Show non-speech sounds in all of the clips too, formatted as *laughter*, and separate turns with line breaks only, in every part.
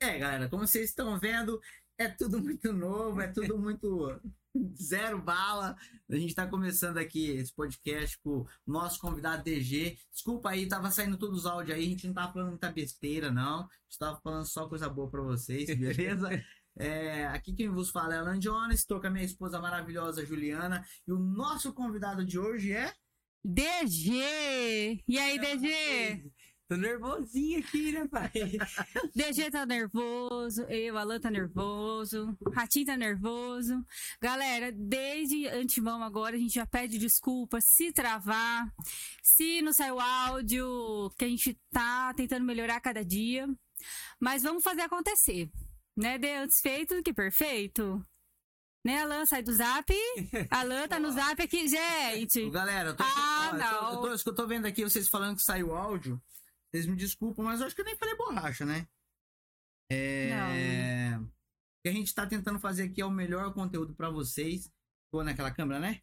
É, galera, como vocês estão vendo, é tudo *laughs* muito novo, é tudo muito zero bala. A gente está começando aqui esse podcast com o nosso convidado DG. Desculpa aí, tava saindo todos os áudios aí, a gente não tava falando muita besteira, não. A gente tava falando só coisa boa para vocês, beleza? É, aqui quem vos fala é Alan Jones, tô com a minha esposa maravilhosa Juliana e o nosso convidado de hoje é.
DG! E aí, DG?
Tô nervosinho aqui, né, pai?
DG tá nervoso, eu, Alan tá nervoso, Ratinho tá nervoso. Galera, desde antemão agora, a gente já pede desculpa se travar, se não saiu áudio, que a gente tá tentando melhorar a cada dia. Mas vamos fazer acontecer, né? De antes feito do que perfeito. Né, Alan? Sai do zap. Alan tá no zap aqui, gente.
Galera, eu tô,
Ah,
ó, eu tô- eu
não.
tô- eu tô, vendo aqui vocês falando que saiu áudio. Vocês me desculpam, mas eu acho que eu nem falei borracha, né? É. O que a gente tá tentando fazer aqui é o melhor conteúdo pra vocês. Tô naquela câmera, né?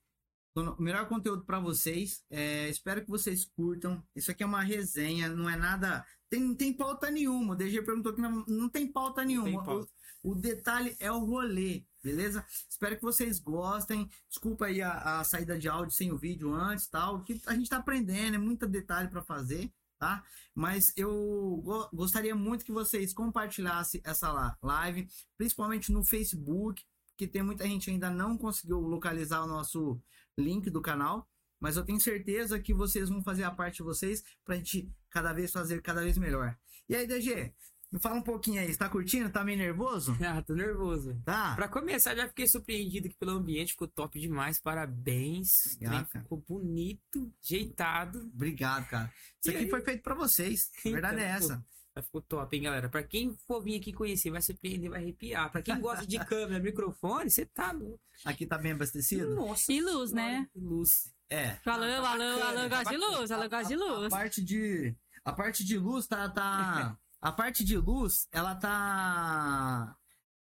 Tô no- O melhor conteúdo pra vocês. É, Espero que vocês curtam. Isso aqui é uma resenha, não é nada. Tem, não tem pauta nenhuma. O DG perguntou que não, não tem pauta nenhuma.
pauta.
O, o detalhe é o rolê, beleza? Espero que vocês gostem. Desculpa aí a, a saída de áudio sem o vídeo antes e tal. Que a gente tá aprendendo, é muito detalhe pra fazer, tá? Mas eu go- gostaria muito que vocês compartilhassem essa la- live, principalmente no Facebook, que tem muita gente ainda não conseguiu localizar o nosso link do canal. Mas eu tenho certeza que vocês vão fazer a parte de vocês pra gente cada vez fazer cada vez melhor. E aí, DG, me fala um pouquinho aí. Você tá curtindo? Tá meio nervoso?
Ah, tô nervoso.
Tá?
Pra começar, já fiquei surpreendido que pelo ambiente ficou top demais. Parabéns.
Obrigado,
Também
cara.
Ficou bonito, ajeitado.
Obrigado, cara. Isso
E
aqui
aí?
foi feito pra vocês. A verdade é
Então,
essa.
Mas Ficou top, hein, galera? Pra quem for vir aqui conhecer, vai surpreender, vai arrepiar. Pra quem
*laughs*
gosta de câmera, microfone, você tá louco.
Aqui tá bem abastecido?
Nossa.
E luz,
senhora,
né?
que Luz.
É.
O Alan,
Não,
o
tá
Alan, o
bacana,
Alan
tá
gosta de
bacana.
luz, o Alan gosta de
A
luz.
parte de. A parte de luz tá. tá a parte de luz, ela tá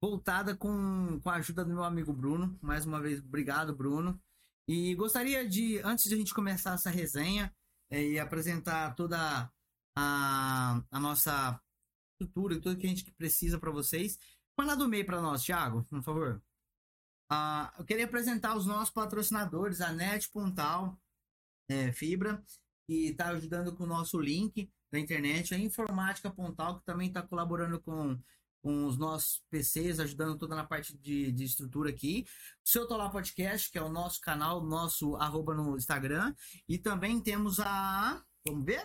voltada com, com a ajuda do meu amigo Bruno. Mais uma vez, obrigado, Bruno. E gostaria de, antes de a gente começar essa resenha eh, e apresentar toda a, a nossa estrutura e tudo que a gente precisa para vocês, manda do meio para nós, Thiago, por favor. Ah, eu queria apresentar os nossos patrocinadores, a NET Pontal eh, Fibra, que está tá ajudando com o nosso link da internet, a Informática Pontal, que também está colaborando com, com os nossos PCs, ajudando toda na parte de, de estrutura aqui. O Seu Tolar Podcast, que é o nosso canal, nosso arroba no Instagram. E também temos a. Vamos ver?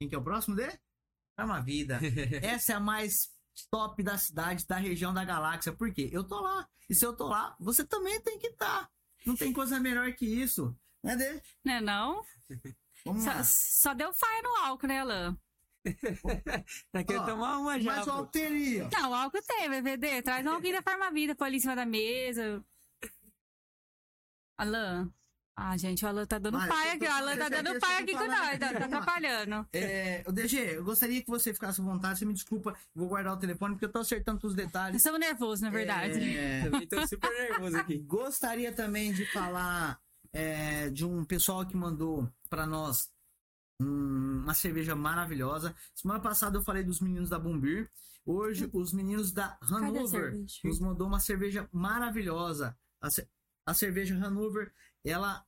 Quem que é o próximo D? É uma vida. Essa é a mais top da cidade, da região da galáxia. Por quê? Eu tô lá. E se eu tô lá, você também tem que estar. Não tem coisa melhor que isso. Né, Dê?
Né não?
Vamos lá.
Só, só deu faia no álcool, né, Alan?
Tá querendo
Ó,
tomar uma já.
Mas
pô.
o alteria.
Não, o álcool tem, VVD. Traz um alguém da farmavida pra ali em cima da mesa. Alan. Ah, gente, o Alan tá dando
Vai,
faia
eu tô-
aqui. O Alan tá
deixa-
dando
deixa
faia
eu
aqui com
falar.
nós. Tá, tá
Vamos lá. *laughs*
atrapalhando.
É, ô, DG, eu gostaria que você ficasse à vontade. Você me desculpa, vou guardar o telefone porque eu tô acertando todos os
Nós
detalhes.
estamos nervosos, na É verdade.
É,
*laughs* Também tô super nervoso aqui.
gostaria também de falar é, de um pessoal que mandou pra nós um- uma cerveja maravilhosa. Semana passada eu falei dos meninos da Bombir. Hoje, os meninos da
Hum. Cadê a
Hanover
cerveja?
nos mandou uma cerveja maravilhosa. A, ce- a cerveja Hanover, ela,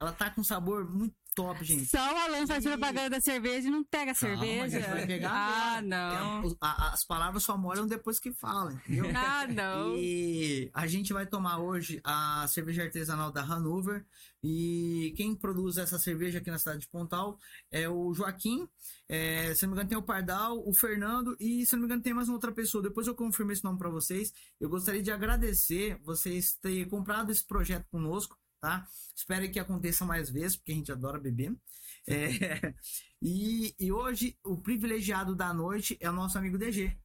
ela tá com um sabor muito top, gente.
Só o Alan faz
E-
propaganda da cerveja e não pega a
Calma, a gente
cerveja.
vai pegar
ah,
agora.
não.
Porque a- a- as palavras só molham depois que falam, entendeu?
Ah, não.
um *laughs* E a gente vai tomar hoje a cerveja artesanal da Hanover. E quem produz essa cerveja aqui na cidade de Pontal é o Joaquim. é, se não me engano, tem o Pardal, o Fernando e, se não me engano, tem mais uma outra pessoa. Depois eu confirmo esse nome para vocês. Eu gostaria de agradecer vocês terem comprado esse projeto conosco, tá? Espero que aconteça mais vezes, porque a gente adora beber. É, *laughs* e, e hoje, o privilegiado da noite é o nosso amigo DG.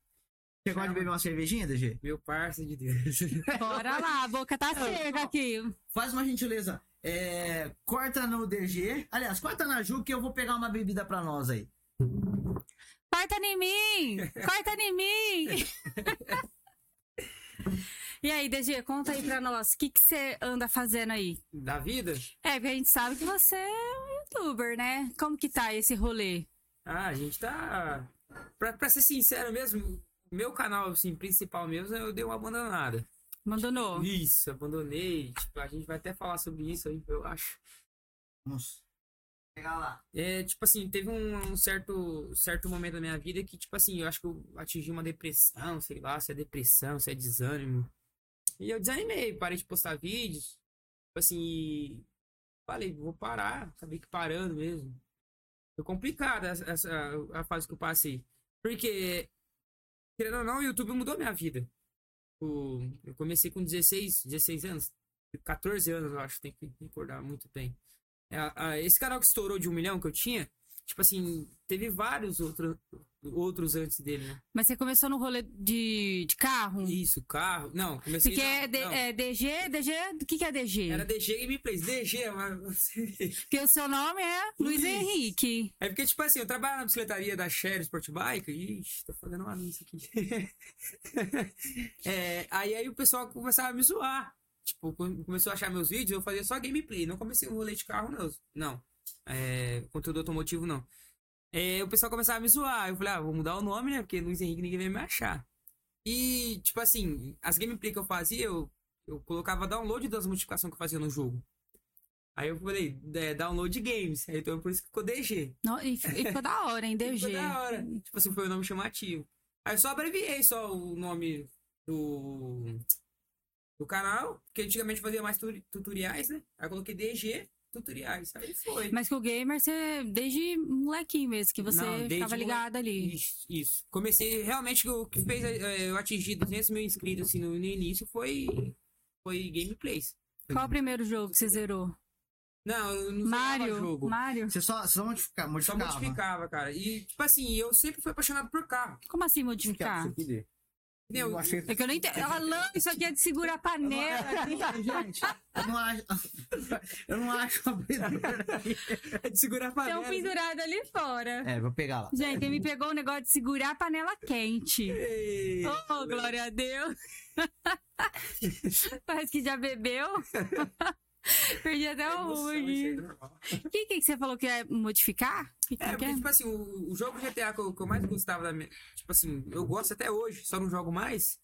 Você gosta de beber uma cervejinha, DG?
Meu parceiro de Deus. *laughs*
Bora lá, a boca
*laughs*
tá seca aqui.
Faz uma gentileza. É, corta no DG. Aliás, corta na Ju que eu vou pegar uma bebida pra nós aí.
Corta em mim! Corta em
*laughs*
mim! e aí, DG, conta aí pra nós, o que que você anda fazendo aí?
Da vida?
É, porque a gente sabe que você é um youtuber, né? Como que tá esse rolê?
Ah, a gente tá. Pra, pra ser sincero mesmo, Meu canal, assim, principal mesmo, eu dei uma abandonada.
Abandonou.
Isso, abandonei. Tipo, a gente vai até falar sobre isso aí, eu acho.
Vamos pegar lá.
É, tipo assim, teve um, um certo, certo momento da minha vida que, tipo assim, eu acho que eu atingi uma depressão, sei lá, se é depressão, se é desânimo. E eu desanimei, parei de postar vídeos. Tipo assim, e falei, vou parar, acabei que parando mesmo. Foi complicado essa, essa- a fase que eu passei. Porque, querendo ou não, o YouTube mudou minha vida. O- eu comecei com 16, 16 anos, 14 anos, eu acho, tem que recordar muito bem. É, a- a- Esse canal que estourou de um milhão que eu tinha, tipo assim, teve vários outro, outros antes dele, né?
Mas você começou no rolê de, de carro?
Isso, carro. Não,
Você
comecei.
quer
não,
D-
não.
Hum. é DG? DG? O que, que é DG?
Era DG Gameplays, é DG, mas.
Porque o seu nome é Luiz
Luiz.
Henrique.
É porque, tipo assim, eu trabalho na bicicletaria da Share Sport Bike. Ixi, tô fazendo um anúncio aqui. *laughs* É, aí, aí o pessoal começava a me zoar. Tipo, quando começou a achar meus vídeos, eu fazia só gameplay. Não comecei um rolê de carro, não. Não. É, conteúdo automotivo, não. É, o pessoal começava a me zoar. Eu falei, ah, vou mudar o nome, né? Porque Luiz Henrique ninguém vai me achar. E, tipo assim, as gameplay que eu fazia, eu, eu colocava download das modificações que eu fazia no jogo. Aí eu falei, é, download games. Aí, então, por isso que ficou DG.
No- e, f- e ficou da hora, hein? DG.
Ficou da hora. Tipo assim, foi o nome chamativo. Aí eu só abreviei só o nome do, do canal, porque antigamente eu fazia mais tu- tutoriais, né? Aí eu coloquei DG Tutoriais. Aí foi.
Mas com o gamer, você, desde molequinho mesmo, que você
Não, desde
ficava ligado ali.
Isso, isso. Comecei, realmente, o que fez eh, eu atingir 200 mil inscritos assim, no, no início foi, foi gameplays.
Qual o primeiro jogo que você zerou?
Não, eu não
Mário?
zerava jogo.
Mário?
Você só, só modifica,
Só
modificava.
modificava, cara. E, tipo assim, eu sempre fui apaixonado por carro.
Como assim modificar?
Modificar.
Entendeu?
Eu achei...
É que eu não entendo. Alan, isso aqui é de segurar a panela.
É, Gente, eu não acho. *laughs* Eu não acho uma pedreira.
É *laughs* de segurar a
Estão
panela.
pendurados ali fora.
É, vou pegar lá.
Gente, ele me pegou o negócio de segurar a panela
*laughs*
quente.
Ei.
Oh, glória a Deus. *laughs* Parece que já bebeu. *laughs* Perdi até o rumo. O que, que você falou que é modificar? Que que
É,
que
porque,
é?
tipo assim, o, o jogo GTA que eu, que eu mais gostava da minha. Tipo assim, eu gosto até hoje, só não jogo mais.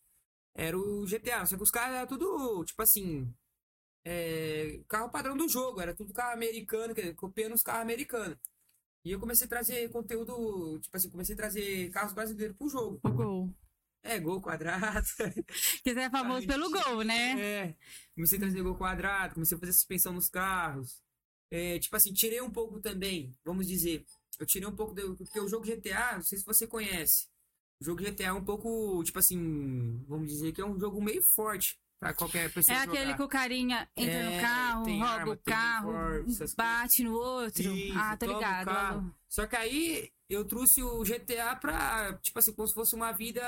Era o GTA. Só que os caras eram tudo, tipo assim. é, carro padrão do jogo, era tudo carro americano, quer dizer, copiando os carros americanos. E eu comecei a trazer conteúdo, tipo assim, comecei a trazer carros brasileiros pro jogo.
O gol.
É, gol quadrado. *laughs*
Porque você é famoso
Ai,
pelo gol, né?
É. Comecei a trazer gol quadrado, comecei a fazer suspensão nos carros. É, tipo assim, tirei um pouco também, vamos dizer. Eu tirei um pouco do. Porque o jogo GTA, não sei se você conhece. O jogo GTA é um pouco, tipo assim, vamos dizer que é um jogo meio forte pra qualquer pessoa.
É aquele
jogar.
que o carinha entra no
É,
carro,
tem
rouba
arma,
o
tem
carro,
uniforme, essas
bate no outro.
Isso,
ah, tá
toma o
ligado.
carro.
Alan.
Só que aí eu trouxe o GTA pra, tipo assim, como se fosse uma vida.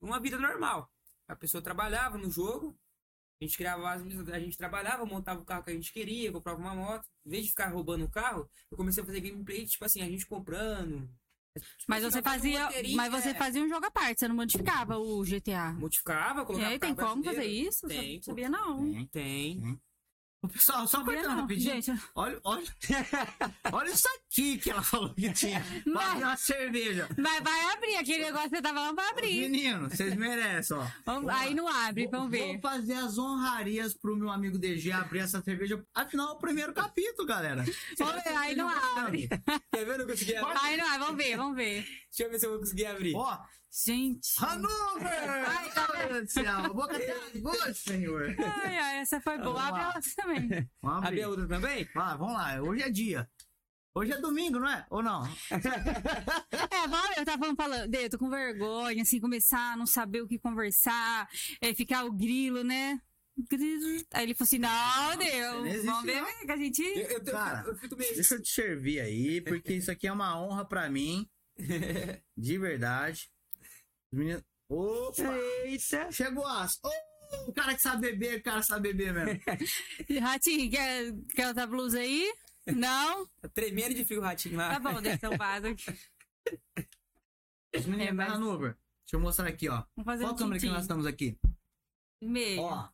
Uma vida normal. A pessoa trabalhava no jogo, a gente criava as mesas, a gente trabalhava, montava o carro que a gente queria, comprava uma moto. Em vez de ficar roubando o carro, eu comecei a fazer gameplay, tipo assim, a gente comprando. Tipo
Mas
assim,
você
eu fazia um
fazia,
roteirinho,
mas você
é,
fazia um jogo à parte, você não modificava o GTA.
Modificava,
E
colocava.
aí tem
carro
como fazer
brasileiro.
isso?
Tem,
Não sabia não.
Tem.
Tem.
Ô, Pessoal, só
Sabia
cortando
não.
rapidinho.
Gente,
Olha, olha, olha isso aqui que ela falou que tinha.
Mas-
Fazer uma cerveja.
vai, vai abrir aquele negócio que você tava falando, vai abrir.
Menino, vocês merecem, ó.
Vamos- aí não abre, vamos ver.
Vou fazer as honrarias pro meu amigo DG abrir essa cerveja. Afinal, é o primeiro capítulo,
*laughs*
galera.
Vamos ver, é, aí não abre.
Quer ver? Eu não consegui abrir.
Aí não abre, vamos ver, vamos ver.
Deixa eu ver se eu vou conseguir abrir.
Ó,
Gente.
Hanover!
Ai,
Ai,
tá
meu Deus do céu. Boca até boa, senhor.
Ai, ai, essa foi boa.
Vamos
Abre
lá.
ela também.
Vamos
Abrir
abrir.
a outra também?
Ah, vamos lá, hoje é dia. Hoje é domingo, não é? Ou não?
É, valeu, eu tava falando, falando, Dê, eu tô com vergonha, assim, começar a não saber o que conversar, é, ficar o grilo, né? Grilo. Aí ele falou assim: não,
não
Deu,
existe,
vamos ver
não.
que a gente.
Eu, eu, tenho-
Cara,
eu fico meio.
Deixa eu te servir aí, porque isso aqui é uma honra pra mim. *laughs* De verdade. Os meninos. Opa!
Eita!
Chegou as. Ô, o cara que sabe beber, o cara sabe beber
*laughs*
mesmo.
Ratinho, quer, quer outra blusa aí? Não?
Tá tremendo de frio o ratinho
Tá
lá.
bom, deixa eu vaso aqui.
Os meninos
É, mas-
da Hanover. Deixa eu mostrar aqui, ó.
Vamos fazer
Qual
um
câmera que
tintim.
nós estamos aqui?
É.
Meia.
Ó.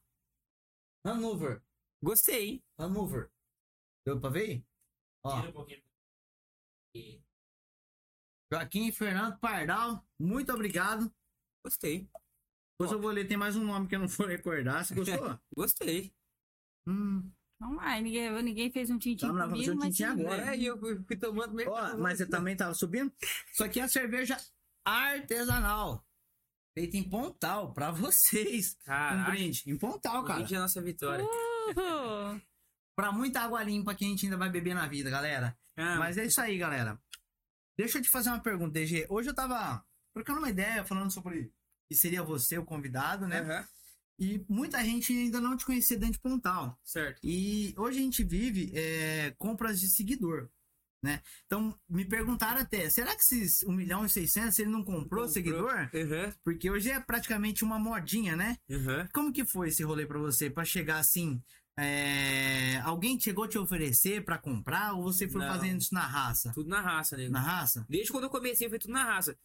Hanover.
Gostei, hein?
Hanover. Deu pra ver? aí? Ó.
pouquinho.
Joaquim Fernando Pardal, muito obrigado.
Gostei.
Depois eu vou ler, tem mais um nome que eu não vou recordar. Você
*laughs*
gostou?
Gostei.
hum,
Vamos lá, ninguém, ninguém fez um tintim
Vamos lá, vamos fazer
comigo,
um
mas
tintim
tudo
agora.
bem.
É, e eu fui fui tomando meio.
ó, mas você também tava subindo? Isso aqui é a cerveja artesanal. Feita em Pontal, pra vocês. Um
Caralho,
brinde. Em Pontal, cara.
brinde é a nossa vitória.
Uhul.
Pra muita água limpa que a gente ainda vai beber na vida, galera.
Ah,
Mas é isso aí, galera. Deixa eu te fazer uma pergunta, DG. Hoje eu tava trocando uma ideia, falando sobre que seria você o convidado, né?
aham,
E muita gente ainda não te conhecia dentro de Pontal.
Certo.
E hoje a gente vive é, compras de seguidor, né? Então, me perguntaram até, será que esses 1 milhão e 600, ele não comprou,
Comprou.
seguidor?
Aham,
Porque hoje é praticamente uma modinha, né?
aham.
Como que foi esse rolê pra você, Pra chegar assim... é, Alguém chegou a te oferecer pra comprar ou você foi
Não.
fazendo isso na raça?
Tudo na raça, nego.
Na raça?
Desde quando eu comecei, foi tudo na raça.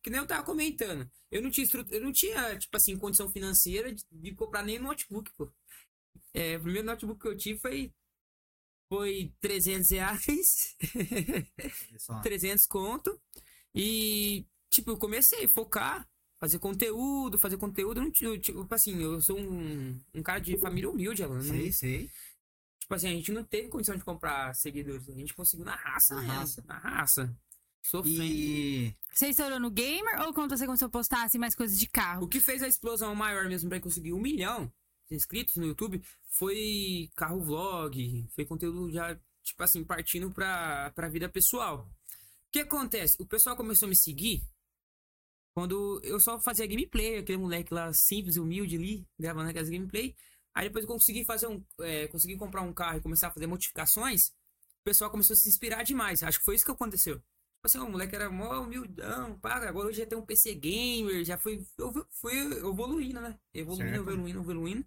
Que nem eu tava comentando. Eu não tinha estrutura, eu não tinha, tipo assim, condição financeira de, de comprar nem notebook, pô. É, o primeiro notebook que eu tive foi. Foi 300 reais.
pessoal.
300 conto. E, tipo, eu comecei a focar, fazer conteúdo, fazer conteúdo. Eu não tinha, eu, tipo assim, eu sou um, um cara de família humilde, Alan. Não-
Sei, sei.
Tipo assim, a gente não teve condição de comprar seguidores. A gente conseguiu na raça,
Na
mesmo,
raça.
Na raça. Sofrendo.
E
Você estourou no gamer ou quando você começou a postar assim, mais coisas de carro?
O que fez a explosão maior mesmo pra conseguir um milhão de inscritos no YouTube foi carro vlog, foi conteúdo já, tipo assim, partindo pra, pra vida pessoal. O que acontece? O pessoal começou a me seguir quando eu só fazia gameplay, aquele moleque lá simples, humilde ali, gravando aquelas gameplay. Aí depois eu consegui fazer um. é, consegui comprar um carro e começar a fazer modificações. O pessoal começou a se inspirar demais. Acho que foi isso que aconteceu. Tipo assim, o moleque era mó humildão, pá, agora hoje já tem um PC gamer, já fui, eu fui- fui evoluindo, né? Evoluindo,
Certo.
evoluindo, evoluindo.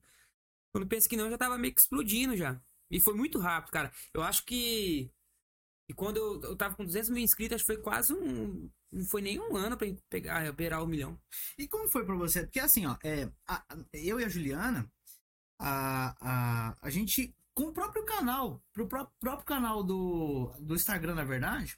Quando pensa que não, já tava meio que explodindo já. E foi muito rápido, cara. Eu acho que. E quando eu, eu tava com 200 mil inscritos, acho que foi quase um. Não foi nem um ano pra pegar, beirar o milhão.
E como foi pra você? Porque assim, ó, é, a- a- eu e a Juliana, a, a, a gente, com o próprio canal, pro pró- próprio canal do, do Instagram, na verdade,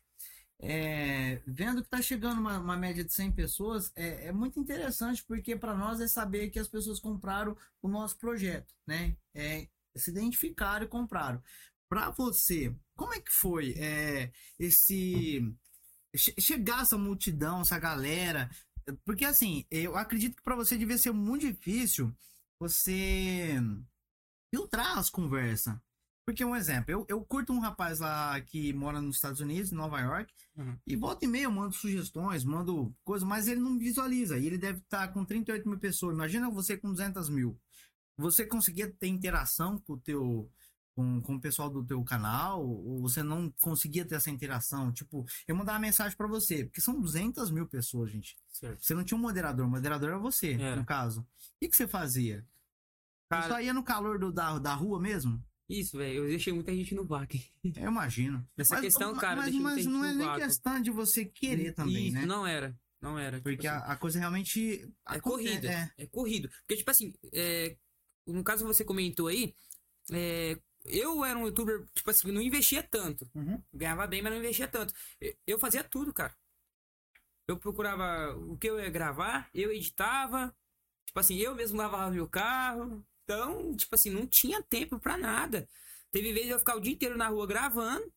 é, vendo que tá chegando uma, uma média de 100 pessoas, é, é muito interessante, porque pra nós é saber que as pessoas compraram o nosso projeto, né? É, se identificaram e compraram. Pra você, como é que foi é, esse... che- Chegar essa multidão, essa galera, porque assim, eu acredito que pra você devia ser muito difícil você filtrar as conversas. Porque, um exemplo, eu, eu curto um rapaz lá que mora nos Estados Unidos, em Nova York,
Uhum.
e volta e meia eu mando sugestões, mando coisa, mas ele não visualiza. E ele deve estar com 38 mil pessoas. Imagina você com 200 mil. Você conseguia ter interação com o teu. Com, com o pessoal do teu canal, ou você não conseguia ter essa interação? Tipo, eu mandar uma mensagem pra você, porque são 200 mil pessoas, gente.
Certo.
Você não tinha um moderador, o moderador era você,
Era.
no caso. O que, que você fazia? Você
É. Cara,
só ia no calor do, da, da rua
*laughs*
mesmo?
isso, velho. Eu deixei muita gente no vácuo.
Eu imagino.
Nessa questão, cara,
mas,
deixa eu
mas
ter
não é nem
julgado.
questão de você querer também,
isso,
né?
Não era. Não era. Tipo
Porque
assim,
a, a coisa realmente.
É
aconte-
corrida.
É,
É corrido. Porque, tipo assim, é, no caso que você comentou aí, é, eu era um youtuber, tipo assim, não investia tanto.
Uhum.
Ganhava bem, mas não investia tanto. Eu- Eu fazia tudo, cara. Eu procurava o que eu ia gravar, eu editava, tipo assim, eu mesmo lavava meu carro. Então, tipo assim, não tinha tempo pra nada. Teve vezes eu ficar o dia inteiro na rua gravando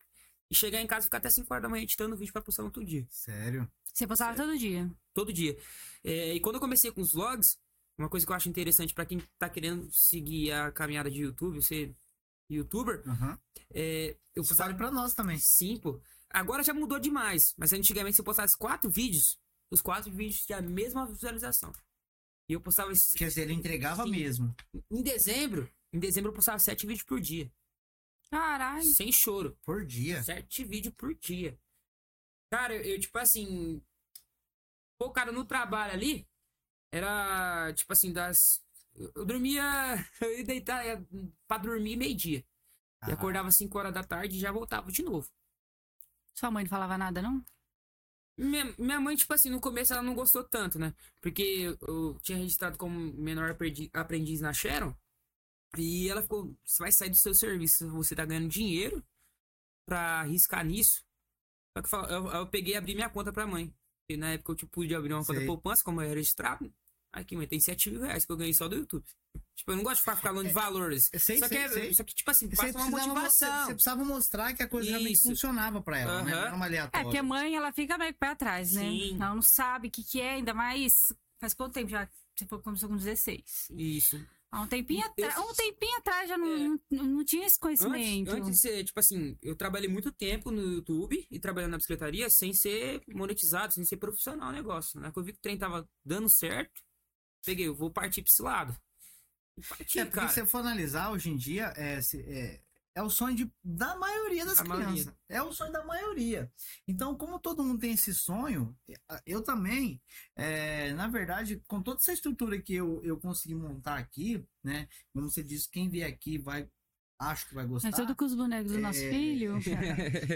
e chegar em casa e ficar até 5 horas da manhã editando vídeo pra postar no outro dia
sério.
Você postava todo dia.
todo dia. É, e quando eu comecei com os vlogs, uma coisa que eu acho interessante pra quem tá querendo seguir a caminhada de YouTube, ser youtuber,
Uhum.
é, eu
Isso vale
postava
pra nós também.
sim, pô. Agora já mudou demais, mas antigamente se eu postasse quatro vídeos, os quatro vídeos tinham a mesma visualização. E eu postava esses-
Quer dizer, ele entregava
Sim.
mesmo.
em dezembro, em dezembro eu postava sete vídeos por dia,
Caralho.
sem choro.
Por dia.
Sete vídeos por dia. Cara, eu, tipo assim. Focado no trabalho ali. Era, tipo assim, das. Eu eu dormia. *laughs* Eu ia deitar ia pra dormir meio-dia. E
Ah.
acordava 5 horas da tarde e já voltava de novo.
Sua mãe não falava nada, não?
Minha, minha mãe, tipo assim, no começo ela não gostou tanto, né? Porque eu tinha registrado como menor aprendi- aprendiz na Sharon. E ela ficou: você vai sair do seu serviço, você tá ganhando dinheiro pra arriscar nisso. Só que eu, fal- eu, eu peguei e abri minha conta pra mãe. E na época eu tipo, pude abrir uma conta
Sei.
poupança, como eu era registrado. Aqui, mãe, tem 7 mil reais que eu ganhei só do YouTube. Tipo, eu não gosto de ficar falando de valores.
eu É, sei,
só, que,
sei,
é-
sei.
só que, tipo assim,
Você
passa uma
precisava, você-
motivação.
você precisava mostrar que a coisa realmente
Isso.
funcionava pra ela, né? Não
Aham.
era uma
É,
aleatória.
porque a mãe, ela fica meio pra trás, né?
Sim.
Ela não sabe o que, que é, ainda mais. Faz quanto tempo já? Tipo, começou com 16.
Isso.
Há um tempinho,
Eu-
atra- um tempinho atrás já não,
É.
não, não tinha esse
Antes,
conhecimento.
antes de ser, tipo assim, eu trabalhei muito tempo no YouTube e trabalhando na bicicletaria sem ser monetizado, sem ser profissional o negócio. Na hora que eu vi que o trem tava dando certo, peguei, eu vou partir pra esse lado. E parti,
É, porque
cara.
se você for analisar hoje em dia, é, se- é, é o sonho de- da maioria das
Da
crianças.
maioria.
É o sonho da maioria. Então, como todo mundo tem esse sonho, eu também, é, na verdade, com toda essa estrutura que eu, eu consegui montar aqui, né? Como você disse, quem vier aqui vai. Acho que vai gostar.
É tudo com os bonecos do nosso
É.
filho.
*laughs*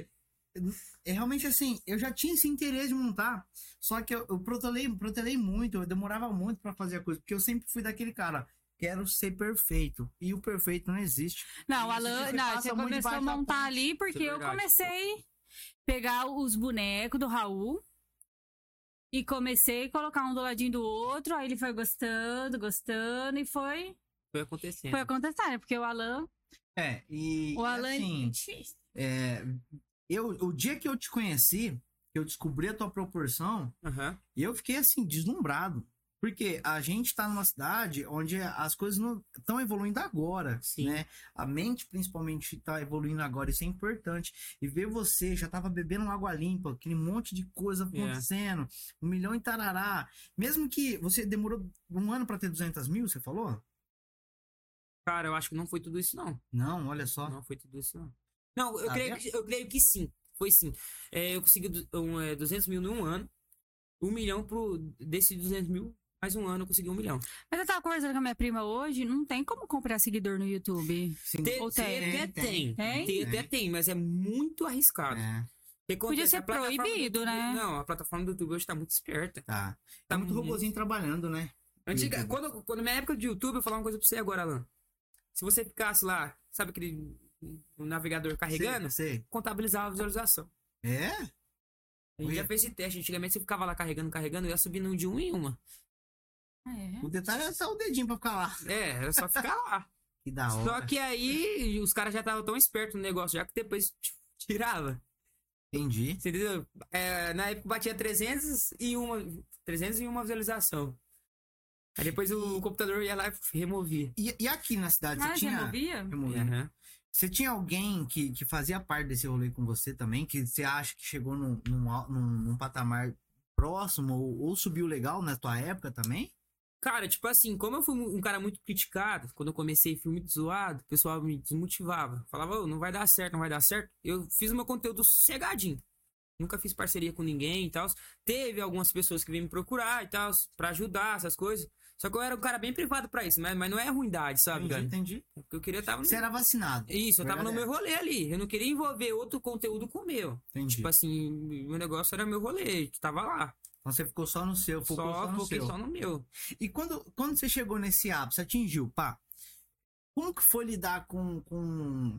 é realmente assim, eu já tinha esse interesse de montar, só que eu, eu protelei, protelei muito, eu demorava muito pra fazer a coisa, porque eu sempre fui daquele cara, quero ser perfeito, e o perfeito não existe.
Não, o
Isso
Alan,
que
não,
passa
você
muito
começou a
debaixo da
montar
ponte.
ali porque
Isso é
eu
verdade.
comecei pegar os bonecos do Raul e comecei a colocar um do ladinho do outro, aí ele foi gostando, gostando e foi,
Foi acontecendo.
foi acontecendo, né? porque o Alan,
É, e,
o
e
Alan
assim, é, eu, o dia que eu te conheci, que eu descobri a tua proporção,
Aham.
E eu fiquei assim, deslumbrado. Porque a gente tá numa cidade onde as coisas não estão evoluindo agora,
Sim.
né? A mente, principalmente, tá evoluindo agora. Isso é importante. E ver você, já tava bebendo água limpa, aquele monte de coisa
É.
acontecendo, um milhão em tarará. Mesmo que você demorou um ano pra ter 200 mil, você falou?
Cara, eu acho que não foi tudo isso, não.
Não, olha só.
Não foi tudo isso, não. Não, eu,
Tá
creio,
vendo?
que, eu creio que sim. Foi sim. É, eu consegui du- um, é, 200 mil num ano. Um milhão pro. Desse 200 mil, mais um ano eu consegui um milhão.
mas eu tava conversando com a minha prima hoje, não tem como comprar seguidor no YouTube.
Sim.
Tem,
Ou tem?
até tem.
Tem?
até tem, mas é muito arriscado.
É,
Porque
Podia
acontece,
ser
a plataforma do
proibido,
YouTube-
né?
Não, a plataforma do YouTube hoje tá muito esperta.
tá. Tá
Tá
muito
muito-
robozinho trabalhando, né?
Antiga,
YouTube.
quando, quando minha época de YouTube, eu vou falar uma coisa pra você agora, Alan. Se você ficasse lá, sabe aquele o navegador carregando,
Sei,
contabilizava a visualização.
sei. É?
A gente
Ué.
já fez esse teste. Antigamente você ficava lá carregando, carregando, ia subindo de um em uma.
Ah,
O detalhe é só o dedinho pra ficar lá.
É, era só ficar lá. Ah,
Que da hora.
*laughs* só que aí os caras já estavam tão espertos no negócio, já que depois tipo, tirava.
Entendi.
Você entendeu? É, na época batia 300 e uma, 300 e uma visualização. Aí depois o computador ia lá e removia.
E, e aqui na cidade,
Ah,
é
você
já
tinha...
movia?
Removia. né? Você tinha alguém que, que fazia parte desse rolê com você também, que você acha que chegou num, num, al- num- num patamar próximo ou, ou subiu legal na tua época também?
Cara, tipo assim, como eu fui um cara muito criticado, quando eu comecei fui muito zoado, o pessoal me desmotivava. Falava, "Ô, não vai dar certo, não vai dar certo. Eu fiz o meu conteúdo sossegadinho. Nunca fiz parceria com ninguém e tal. Teve algumas pessoas que vêm me procurar e tal, pra ajudar, essas coisas. Só que eu era um cara bem privado pra isso, mas, mas não é ruindade, sabe,
entendi,
cara?
entendi.
Porque eu queria estar no
Você era vacinado.
Isso, eu tava no meu
Verdade.
rolê ali. Eu não queria envolver outro conteúdo com o meu.
Entendi.
Tipo assim, meu negócio era meu rolê, que tava lá.
Então você ficou só no seu, focou só,
só
no
foquei
seu.
só no meu.
E quando, quando você chegou nesse ápice, atingiu, pá, como que foi lidar com, com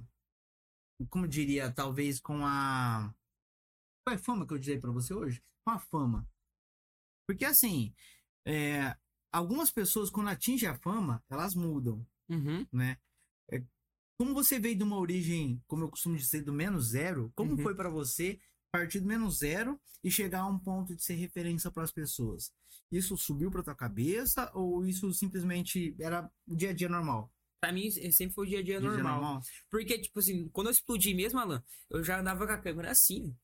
como eu diria, talvez com a qual é a fama que eu dei pra você hoje? Com a fama. Porque assim, é, algumas pessoas quando atingem a fama, elas mudam,
Uhum.
né? É, como você veio de uma origem, como eu costumo dizer, do menos zero, como
Uhum.
foi pra você partir do menos zero e chegar a um ponto de ser referência pras pessoas? Isso subiu pra tua cabeça ou isso simplesmente era o dia a dia normal?
Pra mim, sempre foi o dia a dia
Dia a dia
normal. Porque, tipo assim, quando eu explodi mesmo, Alan, eu já andava com a câmera assim.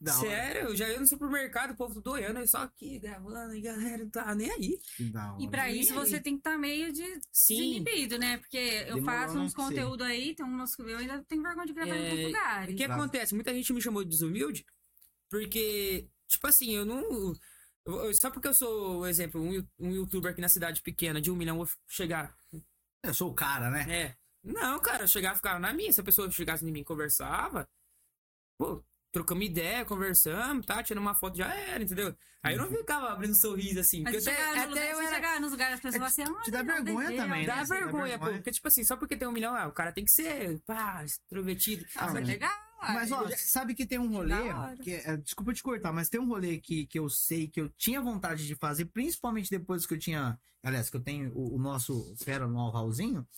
Da hora,
Sério, eu já ia no supermercado, o povo tudo olhando, eu só aqui gravando, e galera, não tava nem aí.
que da hora.
E pra isso você tem que estar meio de
Sim.
desinibido, né? Porque eu
Demorou,
faço uns
né? Sim.
conteúdos aí, tem umas que eu ainda tenho vergonha de gravar em
É,
alguns lugares.
O que
Exato.
acontece? Muita gente me chamou de desumilde, porque, tipo assim, eu não. eu- eu- só porque eu sou, por exemplo, um, you- um youtuber aqui na cidade pequena de um milhão, eu vou chegar.
Eu sou o cara, né?
É. Não, cara, eu chegava e ficava na minha. Se a pessoa chegasse em mim e conversava, pô, trocamos ideia, conversamos, tá? Tirando uma foto já era, entendeu? Aí eu
Uhum.
não ficava abrindo sorriso assim.
Mas
Porque
você
até,
chegar,
até
no lugar,
eu
você
era. assim,
chegar nos lugares, as pessoas falam assim, ah,
É te dá
não,
vergonha
entendeu,
também,
Dá
né? Você dá
vergonha, pô.
vergonha.
Porque, tipo assim, só porque tem um milhão, ah, o cara tem que ser, pá, extrovertido.
Ah,
Só
Vai
mas-
que-
chegar,
Mas, ó, sabe que tem um rolê.
Da hora.
que é- desculpa te cortar, mas tem um rolê que, que eu sei que eu tinha vontade de fazer, principalmente depois que eu tinha. Aliás, que eu tenho o, o nosso fera no All Raulzinho.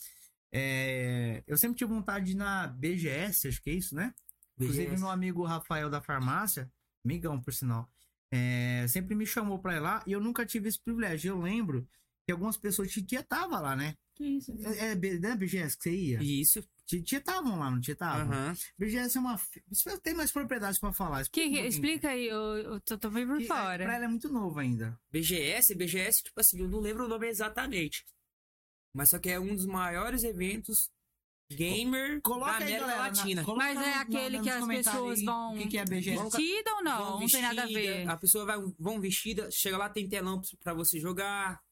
É, eu sempre tive vontade de ir na BGS, acho que é isso, né? Inclusive, meu amigo Rafael da farmácia, amigão, por sinal, é, sempre me chamou pra ir lá e eu nunca tive esse privilégio. Eu lembro que algumas pessoas titia tava lá, né?
Que isso?
É, é, B- né, BGS que você ia?
Isso.
Titia estavam lá, não titia estavam?
Aham.
BGS é uma. fe- Você tem mais propriedades pra falar.
Que, que-
um pouquinho.
explica aí, eu, eu tô, tô bem por
Que, é,
fora.
Pra ela é muito novo ainda.
BGS, BGS, tipo assim, eu não lembro o nome exatamente. Mas só que é um dos maiores eventos gamer
Coloca
da
aí,
América
galera. na-
Latina.
coloca
Mas é
no-
aquele
nos
que as
comentários
pessoas
aí
vão-
O que, que é BGS?
Vestida ou não?
Vão
não tem nada a
vestida,
ver.
A pessoa vai vão vestida, chega lá, tem telão pra- pra você jogar.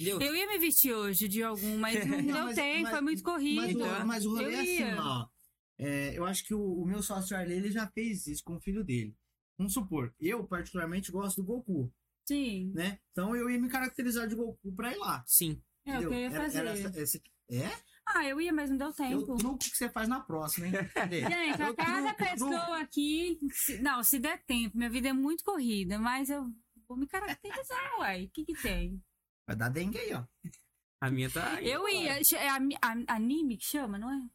Entendeu?
Eu ia me vestir hoje de
*laughs*
algum, mas não
Não,
deu
mas-
tempo,
mas-
foi muito
Mas,
corrido.
o- mas o rolê é
Eu
assim,
ia.
ó. É, eu acho que o, o meu sócio Arley, ele já fez isso com o filho dele. Vamos supor, eu particularmente gosto do Goku,
Sim,
né? Então eu ia me caracterizar de Goku pra ir lá.
Sim.
é o que
entendeu?
eu ia
Era-
fazer.
era essa- esse- é?
Ah, eu ia, mas não deu
É o
tempo.
truque que você faz na próxima,
*laughs*
hein? Cadê?
Gente,
É
a
o truque,
cada
o truque.
pessoa aqui. se- não, se der tempo, minha vida é muito corrida, mas eu vou me caracterizar, *laughs* uai. O que que tem?
Vai dar dengue aí, ó.
A minha tá.
Eu ia. che- É a, a- anime que chama, não é?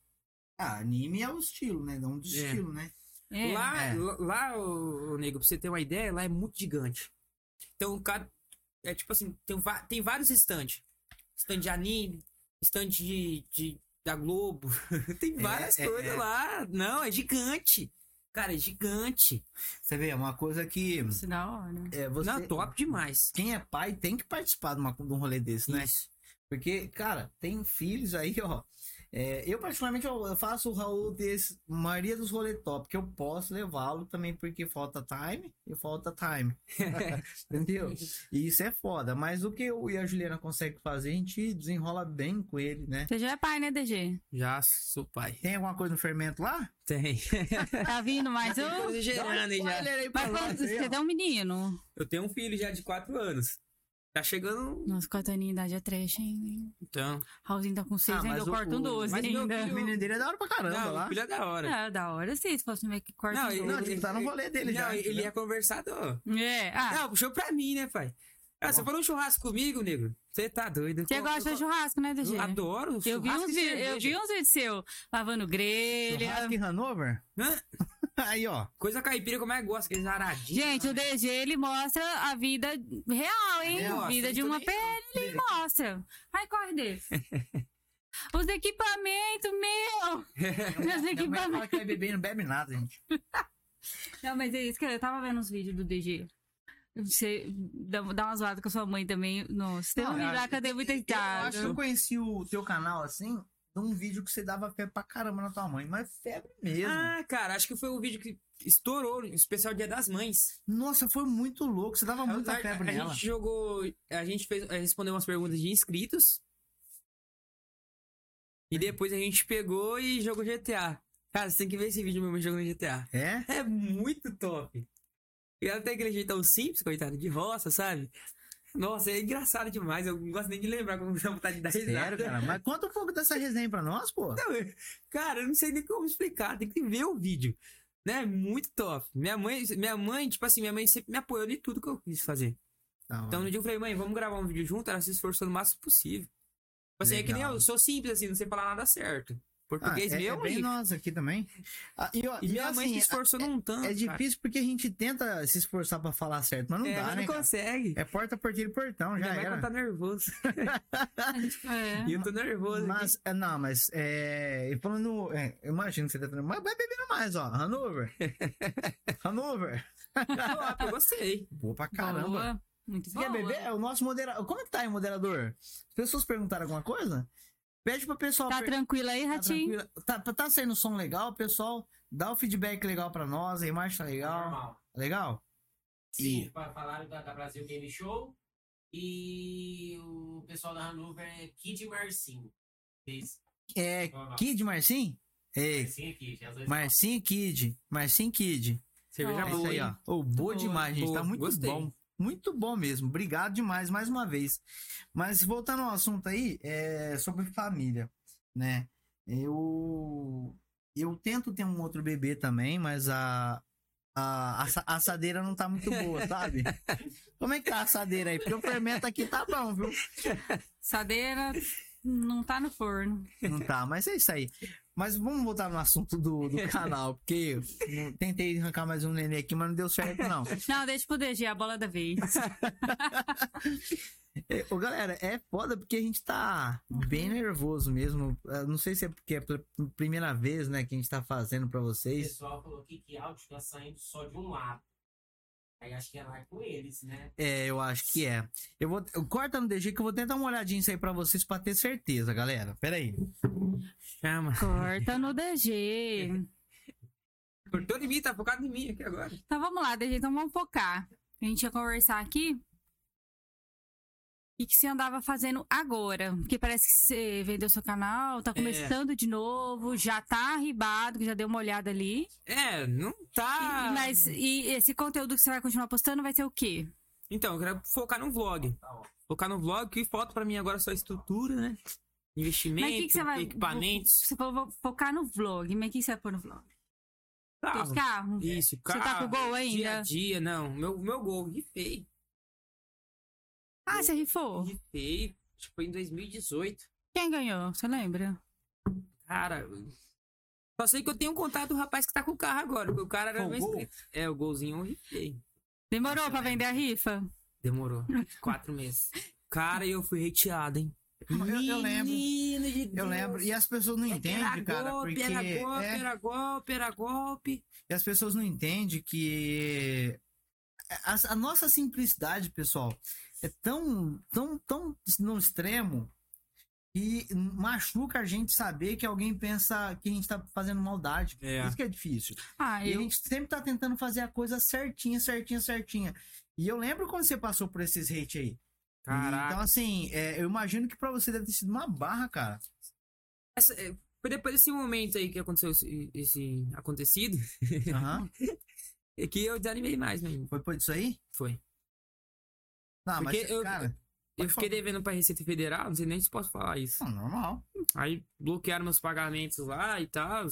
Ah, anime é o estilo, né? É um dos
É.
estilos, né?
É.
Lá,
É.
lá, lá, ô, ô, nego, pra você ter uma ideia, lá é muito gigante. Então, cada. É tipo assim, tem, va- tem vários stands. Stand de anime, stand de, de- da Globo. *laughs* tem
É,
várias
é,
coisas
é.
lá. Não, é gigante. Cara, é gigante.
Você vê, é uma coisa que
Isso da hora.
é, você...
Não, top demais.
quem é pai tem que participar de, uma- de um rolê desse, né?
Isso.
Porque, cara, tem filhos aí, ó. É, eu, particularmente, eu eu faço o Raul desse, maioria dos rolê top, que eu posso levá-lo também, porque falta time e falta
*laughs*
time. Entendeu? E isso é foda. Mas o que eu e a Juliana consegue fazer, a gente desenrola bem com ele, né?
Você já é pai, né, DG?
Já sou pai.
Tem alguma coisa no fermento lá?
Tem.
Tá vindo mais
Tô
um?
exagerando aí já.
Spoiler aí pra
Mas
nós
quando
aí, ó.
você é um menino.
Eu tenho um filho já de 4 anos. Tá chegando.
Nossa, quatro aninhos, idade é trash, hein?
Então.
Raulzinho tá com seis,
Ah,
ainda
mas
eu corto
o-
um doze
mas meu
ainda.
O menino dele é da hora pra caramba
não,
lá.
meu filho é da hora.
É, da hora sim, se fosse meio que corta
Não,
um
ele-
Não, ele tá no rolê dele
Não,
já.
ele
entendeu?
é conversador.
doze. É, ah,
Não, puxou pra mim, né, pai? Ah, você foi num churrasco comigo, nego? Você tá doido.
você
Eu-
gosta
eu-
de churrasco, né, DG?
Eu adoro
Eu vi,
churrasco
uns
e
vi-
cerveja.
eu vi uns vídeos seu lavando grelha.
Churrasco em Hanover?
é um- Hã?
é *laughs* Aí, ó.
Coisa caipira é que eu mais gosto, aqueles aradinhos.
um- Gente, o DG, ele mostra a vida real, hein?
Real,
vida
assim,
de uma
tudo
pele, ele mostra. Ai, corre desse. *laughs* Os equipamentos, *laughs* meu! Meus
Minha mãe
equipamentos.
fala que vai beber e não bebe nada, gente.
Não, mas é isso, cara. Eu tava vendo uns vídeos do DG. Você dá, dá uma zoada com a sua mãe também. Nossa, tem um
Não,
vídeo
eu
lá que eu devo ter
Eu acho que eu
dado.
conheci o teu canal assim, de um vídeo que você dava febre pra caramba na tua mãe, mas febre mesmo.
Ah, cara, acho que foi o vídeo que estourou, o especial Dia das Mães. tá-
Nossa, foi muito louco, você dava muita
a,
febre
É a, a
nela.
gente jogou, a gente fez, eh, respondeu umas perguntas de inscritos. E depois a gente pegou e jogou GTA. Cara, você tem que ver esse vídeo meu irmão jogando GTA.
É?
É muito top. E ela tem aquele jeitão simples, coitado, de roça, sabe? Nossa, é engraçado demais. Eu não gosto nem de lembrar como dá vontade de dar risada.
Sério, cara. Mas conta um pouco dessa resenha pra nós, pô.
*laughs* Não, eu- cara, eu não sei nem como explicar. Tem que ver o vídeo. Né? Muito top. Minha mãe, minha mãe, tipo assim, minha mãe sempre me apoiou em tudo que eu quis fazer.
Tá,
Então no dia eu falei, mãe, vamos gravar um vídeo junto. Ela se esforçou no máximo possível. Tipo assim, é que nem
Legal.
eu, eu sou simples, assim, não sei falar nada certo.
ah,
Português
é,
meu,
é bem
e-
nós aqui também. Ah, e, ó,
e
e
minha mãe
assim,
se esforçou num tanto.
é
Ah, cara.
difícil porque a gente tenta se esforçar pra falar certo, mas não
É,
dá, né?
mas não
cara?
consegue.
É porta, porteiro e portão, já
Minha mãe
era.
quando tá nervoso.
É.
E eu tô nervoso.
Mas, é, não, mas, é. e Falando. É, eu imagino que você tá tendo. Mas vai bebendo mais, ó.
*laughs*
Hanover. Hanover.
Eu gostei.
Boa pra caramba.
Boa, Muito
Você
boa.
quer beber? É o nosso moderador. Como é que tá aí, moderador? As pessoas perguntaram alguma coisa? Pede pro pessoal.
Tá
per-
tranquilo aí,
tá
Ratinho?
tranquila? Tá, tá saindo som legal, pessoal. Dá o feedback legal pra nós. A imagem tá legal. Legal?
Sim, fa- falaram da, da Brasil Game Show e o pessoal da Hanover é Kid Marcinho. Fez.
É.
Qual é o nome?
Kid Marcin? É.
Marcinho é Kid. Às vezes
Marcin Kid. Marcin Kid.
Cerveja
É
boa,
isso aí,
hein?
ó. Ô, boa
Boa,
demais, gente. Tá
boa.
muito
Gostei.
bom. Muito bom mesmo. Obrigado demais, mais uma vez. Mas voltando ao assunto aí, é sobre família, né? Eu Eu tento ter um outro bebê também, mas a. A assa- assadeira não tá muito boa, sabe?
*laughs*
Como é que tá a assadeira aí? Porque o fermento aqui tá bom, viu?
Assadeira não tá no forno.
Não tá, mas é isso aí. Mas vamos voltar no assunto do,
*laughs*
do canal, porque eu tentei arrancar mais um neném aqui, mas não deu certo, não.
Não, deixa pro DG, a bola da vez.
É, Ô, galera, é foda porque a gente tá bem nervoso mesmo. Eu Não sei se é porque é a primeira vez, né, que a gente tá fazendo pra
O
vocês.
pessoal falou aqui que áudio tá saindo só de um lado. Aí acho que é lá com eles, né?
É, eu acho que é. Eu vou. eu- Corta no DG que eu vou tentar uma olhadinha isso aí pra vocês pra ter certeza, galera. Pera aí.
Chama.
Corta no DG.
Cortou em mim, tá focado em mim aqui agora.
Então vamos lá, DG, então vamos focar. A gente ia conversar aqui. E que você andava fazendo agora? Porque parece que você vendeu seu canal,
É.
tá começando de novo, já tá arribado, que já deu uma olhada ali.
É, não tá.
E- Mas e esse conteúdo que você vai continuar postando vai ser o quê?
Então, eu quero focar no vlog.
Tá, ó.
Focar no vlog, que falta pra mim agora é só estrutura, né? Investimento,
Mas o que, que você vai.
equipamentos.
Você falou vou focar no vlog, mas o que que você vai pôr no vlog?
Carro.
Teus carros?
Isso,
Você
carro.
tá com o gol
Dia a
ainda?
dia, não. Meu, meu gol, rifei.
Ah, você rifou?
Rifei, tipo, em 2018.
Quem ganhou? Você lembra?
Cara. eu- Só sei que eu tenho contato do rapaz que tá com o carro agora. Porque o cara era
Com o
meu
gol?
inscrito. É, o golzinho eu rifei.
Demorou pra vender a rifa?
Demorou. Quatro meses. Cara, e eu fui reteado, hein?
Eu- eu lembro.
Menino de
Eu
Deus.
lembro. E as pessoas não
É que era
entendem, cara,
golpe,
porque.
Era golpe,
é,
era golpe, era golpe.
E as pessoas não entendem que a, a nossa simplicidade, pessoal, é tão, tão, tão no extremo que machuca a gente saber que alguém pensa que a gente tá fazendo maldade.
É.
Isso que é difícil.
Ah,
E a
eu.
gente sempre tá tentando fazer a coisa certinha, certinha, certinha. E eu lembro quando você passou por esses hate aí.
Caraca.
Então, assim, é, eu imagino que pra você deve ter sido uma barra,
*laughs*
cara.
Essa- é, foi depois desse momento aí que aconteceu esse, esse acontecido,
Aham.
é que eu desanimei mais mesmo.
Foi por isso aí?
Foi.
Não, mas,
Porque eu-
cara,
Eu
Pode
fiquei
falar.
devendo pra Receita Federal, não sei nem se posso falar isso.
não, normal.
Aí bloquearam meus pagamentos lá e tal.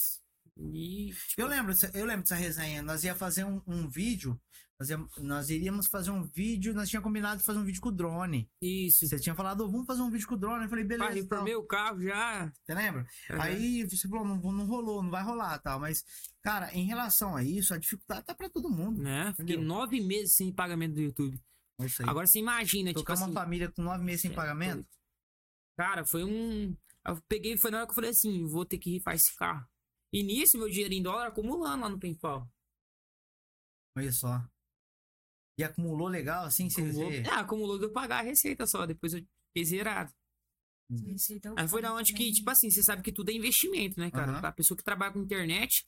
E. tipo,
Eu lembro, dessa- eu lembro dessa resenha. Nós ia fazer um, um vídeo. Nós, ia- nós iríamos fazer um vídeo. Nós tínhamos combinado de fazer um vídeo com o drone.
Isso.
Você tinha falado, "Ô, vamos fazer um vídeo com o drone. Eu falei, beleza.
Parei por
tal.
meu carro já.
Você lembra? Aí você falou, não, não rolou, não vai rolar tal. Mas, cara, em relação a isso, a dificuldade tá pra todo mundo.
Né? Fiquei
Entendeu?
nove meses sem pagamento do YouTube.
É isso aí.
Agora você imagina,
Tocar um
tipo
uma
assim.
família com nove meses sem
É,
pagamento?
Cara, foi um. Eu peguei, foi na hora que eu falei assim: vou ter que rifar esse carro. E nisso, meu dinheiro em dólar acumulando lá no PayPal.
Olha só. E acumulou legal, assim, você
Acumulou,
vê.
ah, acumulou de eu pagar a receita só, depois eu fiquei zerado. Aí foi da onde que, tipo assim, você sabe que tudo é investimento, né, cara?
Aham.
A pessoa que trabalha com internet,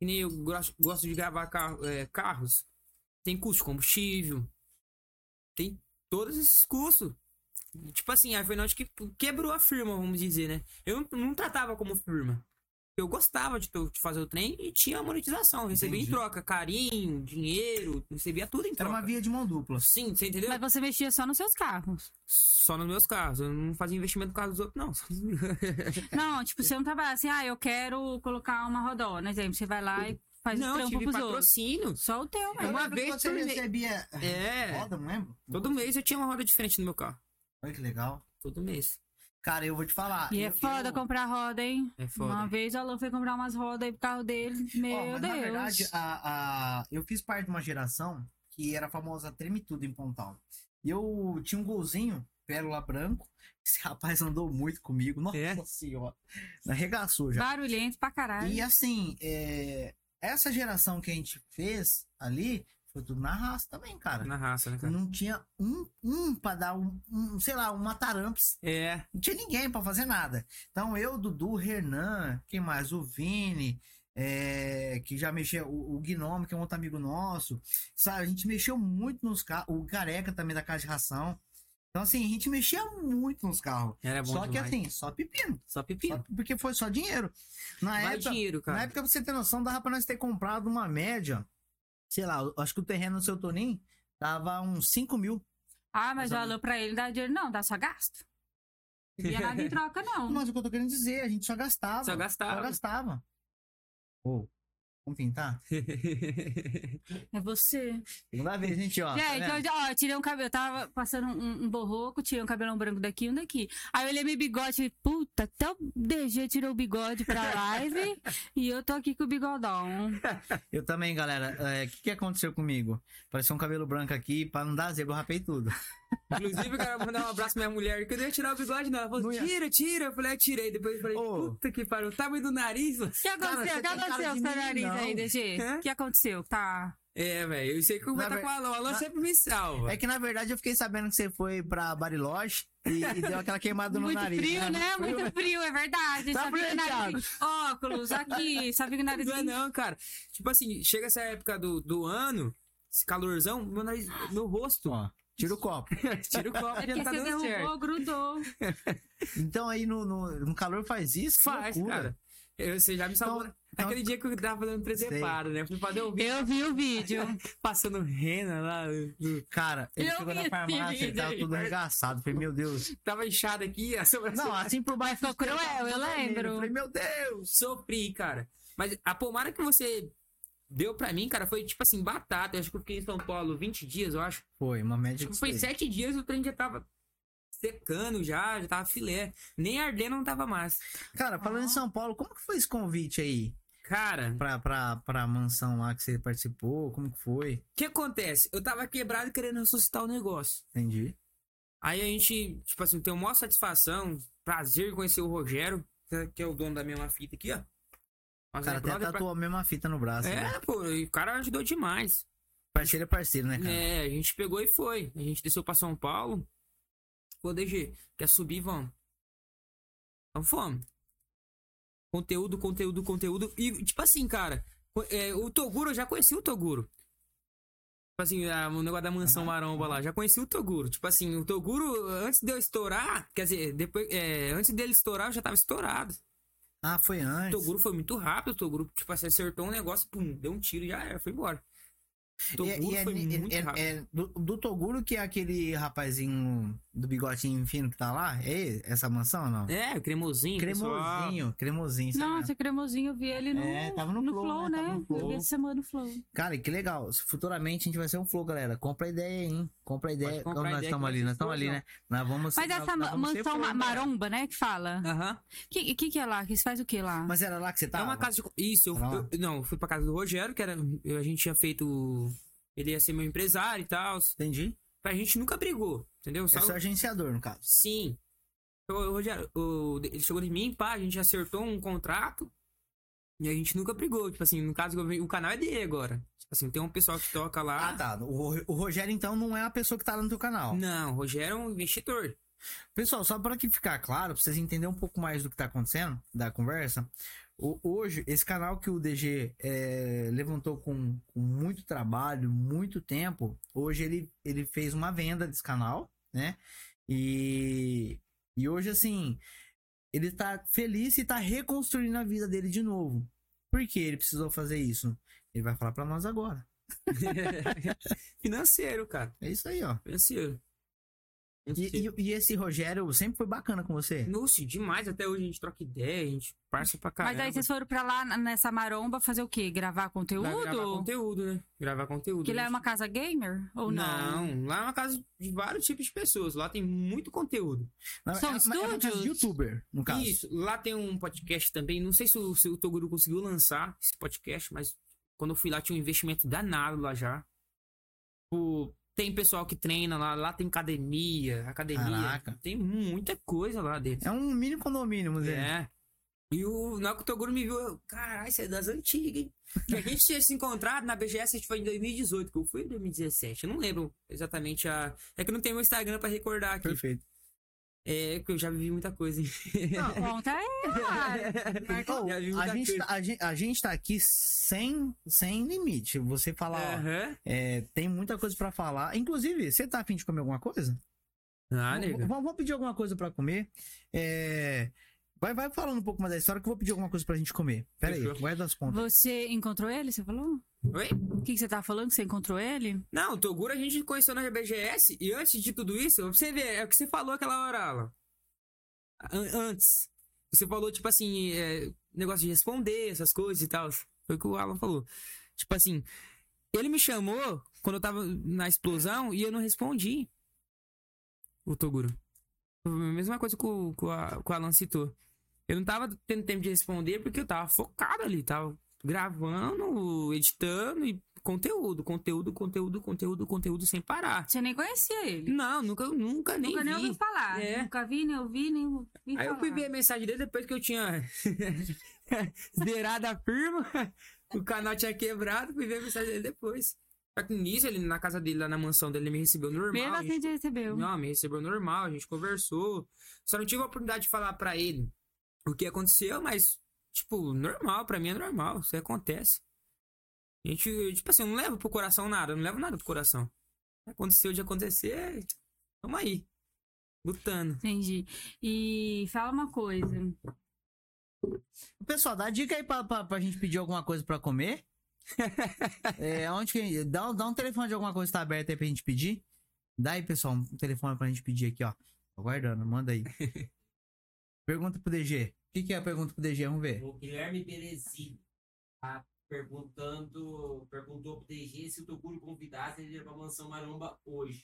que nem eu gosto, gosto de gravar carro- é, carros, tem custo de combustível, tem todos esses custos. Tipo assim, aí foi na onde que quebrou a firma, vamos dizer, né? Eu não tratava como firma. Eu gostava de, to- de fazer o trem e tinha monetização. Eu Recebia em
Entendi.
troca, carinho, dinheiro, recebia tudo em
Era uma
É, troca.
via de mão dupla.
Sim, você entendeu?
Mas você mexia só nos seus carros.
Só nos meus carros. Eu não fazia investimento no carro dos outros, não.
Não, tipo, você não trabalha assim, ah, eu quero colocar uma rodona, exemplo. Você vai lá e faz o
não,
trampo
tive
pros outros.
patrocínio.
Só o teu,
Eu
mas.
uma
lembro
vez
que você
por mês.
recebia
É.
roda, não lembro?
Todo mês eu tinha uma roda diferente no meu carro.
Olha que legal.
Todo mês.
Cara, eu vou te falar.
E é
Ah, eu-
foda
eu-
comprar roda, hein?
É foda.
Uma vez o Alan foi comprar umas rodas aí pro carro dele. Meu
Ó, mas
Deus.
Na verdade, a, a- eu fiz parte de uma geração que era famosa treme tudo em Pontal. E eu tinha um golzinho, pérola branco. *laughs* Esse rapaz andou muito comigo. Nossa
É?
senhora. Arregaçou já.
Barulhento pra caralho.
E assim, é, essa geração que a gente fez ali foi tudo na raça também, cara.
Na raça, né, cara?
Não tinha um, um pra dar um, um, sei lá, uma taramps.
É.
Não tinha ninguém pra fazer nada. Então eu, Dudu, Renan, quem mais? O Vini, é, que já mexeu, o, o Gnome, que é um outro amigo nosso. Sabe, a gente mexeu muito nos carros. O Careca também da Casa de Ração. Então, assim, a gente mexia muito nos carros.
Era É bom
só que
demais.
assim, só pepino.
Só
Só-
pepino.
porque foi só dinheiro. Na
Mais
época,
dinheiro,
na
cara.
época, pra você ter noção, dava pra nós ter comprado uma média. Sei lá, eu acho que o terreno do seu Toninho tava uns 5 mil.
Ah, mas
Mais ou
o Alan pra ele dá dinheiro. Não, dá só gasto. Não ia nada em troca, não.
Mas o que eu tô querendo dizer, a gente só gastava.
Só
Só
gastava.
gastava. Ou, tá. vamos pintar?
É você.
Segunda vez, gente, ó. tá
Gente,
vendo?
É, eu, já- ó, eu tirei um cabelo. Eu tava passando um, um borroco, tirei um cabelão branco daqui e um daqui. Aí eu olhei meu bigode e falei, puta, até o DG tirou o bigode pra live e eu tô aqui com o bigodão.
Eu também, galera. É, O que, que aconteceu comigo? Pareceu um cabelo branco aqui, pra não dar zebra, eu rapei tudo.
*laughs* Inclusive, eu quero mandar um abraço pra minha mulher, que eu ia tirar o bigode nela. Ela falou,
Não ia.
tira, tira. Eu falei, eu tirei. Depois eu falei,
Ô.
puta que pariu. O tamanho do nariz. mano.
O que aconteceu?
você
O que
tem cara de
aconteceu com seu nariz
meninão.
aí, DG?
Hã?
O que aconteceu? Tá.
É, velho. Eu sei que eu vou
Na
estar
ver-
com o Alô. O Alô
na-
sempre me salva.
É que na verdade eu fiquei sabendo que você foi pra Bariloche e, e deu aquela queimada no
Muito
nariz.
frio, né?
Frio,
Muito frio, é verdade.
Tá
Só fica o
brilhado.
nariz. Óculos, aqui. Só fica o nariz.
assim-
Não é não, cara. Tipo assim, chega essa época do, do ano, esse calorzão, meu nariz, meu rosto.
Ó, tira o copo.
*laughs* Tira o copo,
É
já
porque
tá
você
dando
derrubou,
certo.
grudou.
Então aí no, no, no calor faz isso? Que
Faz,
loucura.
cara. Eu, você já me salvou. né?
Então- então-
Aquele dia que eu tava fazendo preseparo, né? Fui fazer o vídeo um
Eu vi o vídeo.
passando rena lá. do-
Cara, ele
Eu
chegou
vi
na
esse
farmácia e
vídeo
tava
aí.
tudo arregaçado. Falei, meu
*laughs*
Deus.
Tava inchado aqui, a sobrancelha.
Não, assim por baixo. tá
Ficou
tava
cruel, eu
tudo vermelho.
lembro.
Falei, meu Deus.
Eu sofri, cara. Mas a pomada que você deu pra mim, cara, foi tipo assim, batata. Eu acho que eu fiquei em São Paulo 20 dias, eu acho.
Foi, uma média
Tipo,
de
foi
seis.
sete dias e o trem já tava secando já, já tava filé. Nem ardendo não tava mais.
Cara, falando em São Paulo, como que foi esse convite aí?
Cara,
Pra, pra, pra mansão lá que você participou? Como que foi?
o que acontece? Eu tava quebrado querendo ressuscitar o negócio.
Entendi.
Aí a gente, tipo assim, tem uma maior satisfação, prazer em conhecer o Rogério, que é o dono da mesma fita aqui, ó.
O
Nossa,
cara
é
até
brother pra-
tatuou a mesma fita no braço. né?
É, pô, e o cara ajudou demais.
Parceiro é parceiro, né, cara?
É, a gente pegou e foi. A gente desceu pra São Paulo. Pô, DG, quer subir? Vamos. Vamos, fomos. Conteúdo, conteúdo, conteúdo. E, tipo assim, cara, co- é, o Toguro, eu já conheci o Toguro. Tipo assim, a- o negócio da mansão maromba lá. Já conheci o Toguro. Tipo assim, o Toguro, antes de eu estourar, quer dizer, depois, é, antes dele estourar, eu já tava estourado.
Ah, foi
O
antes.
Toguro foi muito rápido. O Toguro, tipo assim, acertou um negócio, pum, deu um tiro e já era, foi embora. O
E-
Toguro
e é-
foi
é-
muito
é-
rápido.
é do, do Toguro, que é aquele rapazinho do bigodinho fino que tá lá? É essa mansão ou não?
É, cremosinho. pessoal.
cremosinho, cremosinho. sabe?
Nossa, cremosinho, eu vi ele no,
É, tava no
no
Flow,
Flow,
né?
né?
Tava no
Eu
Flow.
vi essa semana no Flow.
Cara, que legal. Futuramente a gente vai ser um flow, galera. Compra a ideia, hein? Compra a ideia.
comprar
Como
a
nós
ideia
estamos
que
ali,
vai
nós
ser
estamos ali,
flow,
né? Nós vamos
Mas
nós-
essa
nós vamos ser
mansão
flow, né?
ma- maromba, né, que fala?
Aham.
O que, que que é lá? Que faz o que lá?
Mas era lá que você
É
tava?
uma casa de. Isso, eu,
Tá lá.
eu- não, eu fui pra casa do Rogério, que era. eu- a gente tinha feito. Ele ia ser meu empresário e tal.
Entendi.
A gente nunca brigou, entendeu?
É
Só-
só agenciador, no caso.
Sim. Então, Ô, ô, Rogério, ô, ele chegou em mim, pá, a gente acertou um contrato. E a gente nunca brigou. Tipo assim, no caso, eu vi- o canal é dele agora. Tipo assim, tem um pessoal que toca lá.
Ah, tá. O, Ro- o Rogério, então, não é a pessoa que tá lá no teu canal.
Não, o Rogério é um investidor. *laughs*
Pessoal, só para que ficar claro, para vocês entenderem um pouco mais do que tá acontecendo, da conversa, o- hoje, esse canal que o DG eh, levantou com, com muito trabalho, muito tempo, hoje ele, ele fez uma venda desse canal, né? E, e hoje, assim, ele tá feliz e tá reconstruindo a vida dele de novo. Por que ele precisou fazer isso? Ele vai falar para nós agora.
Financeiro, cara.
É isso aí, ó.
Financeiro.
E, e- e esse Rogério sempre foi bacana com você?
Nossa, demais. Até hoje a gente troca ideia, a gente parça pra caramba.
Mas aí vocês foram pra lá na- nessa maromba fazer o quê? Gravar conteúdo?
Pra Gravar conteúdo, né? Gravar conteúdo.
Que lá é
Eles-
uma casa gamer? Ou não?
Não, lá é uma casa de vários tipos de pessoas. Lá tem muito conteúdo.
Na-
São
é uma- é uma casa de
estúdios?
youtuber, no caso.
Isso, lá tem um podcast também. Não sei se o, se o Toguro conseguiu lançar esse podcast, mas quando eu fui lá tinha um investimento danado lá já. Tipo, tem pessoal que treina lá, lá tem academia, academia.
Caraca.
Tem muita coisa lá dentro.
É um mini condomínio, vamos dizer.
É. E o, na hora que o Toguro me viu, eu, caralho, você é das antigas, hein? E a gente tinha se encontrado na BGS, acho que foi em 2018, que eu fui em 2017. Eu não lembro exatamente a. É que eu não tenho meu Instagram pra recordar aqui.
Perfeito.
É, que eu já vivi muita coisa,
*laughs*
hein?
Conta aí, cara.
Ô,
já vi
a,
muita
gente,
coisa.
tá- a, gente, a gente tá aqui sem, sem limite. Você falar, tá ó,
Aham.
é, tem muita coisa pra falar. Inclusive, você tá afim de comer alguma coisa?
Ah,
V-
nega.
v- Vamos pedir alguma coisa pra comer. É, Vai, vai falando um pouco mais da história que eu vou pedir alguma coisa pra gente comer. Pera aí,
Fechou.
guarda as contas.
Você encontrou ele, você falou?
Oi?
O que, que você tá falando? que Você encontrou ele?
Não, o Toguro a gente conheceu na BGS e antes de tudo isso, pra você ver, é o que você falou aquela hora, Alan. An- antes. Você falou, tipo assim, é, negócio de responder, essas coisas e tal. Foi o que o Alan falou. Tipo assim, ele me chamou quando eu tava na explosão e eu não respondi. O Toguro. A mesma coisa que o, que o A- que o Alan citou. Eu não tava tendo tempo de responder porque eu tava focado ali. Tava gravando, editando e conteúdo, conteúdo, conteúdo, conteúdo, conteúdo sem parar.
Você nem conhecia ele.
Não, nunca, nunca nem
Nunca
vi.
nem ouvi falar.
É.
Nunca vi, nem ouvi, nem ouvi
Aí eu
falar.
fui ver a mensagem dele depois que eu tinha *laughs* zerado a firma, *laughs* o canal tinha quebrado, fui ver a mensagem dele depois. Só que nisso, ele na casa dele, lá na mansão dele, ele me recebeu normal.
Mesmo
a
assim,
gente-
ele recebeu.
Não, me recebeu normal, a gente conversou. Só não tive a oportunidade de falar pra ele o que aconteceu, mas, tipo, normal, pra mim é normal, isso aí acontece. A gente, tipo assim, eu não levo pro coração nada, eu não levo nada pro coração. Aconteceu de acontecer, tamo aí, lutando.
Entendi. E fala uma coisa.
Pessoal, dá dica aí pra, pra, pra gente pedir alguma coisa pra comer. *laughs* é, onde que, dá, um- dá um telefone de alguma coisa que tá aberta aí pra gente pedir. Dá aí, pessoal, um telefone pra gente pedir aqui, ó. Tô aguardando, manda *laughs* aí. pergunta pro DG. O que, que é a pergunta pro DG? Vamos ver.
O Guilherme Berezini tá perguntando, perguntou pro DG se o Toguro convidasse ele ia pra Mansão Maromba hoje.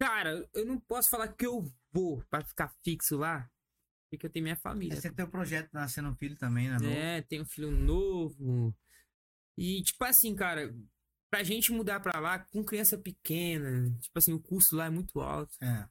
Cara, eu não posso falar que eu vou pra ficar fixo lá, porque eu tenho minha família.
Esse é teu projeto Nascendo um Filho também, né? Lu?
É, tenho um filho novo. E, tipo assim, cara, pra gente mudar pra lá com criança pequena, tipo assim, o custo lá é muito alto.
É.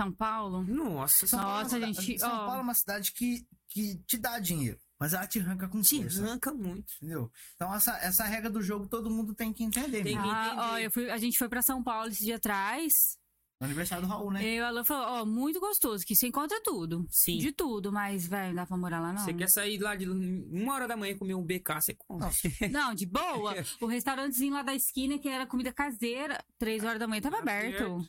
São Paulo?
Nossa,
São Paulo é uma
Nossa,
cida-
gente,
São
ó.
Paulo é uma cidade que, que te dá dinheiro, mas ela te arranca com
te
força,
arranca muito.
entendeu? Então essa, essa regra do jogo todo mundo tem que entender.
Tem
mano.
que-
Ah,
entendi.
ó, eu fui- a gente foi pra São Paulo esse dia atrás.
No aniversário do Raul, né?
E o Alan falou, ó, muito gostoso, que você encontra tudo.
Sim.
De tudo, mas, velho, não dá pra morar lá, não.
Você quer sair lá de uma hora da manhã e comer um BK, você compra.
Nossa.
Não, de boa. O restaurantezinho lá da esquina, que era comida caseira, três horas da manhã, tava
Tava
aberto.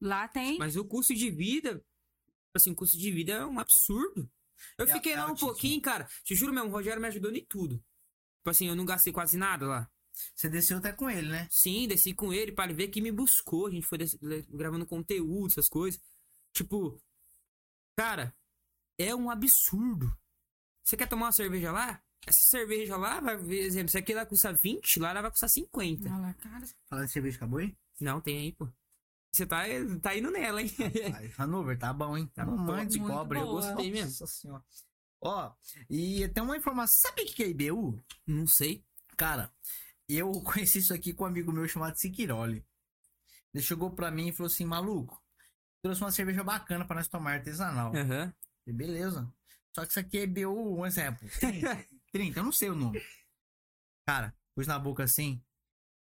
Lá tem.
Mas o custo de vida, tipo assim, o custo de vida é um absurdo. Eu
É-
fiquei
é
lá um
altíssimo.
pouquinho, cara. Te juro mesmo, o Rogério me ajudou em tudo. Tipo assim, eu não gastei quase nada lá.
Você desceu até com ele, né?
Sim, desci com ele para ele ver que me buscou. A gente foi des- le- gravando conteúdo, essas coisas. Tipo, cara, é um absurdo. Você quer tomar uma cerveja lá? Essa cerveja lá, vai, por exemplo, se aqui lá custa 20, lá ela vai custar 50.
Olha lá, cara.
Falando de cerveja, acabou aí?
Não, tem aí, pô. Você tá, tá indo nela, hein?
Vai, Hanover, tá bom, hein?
Tá
Mamãe
top,
de
muito
cobra.
boa.
Gostei mesmo.
Nossa senhora. Ó, e tem uma informação. Sabe o que que é IBU?
não sei.
Cara, eu *laughs* conheci isso aqui com um amigo meu chamado Siquiroli. Ele chegou pra mim e falou assim, maluco, trouxe uma cerveja bacana pra nós tomar
*laughs*
artesanal.
Aham.
Falei, Beleza. Só que isso aqui é BU, um
*laughs*
exemplo. 30, 30, eu não sei o nome. Cara, pus na boca assim.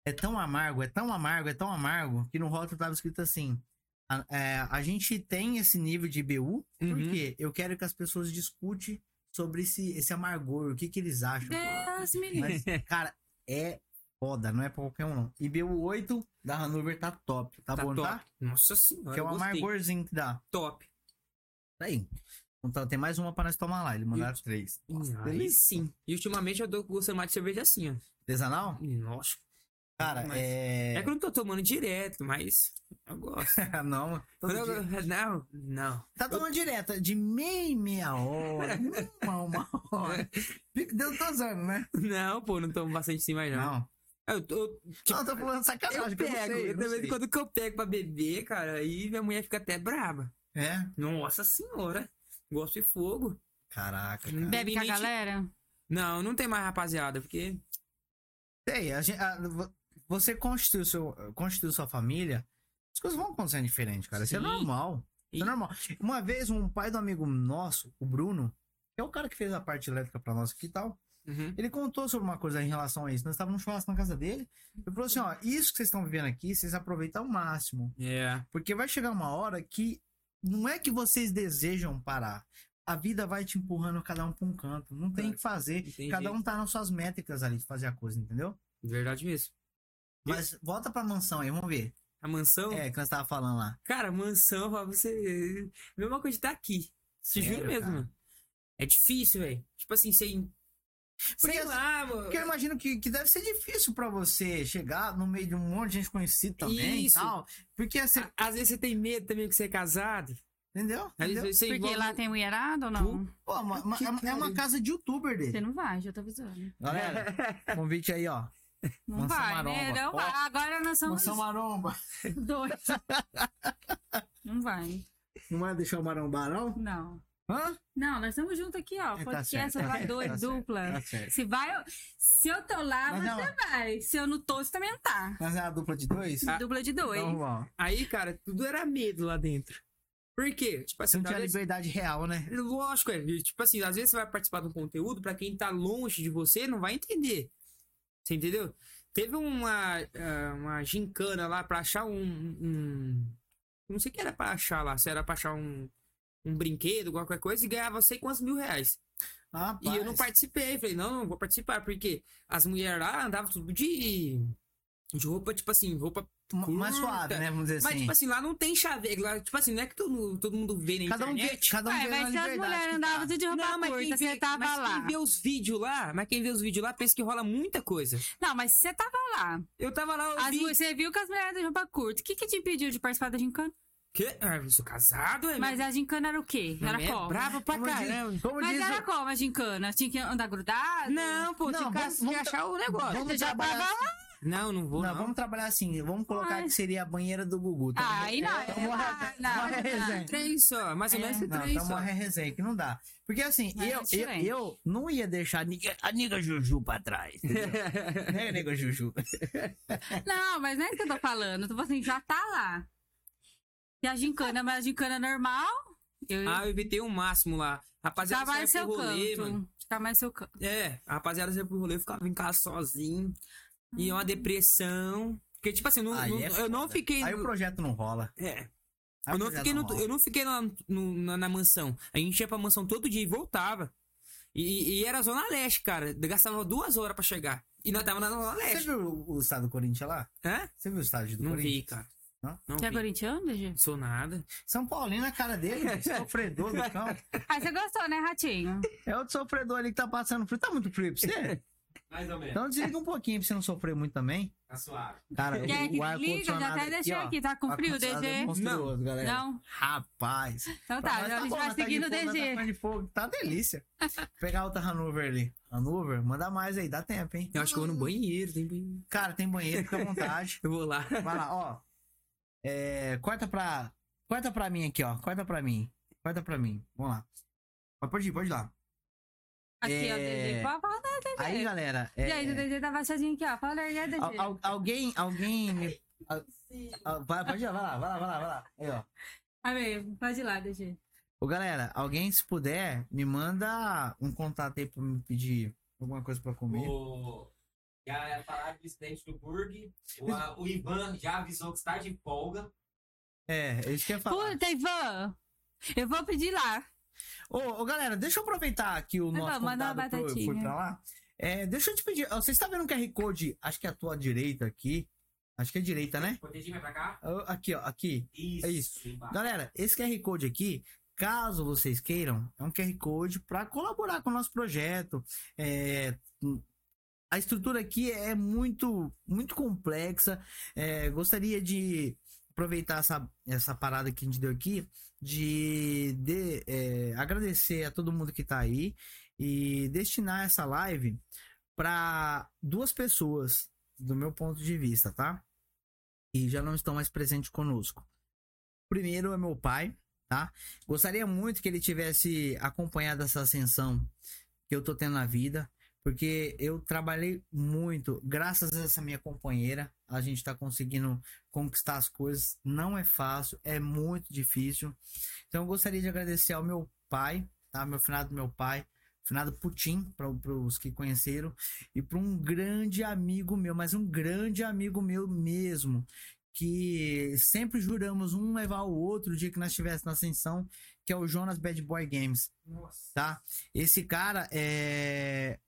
É tão amargo, é tão amargo, é tão amargo, que no rótulo tava escrito assim. A, é, a gente tem esse nível de BU,
Uhum.
porque eu quero que as pessoas discutem sobre esse, esse amargor, o que, que eles acham.
É.
Deus me livre.
Mas, cara, é foda, não é pra qualquer um, não. E BU8 da Hanover tá top, tá,
Tá
bom,
top.
tá?
Nossa senhora.
Que é
eu
um
gostei.
amargorzinho que dá.
Top.
Tá aí. Então tem mais uma pra nós tomar lá. Ele mandaram três.
Nossa, aí
delícia.
sim. E ultimamente eu tô gostando mais de cerveja assim, ó.
Artesanal?
Nossa.
Cara,
Mas-
é.
É que eu não tô tomando direto, mas eu gosto.
*laughs* não, todo
Quando eu-
dia.
Não, não. *laughs*
Tá tomando direto, de meia e meia hora, uma, uma hora. Deu todos anos, né?
Não, pô, não tomo bastante sim mais não.
Não.
Eu, eu,
Não, tô falando
É. Tipo, eu
sacanagem, que eu não
pego.
sei, eu
Eu
não
também,
sei.
quando que eu pego pra beber, cara, aí minha mulher fica até braba.
É?
Nossa senhora. Gosto de fogo.
Caraca, cara.
Bebe com a
Limite-
galera?
Não, não tem mais rapaziada, porque.
Sei, a gente, a- vo- você constituiu, seu, constituiu sua família, as coisas vão acontecendo diferente, cara. Isso é
Sim.
normal. Isso
E-
é normal. Uma vez, um pai do amigo nosso, o Bruno, que é o cara que fez a parte elétrica pra nós aqui e tal,
Uhum.
Ele contou sobre uma coisa em relação a isso. Nós estávamos num churrasco na casa dele. Ele falou assim: ó, isso que vocês estão vivendo aqui, vocês aproveitam ao máximo.
É.
Porque vai chegar uma hora que não é que vocês desejam parar. A vida vai te empurrando cada um para um canto. Não tem o que fazer.
Não tem
Cada
jeito.
um tá nas suas métricas ali de fazer a coisa, entendeu?
Verdade mesmo.
Mas volta pra mansão aí, vamos ver.
A mansão.
É, que nós tava falando lá.
Cara, mansão, pra você. Mesma coisa de tá aqui. Te
Sério,
juro mesmo.
cara?
mano. É difícil, velho. Tipo assim, você. Sei
Porque-
lá, mano.
Porque eu imagino que, que deve ser difícil pra você chegar no meio de um monte de gente conhecida também e
Isso. Ah,
tal. Porque assim,
Cê- Às vezes você tem medo também que você é casado.
Entendeu?
Aí
Entendeu?
você
Porque
envolve- um,
lá tem mulherada ou não?
Pô, ma- ma-
Que
é- é uma
cara.
casa de youtuber
Você
dele.
não vai, já tô avisando.
Galera, convite aí, ó.
Não
Mansão
vai, né?
Maromba.
Não vai. Agora nós somos
Mansão Maromba.
*laughs* dois. não vai.
Não vai deixar o marombar, não?
Não.
Hã?
Não, nós estamos juntos aqui, ó.
É, tá
Podcast,
certo, tá
vai
certo,
dois,
tá certo.
dupla.
Tá certo.
Se vai, eu- se eu tô lá,
Mas
É. Ah, você vai. Se eu não tô, você também não tá.
Mas é a dupla de dois?
Ah,
Dupla de dois.
Então, ó.
Aí, cara, tudo era medo lá dentro. Por quê? Tipo
Você
assim,
não tinha
talvez-
liberdade real, né?
Lógico, é. Tipo assim, às vezes você vai participar de um conteúdo, pra quem tá longe de você, não vai entender. Você entendeu? Teve uma, ah, uma gincana lá pra achar um, um- Não sei o que era pra achar lá. Se era pra achar um, um brinquedo, qualquer coisa, e ganhava sei quantos mil reais.
Rapaz.
E eu não participei. Falei, não, não vou participar, porque as mulheres lá andavam tudo de. De roupa, tipo assim, roupa.
Ma- Mais
curta.
suave, né? Vamos dizer
Mas,
assim.
tipo assim, lá não tem chaveco. lá, Tipo assim, não é que todo, todo mundo vê na
cada um vê,
internet.
cada um
Vai,
vê na
mas se as
liberdade
mulheres
que
andavam
tá.
tudo de roupa
Não, mas quem
curta, você
vê-
tava
mas
lá.
quem vê os vídeos lá, mas quem vê os vídeos lá pensa que rola muita coisa.
Não, mas você tava lá.
Eu tava lá, eu
As
vi...
mu- Você viu que as mulheres de roupa curta. O que que te impediu de participar da gincana?
Que? Ah, eu sou casado, é
Mas a gincana era o quê?
minha
Era
mulher é
como?
brava pra
Como diz-
caramba.
Como
né? Mas
diz
era
o-
como a gincana? Tinha que andar grudado?
Não, pô,
Não,
tem
vamos-
que
vamos-
achar o negócio.
Vamos
Você já
trabalhar
tava lá.
Não, não vou,
Não,
não.
vamos trabalhar assim. Vamos colocar
Ai.
que seria a banheira do Gugu. tá?
Ah, aí não.
É, tamo
Ah,
re-
não,
tamo re-
não.
resenha.
Três só, mais ou
É.
menos
Não,
três
então
só.
uma resenha que não dá. Porque assim,
Mas
eu,
é
eu,
diferente.
eu não ia deixar a Niga, a Niga Juju pra trás.
*laughs*
entendeu? né, Niga Juju?
Não, mas não é isso que eu tô falando. Eu tô falando assim, já tá lá. E a gincana, mas a gincana normal, eu
Ah, eu evitei o máximo lá.
já
Rapaziada,
vai
saiu
seu
pro rolê,
canto.
mano.
Ficar mais seu canto.
É, a rapaziada saiu pro rolê, eu ficava em casa sozinho. E é uma depressão. Porque, tipo assim, eu não-
Hum. Aí
não-
é
eu não
foda.
fiquei...
Aí o projeto não rola.
É,
Aí
eu
o
não
projeto
fiquei, no-
rola.
eu não fiquei na, no- na, na mansão. A gente ia pra mansão todo dia e voltava. E, e era Zona Leste, cara. Gastava duas horas pra chegar. E nós tava na Zona
Você
Leste.
viu o- o estado do Corinthians lá?
Hã?
Você viu o estádio do
Não vi,
Corinthians?
cara.
Não?
Não
Você é
vi.
corintiano, DG?
Não sou nada.
São Paulino na cara
*laughs*
dele, sofredor do cão.
Ah, você gostou, né, Ratinho?
É outro sofredor ali que tá passando frio. Tá muito frio pra você?
Mais ou menos.
Então desliga um pouquinho pra você não sofrer muito também.
Tá suave.
Cara, o,
Quer que
É, o
liga? Eu já
ar-condicionado
até deixei
ó,
aqui, tá com frio,
ar-condicionado é
DG?
monstruoso, galera.
Não?
Rapaz.
Então
Pra
tá,
nós
a gente
bom,
vai
nós tá
seguindo o
de fogo, nós Tá,
DG.
de fogo, tá uma delícia. Pegar outra Hanover ali. Hanover, manda mais aí, dá tempo, hein?
Eu acho que eu vou no banheiro, tem banheiro.
Cara, tem banheiro, fica à
*laughs*
vontade.
Eu vou lá.
Vai lá, ó. É, corta pra. Corta pra mim aqui, ó. Corta pra mim. Corta pra mim. Vamos lá. Ó, Pode ir, pode ir lá.
Aqui, ó, DG.
É.
Fala, fala, né, DG.
Aí, galera. é,
Gente, o DG tá baixadinho aqui, ó. Fala, né, DG?
al- al- alguém. Alguém. me- al- al- vai, pode ir, vai lá, vai lá, vai lá, vai lá. Aí, ó.
Amém, pode ir lá, DG.
Ô, galera, alguém, se puder, me manda um contato aí pra me pedir alguma coisa pra comer.
O... Já falaram do incidente do Burg. O, a- o Ivan já avisou que está de folga.
É, é isso que eu ia falar.
Puta, Ivan! Eu vou pedir lá.
Ô, ô, galera, deixa eu aproveitar que o
Vai
nosso
lá, manda uma
convidado foi,
batatinha.
foi pra lá. É, deixa eu te pedir. ó, Você está vendo o QR Code, acho que é a tua direita aqui. Acho que é direita, né?
Protegido vai pra cá?
Ó, Aqui, ó, aqui.
Isso.
É isso.
embaixo.
Galera, esse QR Code aqui, caso vocês queiram, é um QR Code para colaborar com o nosso projeto. É, a estrutura aqui é muito, muito complexa. É, gostaria de aproveitar essa, essa parada que a gente deu aqui, de, de, é, agradecer a todo mundo que está aí e destinar essa live para duas pessoas, do meu ponto de vista, tá? E já não estão mais presentes conosco. Primeiro é meu pai, tá? Gostaria muito que ele tivesse acompanhado essa ascensão que eu tô tendo na vida, porque eu trabalhei muito, graças a essa minha companheira, a gente tá conseguindo conquistar as coisas. Não é fácil, é muito difícil. Então eu gostaria de agradecer ao meu pai, tá? Meu finado meu pai, finado Putin, para os que conheceram, e para um grande amigo meu, mas um grande amigo meu mesmo, que sempre juramos um levar o outro o dia que nós estivéssemos na ascensão, que é o Jonas Bad Boy Games,
Nossa.
tá? Esse cara é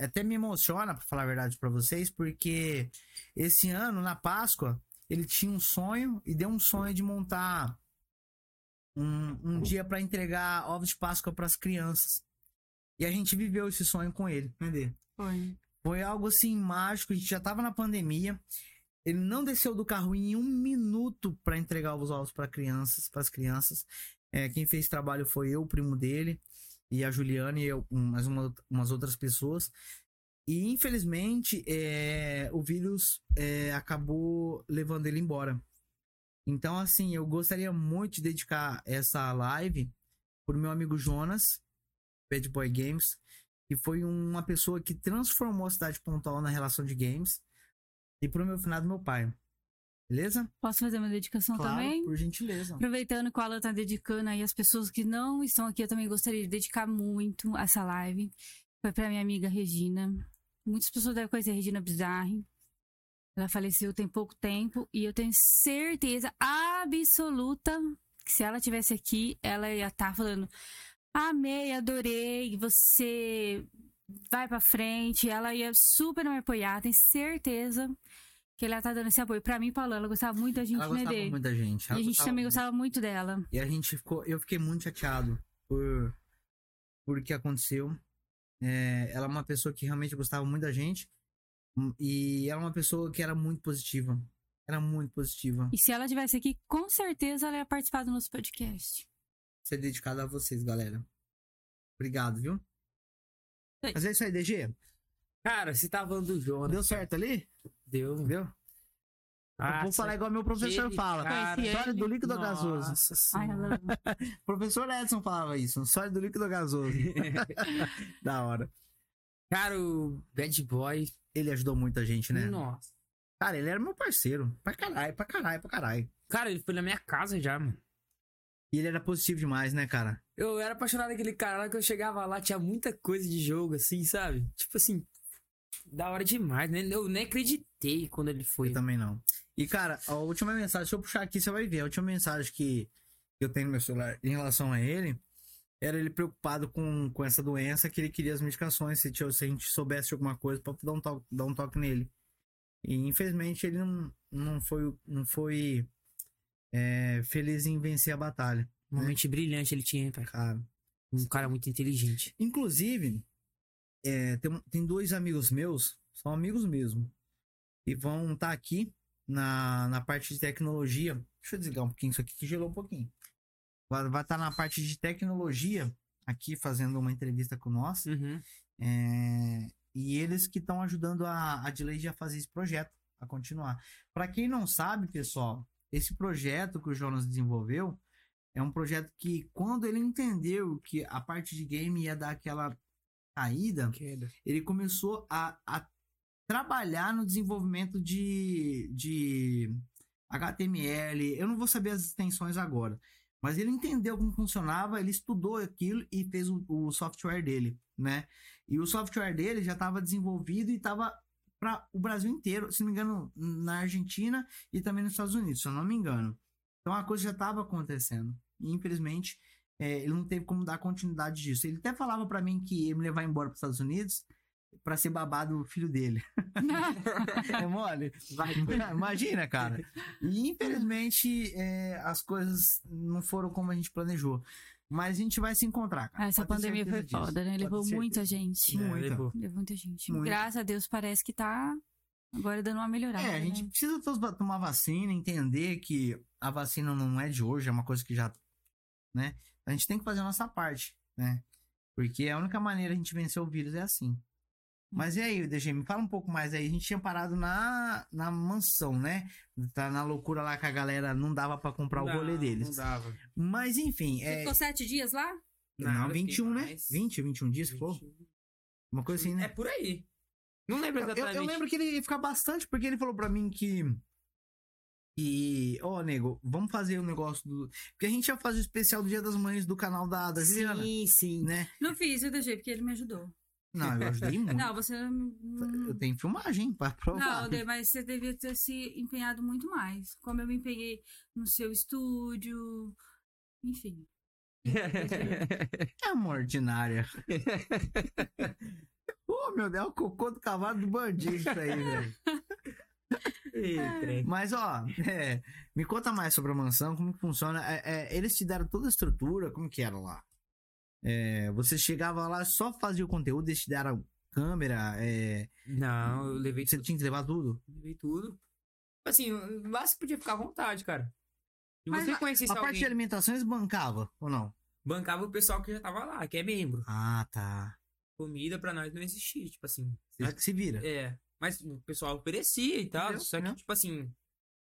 até me emociona pra falar a verdade pra vocês, porque esse ano na Páscoa ele tinha um sonho e deu um sonho de montar um, um dia pra entregar ovos de Páscoa pras crianças. E a gente viveu esse sonho com ele, entendeu?
Foi.
Foi algo assim mágico. A gente já tava na pandemia. Ele não desceu do carro em um minuto para entregar os ovos para crianças, para as crianças. É, quem fez trabalho foi eu, o primo dele, e a Juliana e eu, um- mais uma- umas outras pessoas. E infelizmente é, o vírus é, acabou levando ele embora. Então, assim, eu gostaria muito de dedicar essa live pro meu amigo Jonas, Bad Boy Games, que foi uma pessoa que transformou a cidade de pontual na relação de games, e pro meu finado meu pai. Beleza?
Posso fazer uma dedicação também?
por gentileza.
Aproveitando que o Alan tá dedicando aí as pessoas que não estão aqui, eu também gostaria de dedicar muito essa live. Foi pra minha amiga Regina. Muitas pessoas devem conhecer a Regina Bizarre. Ela faleceu tem pouco tempo e eu tenho certeza absoluta que se ela tivesse aqui, ela ia estar falando: "Amei, adorei, você vai pra frente". Ela ia super me apoiar, tenho certeza. Que ela tá dando esse apoio pra mim, Paula. Ela gostava muito da gente,
Ela
né,
gostava
Dê?
muito da gente.
E
ela
a gente também
muito.
gostava muito dela.
E a gente ficou. Eu fiquei muito chateado por, por o que aconteceu. É, ela é uma pessoa que realmente gostava muito da gente. hum, E era uma pessoa que era muito positiva. Era muito positiva.
E se ela estivesse aqui, com certeza ela ia participar do nosso podcast.
Ser dedicada a vocês, galera. Obrigado, viu?
Oi.
Mas é isso aí, DG.
Cara, você tá falando do Jonas.
Deu certo ali?
Deu.
Viu? Eu vou falar igual meu professor fala.
cara.
História do líquido ou gasoso?
Nossa
Ai,
senhora.
*laughs*
ela...
O professor Edson falava isso. História do líquido ou gasoso? *laughs* da hora.
Cara, o Bad Boy.
Ele ajudou muito a gente, né?
Nossa.
Cara, ele era meu parceiro. Pra caralho, pra caralho, pra caralho.
Cara, ele foi na minha casa já, mano.
E ele era positivo demais, né, cara?
Eu era apaixonado daquele cara, na hora que eu chegava lá, tinha muita coisa de jogo, assim, sabe? Tipo assim, da hora demais, né? Eu nem acreditei quando ele foi.
Eu também não. E, cara, a última mensagem, se eu puxar aqui, você vai ver. A última mensagem que eu tenho no meu celular em relação a ele era ele preocupado com, com essa doença, que ele queria as medicações, se, tinha- se a gente soubesse de alguma coisa pra dar um toque, dar um toque nele. E, infelizmente, ele não, não foi, não foi é, feliz em vencer a batalha,
Uma mente brilhante ele tinha, hein, pai?
cara.
Um cara muito inteligente.
Inclusive, é, tem, tem dois amigos meus, são amigos mesmo, e vão estar aqui na, na parte de tecnologia. Deixa eu desligar um pouquinho isso aqui que gelou um pouquinho. Vai estar na parte de tecnologia, aqui fazendo uma entrevista com nós.
Uhum.
É, e eles que estão ajudando a, a Dileide a fazer esse projeto, a continuar. Para quem não sabe, pessoal, esse projeto que o Jonas desenvolveu é um projeto que, quando ele entendeu que a parte de game ia dar aquela caída, ele começou a, a trabalhar no desenvolvimento de, de HTML. Eu não vou saber as extensões agora. Mas ele entendeu como funcionava, ele estudou aquilo e fez o, o software dele, né? E o software dele já estava desenvolvido e estava para o Brasil inteiro, se não me engano, na Argentina e também nos Estados Unidos, se eu não me engano. Então a coisa já estava acontecendo. E infelizmente, é, ele não teve como dar continuidade disso. Ele até falava pra mim que ia me levar embora para os Estados Unidos pra ser babado o filho
*laughs*
dele. é mole? Imagina, cara.
*laughs*
E infelizmente é, as coisas não foram como a gente planejou. Mas a gente vai se encontrar, cara.
Ah, Essa
Pode ter
pandemia foi
certeza disso.
foda, né?
Pode
Levou
ter
muita gente.
certeza.
É,
Muita.
levou.
Levou muita gente.
Muito.
Graças a Deus parece que tá agora dando uma
Tá,
melhorada.
É, a gente
né?
precisa todos ba- tomar vacina, entender que a vacina não é de hoje, é uma coisa que já, né? A gente tem que fazer a nossa parte, né? Porque a única maneira a gente vencer o vírus é assim. Mas e
Uhum.
aí, DG, me fala um pouco mais aí. A gente tinha parado na, na mansão, né? Tá na loucura lá que a galera não dava pra comprar o rolê deles.
Não dava.
Mas enfim,
Você
é.
Ficou sete dias lá?
Não,
Nada,
21, né?
mais.
20, 21 dias, pô.
21.
Uma coisa assim, né?
É por aí. Não lembro
Eu- Eu,
exatamente.
eu lembro que ele ia ficar bastante, porque ele falou pra mim que. E, ô, nego, vamos fazer o negócio do. Porque a gente ia fazer o especial do Dia das Mães do canal da, da Juliana,
Sim, *laughs* sim.
né?
Não fiz, eu deixei, porque ele me ajudou.
Não, eu
*laughs*
ajudei muito.
Não, você. Não,
Eu tenho filmagem pra provar.
Dê, mas você devia ter se empenhado muito mais. Como eu me empenhei no seu estúdio. Enfim.
É uma
*laughs*
ordinária. Ô, meu Deus, é o cocô do cavalo do bandido isso aí, né? velho.
Eita.
Mas, ó, *laughs* é, me conta mais sobre a mansão, como que funciona. É, é, eles te deram toda a estrutura, como que era lá? É, você chegava lá, só fazia o conteúdo, eles te deram câmera, é,
Não, eu levei
você tinha que levar tudo.
Tipo Levei tudo. Assim, lá você podia ficar à vontade, cara. E
Mas
você
a-
conhecesse
A parte de
alguém,
alimentações bancava ou não?
bancava o pessoal que já tava lá, que é membro.
Ah, tá.
Comida pra nós não existia, tipo assim.
Vocês que se vira.
É, mas o pessoal oferecia e tal,
Entendeu?
só que,
Entendeu?
tipo assim,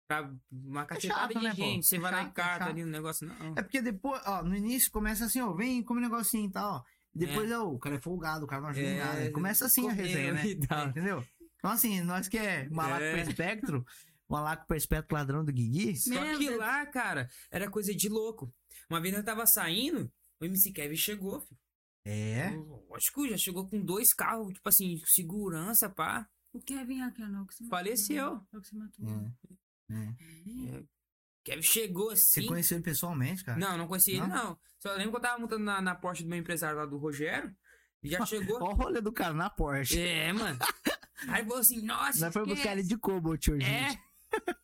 pra uma cacetada
chato,
de
né, pô?
gente, você vai lá e
Chato,
carta
chato.
ali no negócio, não.
É porque depois, ó, no início começa assim, ó, vem, come um negocinho e tal. E depois, ó, o cara é folgado, o cara não ajuda em
É,
nada. Começa assim a
comeu
resenha, né?
e tal.
É, entendeu? Então, assim, nós que é malaco
Tá. É.
pro espectro, malaco pro espectro ladrão do Guigui,
Só
Meu
que
Deus.
lá, cara, era coisa de louco. Uma vez eu tava saindo, o MC Kevin chegou, filho.
é,
Lógico, já chegou com dois carros, tipo assim, segurança, pá.
O Kevin aqui, ó, não, que se matou.
Faleceu.
Não, que se matou.
É. é.
Kevin chegou
Você
assim.
conheceu ele pessoalmente, cara?
Não, não conheci ele,
Não?
não. Só lembro que eu tava montando na, na Porsche do meu empresário lá do Rogério.
*laughs*
E já chegou.
Olha o rolê do cara na Porsche.
é, mano. Aí falou assim, nossa.
Nós foi
que-
buscar ele de Cobalt hoje.
É.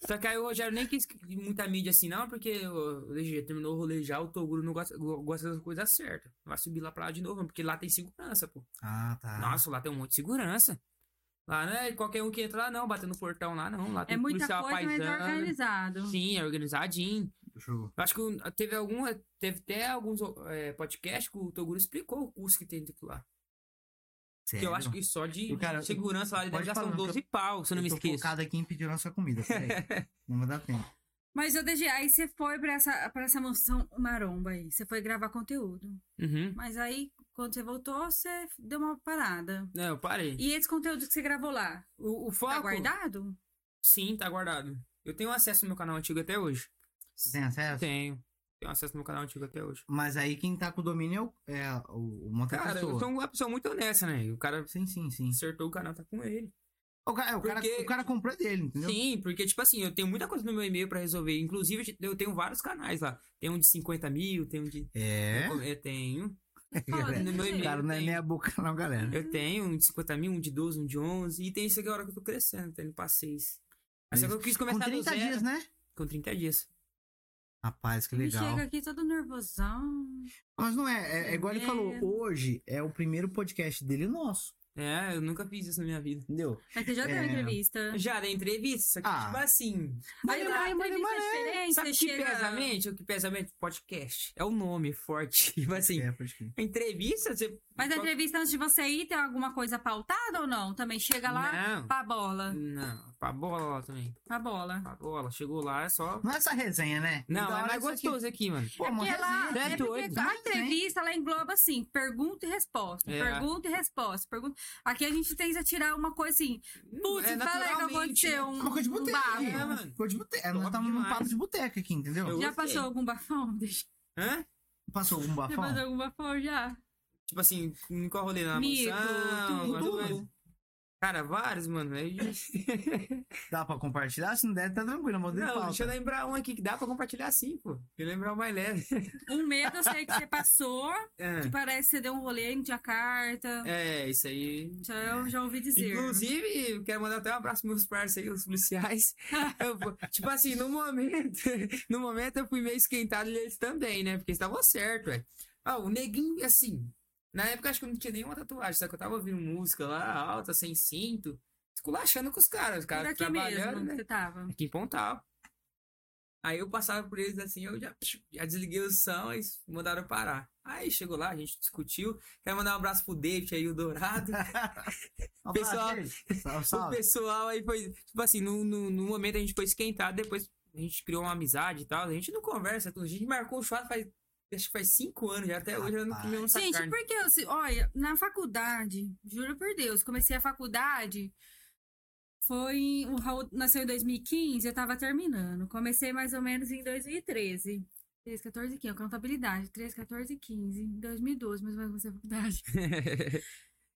Só que aí o Rogério nem quis que- muita mídia assim, não, porque o o DG terminou o rolê já, o Toguro não gosta, go- gosta das coisas certas. Vai subir lá pra lá de novo, porque lá tem segurança, pô.
Ah, tá.
Nossa, lá tem um monte de segurança. Lá não é qualquer um que entra lá, não, batendo no portão lá, não. Lá tem
É muita
policial
coisa, mas é
paisana.
organizado.
Sim, é organizadinho.
Show.
Eu acho que o- teve algum, teve até alguns é, podcasts que o Toguro explicou o curso que tem dentro lá. Que eu
Sério?
acho que só de
Eu, cara,
segurança lá deve
pode
já
falar,
são
não, que eu-
12 pau, se eu não me
tô
esqueço.
focado aqui em pedir nossa comida,
*laughs*
peraí. não vai dar tempo.
Mas, ô DG, aí você foi pra essa, pra essa mansão maromba aí. Você foi gravar conteúdo.
Uhum.
Mas aí, quando você voltou, você deu uma parada.
Não, eu parei.
E esse conteúdo que você gravou lá?
O, o
Tá
foco.
guardado?
Sim, tá guardado. Eu tenho acesso ao meu canal antigo até hoje.
Você tem acesso?
Tenho. Tenho acesso ao meu canal antigo até hoje.
Mas aí quem tá com o domínio é o, é o, o monta
Cara, eu
pessoa.
sou uma pessoa muito honesta, né? O cara
Sim, sim, sim.
acertou o canal, tá com ele.
O cara, o cara,
Porque-
o cara comprou dele, entendeu?
Sim, porque, tipo assim, eu tenho muita coisa no meu e-mail pra resolver. Inclusive, eu tenho vários canais lá. Tem um de 50 mil, tem um de.
É.
Eu tenho.
*laughs*
Fala,
Cara,
DG.
no meu e-mail.
Cara, não é
tem.
meia boca não, galera.
Eu tenho um de 50 mil, um de 12, um de 11. E tem esse agora que eu tô crescendo, tá indo pra 6. Mas só que eu quis
Com
começar do
30
zero.
dias, né?
Com 30 dias.
Rapaz, que
Me
legal.
chega aqui todo nervosão.
Mas não é, é, é igual ele falou,
Primeiro.
hoje é o primeiro podcast dele nosso,
É, eu nunca fiz isso na minha vida.
entendeu?
Mas você já deu
É.
entrevista.
Já dei entrevista, só que,
Ah.
tipo assim.
Aí lá, entrevista é diferente,
é." Sabe
você
o que
chega...
pesa mente? O que pesa mente? Podcast. É o nome forte. *laughs* Tipo assim,
É, pode crer.
entrevista, você.
Mas a entrevista antes de você ir, tem alguma coisa pautada ou não? Também chega lá,
Não.
pra bola,
Não, pra bola lá também.
pra bola.
Pra bola. Chegou lá, é só.
Não é essa resenha, né? Da
Não, é
hora
mais
isso aqui.
gostoso aqui, mano.
Pô, uma
Porque lá,
resenha.
é
né? doido.
porque a entrevista ela engloba assim, pergunta e resposta,
É.
pergunta e resposta, pergunta. Aqui a gente tenta tirar uma coisa assim, putz,
É
fala aí que
naturalmente,
aconteceu
né?
É
um,
uma coisa de
um
boteca.
bafo.
né?
É, mano.
Coisa de boteca. Nós
Top
estamos num
demais.
papo de boteca aqui, entendeu?
Eu-
Já
gostei.
passou algum bafão? *laughs* Deixa-
Hã?
Passou algum
Já
bafão?
passou algum bafão já?
Tipo assim, em qual rolê na
Mico,
mansão,
tudo.
alguma coisa. Cara, vários, mano. Aí-
Dá pra compartilhar? Se não der, tá tranquilo, mas
Não,
não,
deixa eu lembrar um aqui que dá pra compartilhar sim, pô. Eu lembrar o mais leve.
Um medo eu sei que você passou, que
É,
parece que você deu um rolê em Jacarta.
é, isso aí.
Já, eu então, já ouvi dizer.
Inclusive, eu quero mandar até um abraço pros meus parceiros, aí, os policiais. Eu vou- tipo assim, no momento, no momento eu fui meio esquentado e eles também, né? Porque eles estavam certo, velho. Ó, o neguinho, assim, na época eu acho que eu não tinha nenhuma tatuagem, só que eu tava ouvindo música lá, alta, sem cinto, esculachando com os caras, os
Por
caras
aqui
trabalhando,
mesmo,
né?
você tava.
Aqui em Pontal. Aí eu passava por eles assim, eu já, já desliguei o som, eles mandaram parar. Aí chegou lá, a gente discutiu. Quero mandar um abraço pro David aí, o Dourado. Pessoal-
Salve,
O
salve.
pessoal aí foi. Tipo assim, no, no, no momento a gente foi esquentado, depois a gente criou uma amizade e tal. A gente não conversa, tudo. a gente marcou o churrasco faz. Acho que faz cinco anos, já até hoje eu não
Rapaz.
comi um
Gente,
carne.
porque eu, se- olha, na faculdade, juro por Deus, comecei a faculdade. Foi. O Raul nasceu em 2015, eu tava terminando. Comecei mais ou menos em 2013. 13, 14, 15, contabilidade. 13, 14, 15. Em 2012, mas vai começar a faculdade.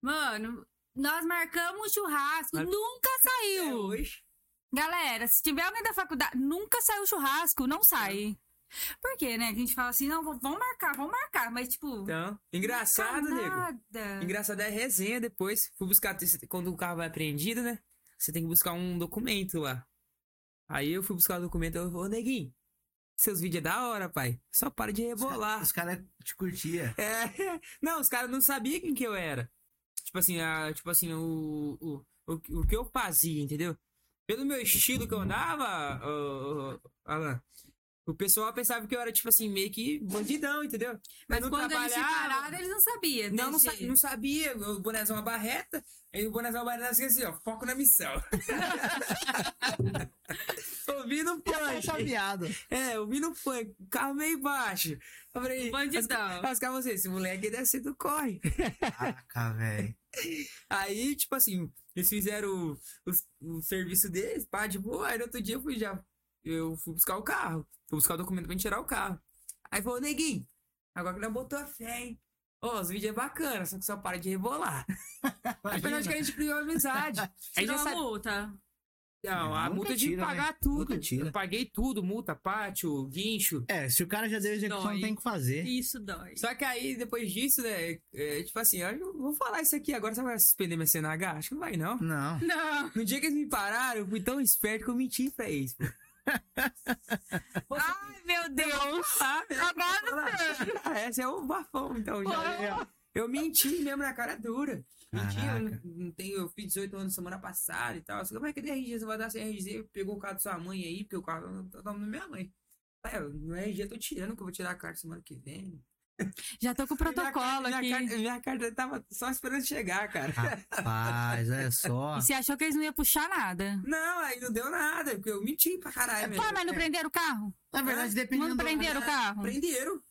Mano, nós marcamos um churrasco,
Mas- é,
nunca
Até
saiu.
hoje.
Galera, se tiver alguém da faculdade, nunca saiu churrasco, não sai. Por quê, né? Que a gente fala assim, não, vamos marcar, vamos marcar, mas tipo.
Então, engraçado, nego.
nada.
Engraçado é a resenha depois. Fui buscar, quando o carro é apreendido, né? Você tem que buscar um documento lá. Aí eu fui buscar o documento, eu falei, ô neguinho, seus vídeos é da hora, pai. Só para de rebolar.
Os caras te curtiam.
É. Não, os caras não sabiam quem que eu era. Tipo assim, a, tipo assim, o, o, o, o que eu fazia, entendeu? Pelo meu estilo que eu andava, ô, ô, ô, Alan, O pessoal pensava que eu era, tipo assim, meio que bandidão, entendeu? Eu
Mas
não
quando eles se
trabalhava.
pararam, eles não sabiam.
Não, não,
desse
sa-
jeito.
não sabia. O bonézão uma barreta. Aí o bonézão uma barreta assim, assim, ó. Foco
*laughs*
na missão. ouvindo um
Essa
punk.
piada.
É, ouvindo um punk. Carro meio baixo. Eu falei...
Bandidão.
Mas calma vocês, esse moleque deve ser do corre.
Caraca, velho.
Aí, tipo assim, eles fizeram o, o- o serviço deles, pá, de boa. Aí no outro dia eu fui já. Eu fui buscar o carro. Fui buscar o documento pra gente tirar o carro. Aí falou, neguinho, agora que nós botou a fé, hein? Ô, os vídeos é bacana, só que só para de rebolar. Aí foi onde que é a gente criou a amizade. Aí
Tirou
já
a
sabe.
multa.
Não, a
Nunca
multa de
tira, né?
pagar tudo.
Nunca tira.
Eu paguei tudo, multa, pátio, guincho.
É, se o cara já deu execução,
Dói.
não tem o que fazer.
Isso dói.
Só que aí, depois disso, né? é, tipo assim, eu não vou falar isso aqui agora, você vai suspender minha CNH? Acho que não vai, não.
Não.
Não.
No dia que eles me pararam, eu fui tão esperto que eu menti pra eles. pô.
Ai, meu Deus.
Ah,
Agora
ah, esse é o bafão, então. Já. Eu menti mesmo na cara dura. Menti, eu
Caraca.
não- não tenho, eu fiz 18 anos semana passada e tal. Eu falei, mas cadê a RG? Você vai dar sem RG? Pegou o carro da sua mãe aí, porque o carro tá nome da minha mãe. Aí, eu, no RG eu tô tirando, que eu vou tirar a carta semana que vem.
Já tô com o protocolo
minha,
aqui.
Carta, minha carta tava só esperando chegar, cara.
Rapaz, é só.
E você achou que eles não iam puxar nada?
Não, aí não deu nada, porque eu menti pra caralho.
Pô,
meu.
mas não prenderam o carro?
Na verdade, dependendo
Não
do-
prenderam o carro?
Prenderam.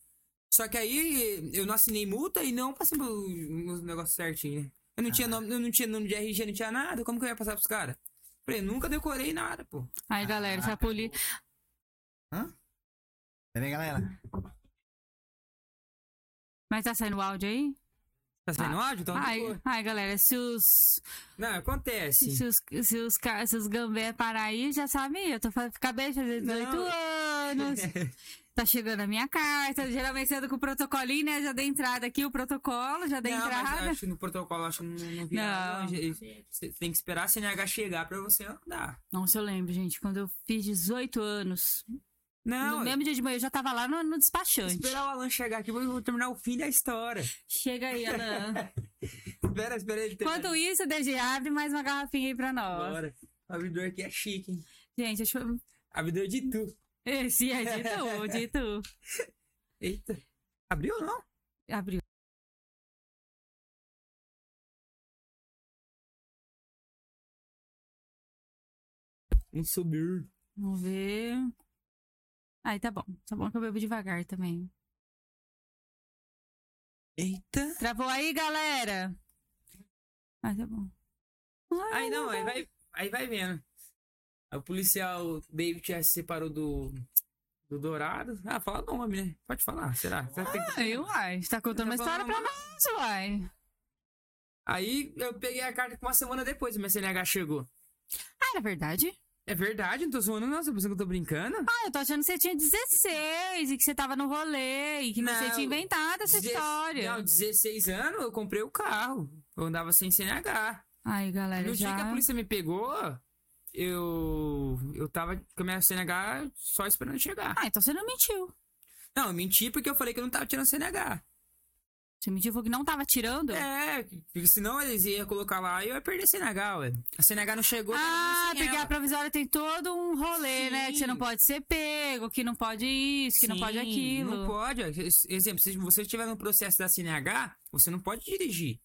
Só que aí eu não assinei multa e não passei os negócios certinho, né? Eu não, tinha
Ah.
nome, eu não tinha nome de RG, não tinha nada. Como que eu ia passar pros caras? Falei, nunca decorei nada, pô.
Aí, galera, se a polícia...
Peraí, Tá galera.
Mas tá saindo o áudio aí?
Tá saindo áudio? Então
Ah. Ai,
decorou.
ai, galera, se os,
Não, acontece.
se os, se os, ca- se os gambé parar aí, já sabem, eu tô fa- acabei de fazer 18
Não. *laughs*
anos, tá chegando a minha carta, geralmente eu ando com o protocolinho, né, já dei entrada aqui, o protocolo, já dei
Não, mas
é entrada.
acho que no protocolo acho que não, não vira nada,
Não.
gente. Você tem que esperar a CNH chegar pra você andar.
Nossa, eu lembro, gente, quando eu fiz 18 anos,
Não,
no mesmo dia de manhã eu já tava lá no, no despachante.
esperar o Alan chegar aqui, eu vou terminar o fim da história.
Chega aí, Alan.
*laughs* Espera, espera ele terminar.
Enquanto isso, DG, abre mais uma garrafinha aí pra nós.
Bora. O abridor aqui é chique, hein?
Gente, acho que...
Abridor de tu.
Esse é de tu, de tu.
Eita. Abriu ou não?
Abriu.
Um subir.
Vamos ver. Aí tá bom. Tá bom que eu bebo devagar também.
Eita.
Travou aí, galera? Aí tá bom. Ai,
Aí não, aí vai, aí vai vendo. Aí O policial David já se separou do. Do Dourado. Ah, fala o nome, né? Pode falar, será? Será que tem que-
Aí, uai. Você tá contando uma
Tá
história pra
falando-
nós, uai.
Aí eu peguei a carta com uma semana depois, minha CNH chegou.
Ah, era verdade?
É verdade, não tô zoando, não. Você pensa que eu tô brincando?
Ah, eu tô achando que você tinha 16 e que você tava no rolê e que você
Não,
tinha inventado essa
Deze-
história.
Não, 16 anos eu comprei o carro. Eu andava sem CNH.
Ai, galera,
No
já...
dia que a polícia me pegou, eu. Eu tava com a minha CNH só esperando chegar.
Ah, então você não mentiu.
Não, eu menti porque eu falei que eu não tava tirando CNH.
Você mentiu falou que não tava tirando?
É, porque senão eles iam colocar lá e eu ia perder a CNH, ué. A CNH não chegou. eu tava
Ah,
sem
porque
ela.
a provisória tem todo um rolê, né? Que você não
Sim.
pode ser pego, que não pode isso, que não
Sim,
pode aquilo.
Não pode. ó. Ex- Exemplo, se você estiver no processo da CNH, você não pode dirigir.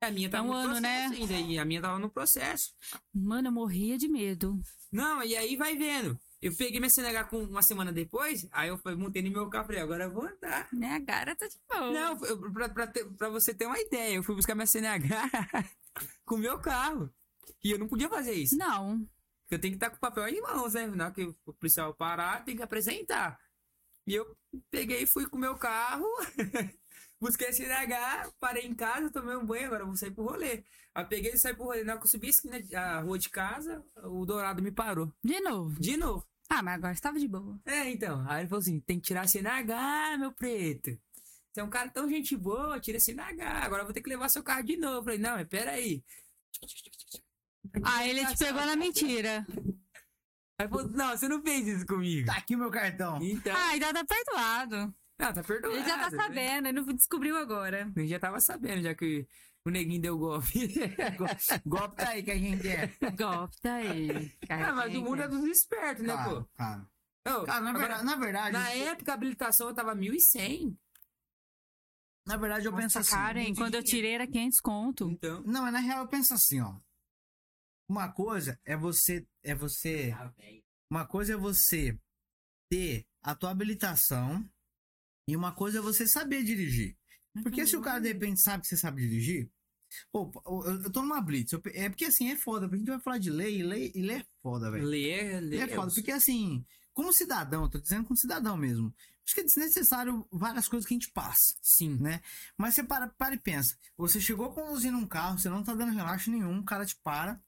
A minha tava
É um
no
ano,
processo
né?
ainda, e a minha tava no processo.
Mano, eu morria de medo.
Não, e aí vai vendo. Eu peguei minha CNH com uma semana depois, aí eu falei, montei no meu carro, falei, agora eu vou andar.
Né, a cara tá de boa.
Não, eu- pra, pra ter- pra você ter uma ideia, eu fui buscar minha CNH *laughs* com o meu carro. E eu não podia fazer isso.
Não.
Porque Eu tenho que estar com o papel em mãos, né? Na hora que o policial parar, tem que apresentar. E eu peguei e fui com o meu carro, *laughs* busquei a CNH, parei em casa, tomei um banho, agora eu vou sair pro rolê. Aí eu peguei e saí pro rolê. Na hora que eu subi a, esquina, a rua de casa, o Dourado me parou.
De novo.
De novo.
Ah, mas agora você tava de boa.
É, então. Aí ele falou assim: tem que tirar a CNH, meu preto. Você é um cara tão gente boa, tira a CNH. Agora eu vou ter que levar seu carro de novo. Eu falei: não, mas peraí.
Ah, ele te pegou na mentira.
Aí ele falou: não, você não fez isso comigo.
Tá aqui o meu cartão.
Então.
Ah, ainda tá perdoado.
Não, tá perdoado.
Ele já tá
né?
sabendo, ele não descobriu agora.
Eu já tava sabendo, já que o neguinho deu golpe.
Golpe tá aí que a gente é.
Golpe, tá aí.
*laughs* ah, mas o mundo é dos espertos, né,
Claro,
pô?
claro.
Ô,
Cara, na
agora,
verdade, na verdade,
na época a habilitação eu tava 1.100.
na verdade eu penso
Nossa,
assim.
cara, hein? Quando eu tirei era 500 conto.
Então,
Não, mas na real eu penso assim, ó. Uma coisa é você é você
Ah, velho.
Uma coisa é você ter a tua habilitação e uma coisa é você saber dirigir. Porque se o cara
Uhum.
de repente sabe que você sabe dirigir, pô, eu- eu tô numa blitz. eu pe- é porque assim, é foda. porque A gente vai falar de lei e lei, e lei é foda, velho.
ler,
Lei
ler.
é foda. Porque assim, como cidadão, eu tô dizendo como cidadão mesmo. Acho que é desnecessário várias coisas que a gente passa. né?
Sim.
Mas você para, para e pensa. Você chegou conduzindo um carro, você não tá dando relaxo nenhum, o cara te para.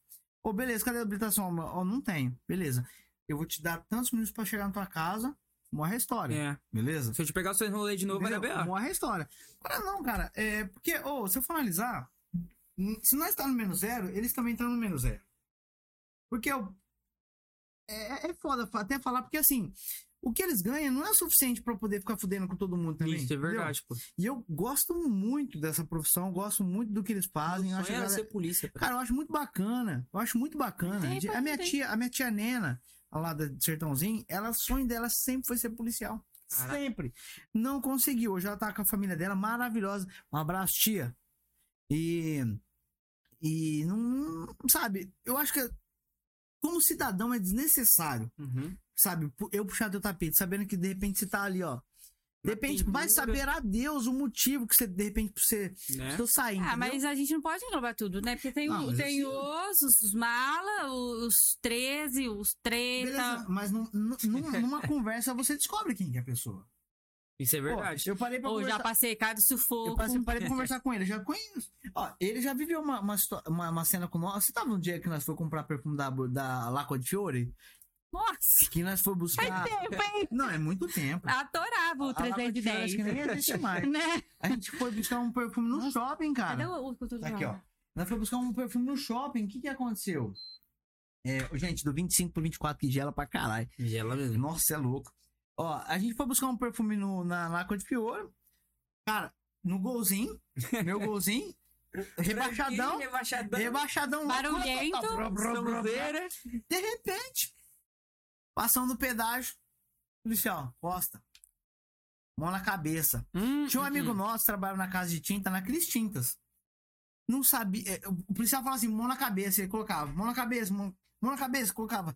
Ô, beleza, cadê a habilitação? Ó, Ó, não tem. Beleza. Eu vou te dar tantos minutos pra chegar na tua casa, morre a história.
É.
Beleza?
Se eu te pegar o seu rolê de novo, vai dar
Entendeu?
B.O.
Morre a história. Agora não, cara. É porque, ô, se eu for analisar, hum, se nós tá no menos zero, eles também estão no menos zero. Porque eu. É, é foda fa- até falar, porque assim, o que eles ganham não é o suficiente pra eu poder ficar fudendo com todo mundo também.
Isso é
entendeu? Assim,
verdade, pô.
E eu gosto muito dessa profissão, gosto muito do que eles fazem. Eu
Meu
acho
sonho
a
era
galera-
ser polícia, pô.
Cara, eu acho muito bacana. Eu acho muito bacana.
Tem, pode
a minha
ter.
tia, a minha tia Nena, lá do Sertãozinho, ela, o sonho dela sempre foi ser policial.
Caraca.
Sempre. Não conseguiu. Hoje ela tá com a família dela maravilhosa. Um abraço, tia. E. E não. Sabe, eu acho que. Como cidadão é desnecessário
Uhum.
sabe, pu- eu puxar teu tapete, sabendo que de repente você tá ali, ó. De
Na
repente vai
penura.
saber a Deus o motivo que você, de repente, você
Né?
tô saindo.
Ah,
entendeu?
mas a gente não pode englobar tudo, né? Porque tem,
Não,
o,
mas
tem
assim-
os, os mala, os 13, os treta.
Beleza, mas num- num- num- numa conversa você descobre quem que é a pessoa.
Isso é
Pô,
verdade.
eu parei pra
Ou já
conversar.
passei cada
Eu
sufoco.
passei- parei pra conversar com ele, já conheço. Ó, ele já viveu uma, uma, situa- uma, uma cena com nós. Você tava no dia que nós foi comprar perfume da, da Laco de Fiore?
Nossa,
Que nós foi buscar. Não, é muito tempo.
adorava o
A Laco de Fiore acho que
310.
nem existe mais.
Né?
A gente foi buscar um perfume no shopping, cara.
Cadê o, o que eu tô
Tá aqui, ó.
falando?
Nós fomos buscar um perfume no shopping. O que que aconteceu? É, ô, gente, do 25 pro 24 que gela pra caralho.
Gela mesmo.
Nossa, é louco. Ó, a gente foi buscar um perfume no, na Laco de Fiore. Cara, no golzinho. *laughs* Meu golzinho. rebaixadão.
Ih, Rebaixadão.
é Rebaixadão lá.
Barulhento.
Sonzeira.
De repente, passando o pedágio. Policial, Costa. Mão na cabeça.
Hum,
Tinha um
hum,
amigo
hum.
nosso que trabalhava na casa de tinta, na Cris Tintas. Não sabia. é, O policial falava assim, mão na cabeça, ele colocava, mão na cabeça, mão, mão na cabeça,
*laughs*
colocava.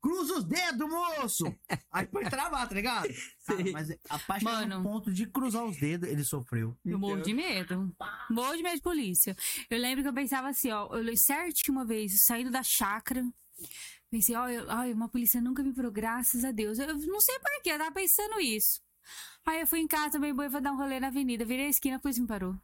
Cruza os dedos, moço! Aí foi travar, tá
*laughs*
ligado? Cara,
Sei.
mas a parte era no
Mano.
ponto de cruzar os dedos, ele sofreu.
Eu morro
Então.
de medo. Morro de medo de polícia. Eu lembro que eu pensava assim, ó. Eu li certinho uma vez, saindo da chácara. Pensei, ó, eu- ai, uma polícia nunca me procurou, graças a Deus. Eu não sei porquê, eu tava pensando isso. Aí eu fui em casa, tomei banho, vou dar um rolê na avenida. Virei a esquina, a polícia me parou.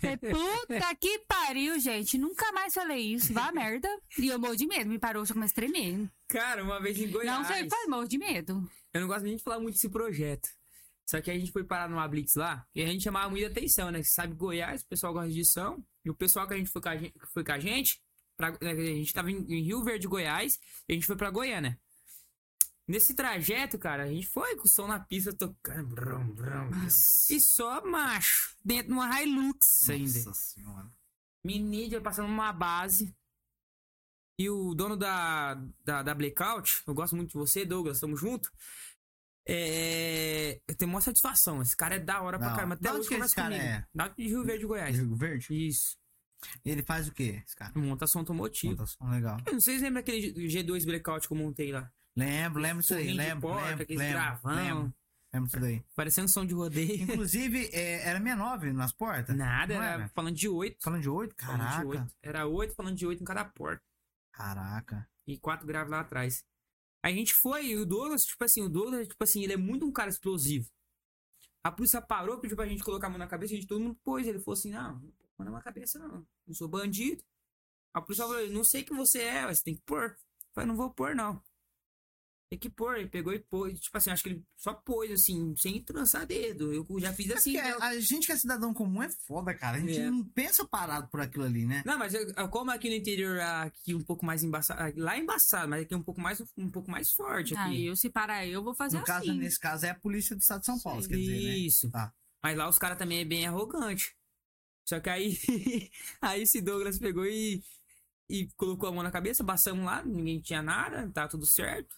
Falei, Puta que pariu, gente. Nunca mais falei isso. Vá a merda. E eu morro de medo. Me parou, já começa a tremer.
Cara, uma vez em Goiás.
Não sei, faz morro de medo.
Eu não gosto nem de falar muito desse projeto. Só que a gente foi parar numa Blitz lá, e a gente chamava muita atenção, né? Você sabe, Goiás, o pessoal gosta de som. E o pessoal que a gente foi com a gente, que foi com a, gente pra- né, a gente tava em, em Rio Verde, Goiás, e a gente foi pra Goiânia. Nesse trajeto, cara, a gente foi com o som na pista tocando. brum, brum, brum. E só macho, dentro de uma Hilux ainda.
Nossa senhora.
Minídia passando uma base. E o dono da, da, da Blackout, eu gosto muito de você, Douglas, tamo junto. É. Eu tenho maior satisfação. Esse cara é da hora
Da
pra caramba.
hora. Da
Até
onde
hoje
que
conversa
esse cara
comigo.
é?
Da de Rio Verde, Goiás.
Rio Verde?
Isso.
Ele faz o quê, esse cara?
Montação automotiva.
Contação legal.
Eu não sei se lembra aquele G2 Blackout que eu montei lá.
Lembro, lembro disso aí.
Corrinho de
Lembro,
porta,
lembro,
aqueles
lembro,
gravão.
lembro. Lembro disso
*laughs*
daí.
Parecendo som de rodeio.
Inclusive, é, era 69 nas portas?
Nada,
Não
era
era?
falando de oito.
Falando de 8?
Falando de
Caraca.
oito. Era oito falando de oito em cada porta.
Caraca.
e quatro graves lá atrás. A gente foi, e o Douglas, tipo assim, o Douglas, tipo assim, ele é muito um cara explosivo. A polícia parou, pediu pra gente colocar a mão na cabeça, a gente todo mundo pôs. Ele falou assim: não, não põe na minha cabeça, não. Não sou bandido. A polícia falou: não sei que você é, mas você tem que pôr. Eu falei, não vou pôr, não. Tem que pôr. Ele pegou e pôs. Tipo assim, acho que ele só pôs, assim, sem trançar dedo. Eu já fiz assim.
É Porque
né?
a gente que é cidadão comum é foda, cara. A gente
É.
não pensa parado por aquilo ali, né?
Não, mas eu- eu- como aqui no interior, aqui um pouco mais embaçado. Lá é embaçado, mas aqui é um pouco mais, um pouco mais forte.
Ah,
Aqui.
eu se parar eu vou fazer
No caso,
assim.
nesse caso, é a polícia do estado de São Paulo, quer dizer, né?
Isso.
Tá.
Mas lá os caras também é bem arrogante. Só que aí, *laughs* aí esse Douglas pegou e, e colocou a mão na cabeça, passamos lá, ninguém tinha nada, tá tudo certo.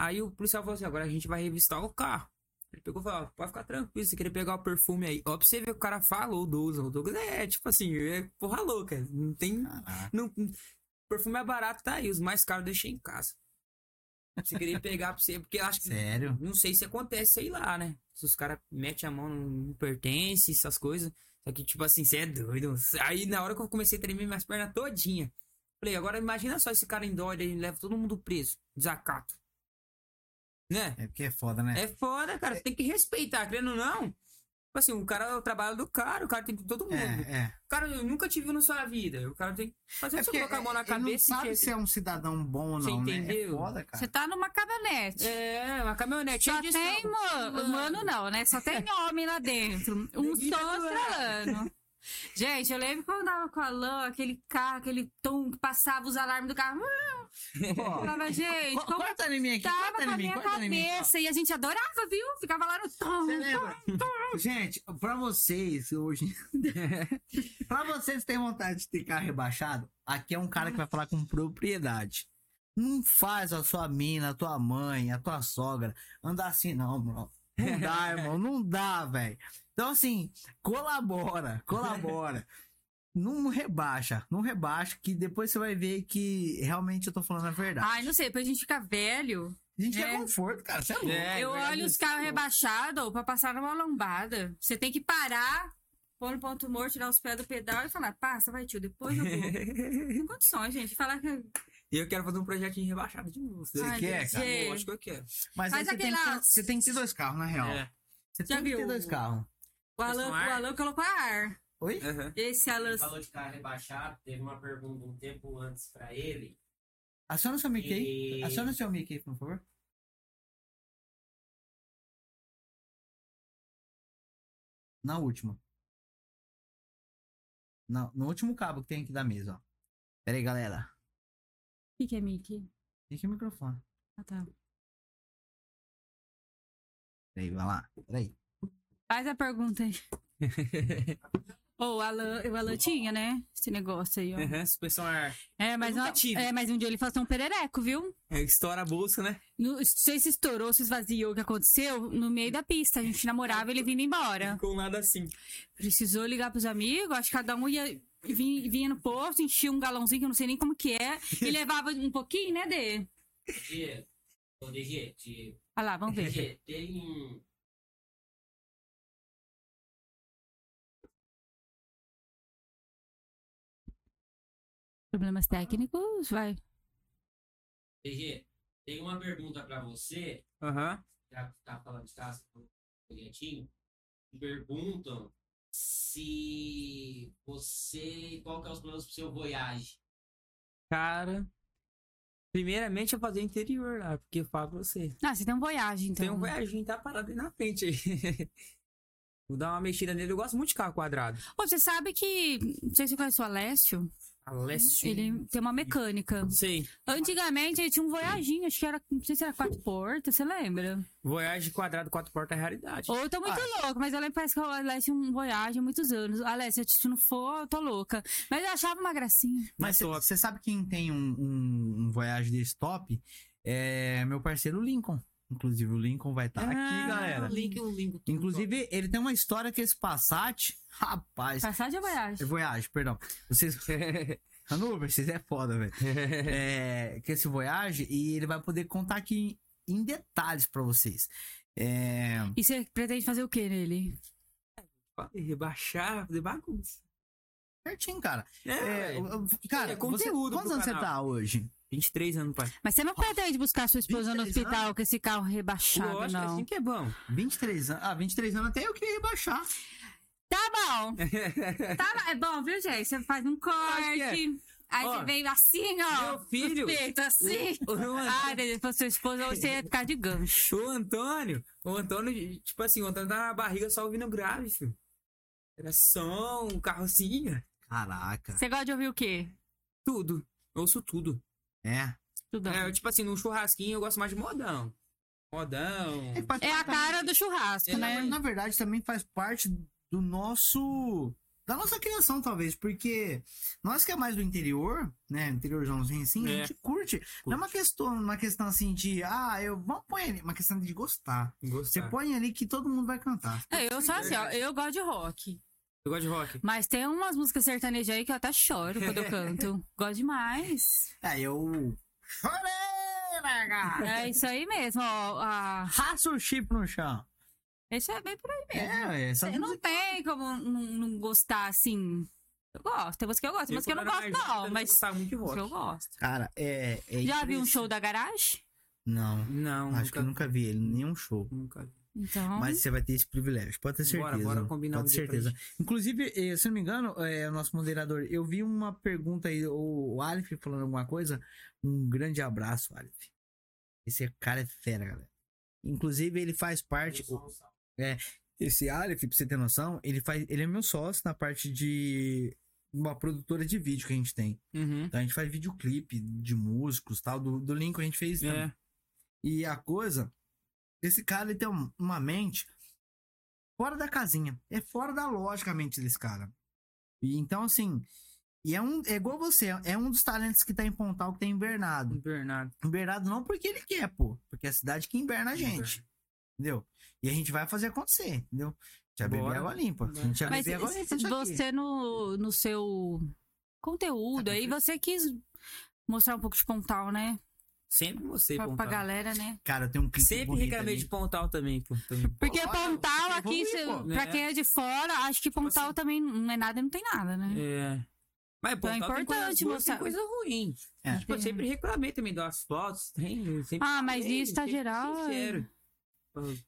Aí o policial falou assim: agora a gente vai revistar o carro. Ele pegou e falou: ó, pode ficar tranquilo, se querer pegar o perfume aí. Ó, pra você ver o cara falou, o Douglas. O Douglas é tipo assim, é porra louca. Não tem.
Caraca.
Não, perfume é barato, tá aí. Os mais caros eu deixei em casa. Se querer pegar pra você,
*laughs*
porque acho que
Sério?
não sei se acontece, sei lá, né? Se os caras metem a mão, não pertence, essas coisas. Só que, tipo assim, você é doido. Aí, na hora que eu comecei a tremer minhas pernas todinha. Falei, agora imagina só esse cara em dó, ele leva todo mundo preso. Desacato. Né?
É porque é foda, né?
É foda, cara. Tem que respeitar, querendo ou não. Tipo assim, o cara é o trabalho do cara, o cara tem que todo mundo.
É, é.
O cara eu nunca te viu na sua vida. O cara tem que fazer
É
você
porque
colocar a mão na
ele não
cabeça
sabe
e
se é um cidadão bom ou
Você
não, né? É
entendeu?
foda, cara.
Você tá numa caminhonete.
É, uma caminhonete.
Só
cheia de
tem
som.
mano,
Mano.
mano não, né? Só tem homem lá
*laughs*
dentro. Um
Ninguém
só
tá zoando.
estralando. Gente, eu lembro quando eu andava com a Lã, aquele carro, aquele tom que passava os alarmes do carro. Eu
Ó,
*laughs*
falava, gente,
co-
como
corta em mim aqui,
tava
corta
com
em
a
mim,
minha
corta em mim. ó.
cabeça. E a gente adorava, viu? Ficava lá no tom.
Você lembra? Gente, pra vocês hoje. *laughs* pra vocês que têm vontade de ter carro rebaixado, aqui é um cara que vai falar com propriedade. Não faz a sua mina, a tua mãe, a tua sogra andar assim, não, bro. Não
*laughs*
dá, irmão, não dá, velho. Então, assim, colabora, colabora. Não rebaixa, não rebaixa, que depois você vai ver que realmente eu tô falando a verdade.
Ai, não sei, depois a gente fica velho.
a gente
é.
quer conforto, cara, você é louco.
É,
eu
verdade,
olho os
isso.
carros rebaixados pra passar numa lombada. Você tem que parar, pôr no ponto morto, tirar os pés do pedal e falar, passa, vai, tio, depois
*laughs*
eu vou.
*laughs*
Tem condições, gente. Falar que.
E eu quero fazer um projetinho rebaixado de novo.
Você
Ai,
quer,
Deus,
cara?
gente.
Eu acho que eu quero.
Mas aí
Faz
você tem, que
aquela-
ter, você tem que ter dois carros, na real.
É.
Você
Já
tem que ter
viu
dois
o-
carros.
O Alan,
Isso,
o
ar.
Alan colocou ar.
Oi?
Aham.
Esse Alan.
Ele falou de carro rebaixado, teve uma pergunta um tempo antes pra ele.
Aciona seu mic aí.
E-
Aciona seu mic aí, por favor. Na última. Na, no último cabo que tem aqui da mesa, ó. Pera aí, galera.
O que é Mickey?
Tem aqui o microfone.
Ah, tá.
Pera aí, vai lá. Pera aí.
Faz a pergunta
*laughs*
aí. Ô, o Alan, o Alan tinha, né? Esse negócio aí, ó.
Aham, Suspensão ar.
É, mas,
nunca
uma-
tive.
é, mas um dia ele passou um perereco, viu?
É, Estoura a bolsa, né?
Não não sei se estourou, se esvaziou, o que aconteceu? No meio da pista, a gente namorava ele vindo embora.
Ficou um lado assim.
Precisou ligar pros amigos, acho que cada um ia vinha, vinha no posto, enchia um galãozinho que eu não sei nem como que é,
*laughs*
e levava um pouquinho, né, Dê?
DG, ô, DG, DG,
Olha lá, vamos
*laughs*
ver.
DG, tem. um,
Problemas técnicos, vai.
DG, tem uma pergunta pra você.
Aham.
já que tá falando de casa do projetinho, perguntam se você. Qual que é os planos pro seu voyage?
Cara. Primeiramente eu fazer interior lá, porque eu falo pra você.
Ah, você tem um voyage, então.
Tem um viaginho tá parado aí na frente *laughs* aí. Vou dar uma mexida nele. Eu gosto muito de carro quadrado.
Ô, você sabe que, não sei se você conhece o Alessio,
Alessio.
ele tem uma mecânica.
Sei.
Antigamente ele tinha um voyaginho, acho que era, não sei se era quatro portas, você lembra?
Voyage quadrado, quatro portas é realidade.
Ou eu tô muito
Ah.
louco, mas eu lembro que parece que o Alessio tinha um voyage há muitos anos. Alessio, se não for, eu tô louca. Mas eu achava uma gracinha.
Mas
Mas top.
você sabe quem tem um, um, um Voyage desse top? É meu parceiro Lincoln. Inclusive, o Lincoln vai estar
Ah,
aqui, galera.
o Link, o link. tudo
Inclusive, ele tem uma história que esse Passat. Rapaz.
Passagem ou voyage?
É Voyage, perdão.
*laughs*
Vocês.
top.
Hanover, vocês é foda,
*laughs*
velho. É, que esse Voyage, e ele vai poder contar aqui em, em detalhes pra vocês. É,
E você pretende fazer o que nele?
Rebaixar, fazer bagunça.
certinho, cara.
É,
É, eu-
velho.
eu- cara,
É conteúdo
você, quantos
pro
anos você
canal.
tá hoje?
23 anos, pai.
Mas você não pretende buscar sua esposa no
23
hospital com esse carro rebaixado,
Lógico,
não.
assim que é
*laughs*
bom.
23 anos. Ah, 23 anos até eu queria rebaixar.
Tá
*laughs*
bom. tá bom. É bom, viu, gente? Você faz um
Acho que é.
corte. Aí
Ó,
você vem assim, ó.
meu filho.
no Peito, assim.
O, o,
Ah,
Antônio,
se fosse sua esposa, hoje você ia ficar de gancho.
o Antônio, o Antônio, tipo assim, o Antônio tá na barriga só ouvindo grave, filho. Era som, carrocinha,
Caraca.
Você gosta de ouvir o quê?
tudo. Eu ouço tudo.
É.
Tudão.
É, eu, tipo assim, num churrasquinho eu gosto mais de modão. Modão.
É, faz
É
parte também-
a cara do churrasco,
É,
Mas,
né?
na verdade, também faz parte do nosso da nossa criação, talvez, porque nós que é mais do interior, né, interiorzãozinho assim,
É.
a gente curte. Não é uma questão, uma questão assim de, ah, eu vou pôr ali, uma questão de gostar. Você
Gostar.
põe ali que todo mundo vai cantar.
É, eu sou assim, ó, eu gosto de rock.
Eu gosto de rock.
Mas tem umas músicas sertanejas aí que eu até choro quando *laughs* eu canto. gosto demais.
Aí É, eu chorei, né, cara?
É isso aí mesmo, ó. a-
Raça o chip no chão.
Esse é bem por aí mesmo.
É, essa
não tem como não, não gostar assim. Eu gosto, tem música que eu gosto, tem música que eu não
quando
gosto,
era mais jovem,
não,
também
mas
gostava muito de
música que eu
rock.
gosto.
Cara, é. é
Já viu um
impressionante.
show da garagem?
Não.
Não,
Acho que eu
nunca,
nunca vi ele, em nenhum show.
nunca vi.
Então.
Mas você vai ter esse privilégio, pode ter certeza.
Bora, bora combinar um
Pode ter
dia pra
certeza. Inclusive, eh, se eu não me engano, eh, o nosso moderador, eu vi uma pergunta aí, o o Aleph falando alguma coisa. Um grande abraço, Aleph. Esse cara é fera, galera. Inclusive, ele faz parte. Esse Aleph, pra você ter noção, ele, faz, ele é meu sócio na parte de uma produtora de vídeo que a gente tem.
Uhum.
Então a gente faz videoclipe de músicos tal. Do, do Lincoln a gente fez também.
É.
E a coisa, esse cara ele tem um- uma mente fora da casinha. É fora da lógica a mente desse cara. E então, assim, e é, um, é igual você, é um dos talentos que tá em Pontal, que tá invernado.
Bernardo.
Invernado não porque ele quer, pô. Porque é a cidade que inverna a gente. Entendeu? E a gente vai fazer acontecer, entendeu? Já bebeu
Bora.
água limpa. A gente já
Mas
bebeu água limpa.
se
isso aqui.
você no, no seu conteúdo aí, você quis mostrar um pouco de pontal, né?
Sempre você,
Pra, pra
Pontal.
galera, né?
Cara, tem um clipe
Sempre
bonito
reclamei
ali.
de Pontal também. pô, também.
Porque
Olha,
pontal
você
aqui,
evoluiu,
cê-
pô.
pra
É.
quem é de fora, acho que pontal
assim-
também não é nada e não tem nada, né?
É. Mas
Então é
Pontal tem
importante
coisas boas, tem
mostrar.
coisa ruim.
É.
Tipo, eu sempre reclamei também das fotos. Tem, sempre
Ah, mas
reclamei,
isso tá
sempre
geral, é.
Sincero.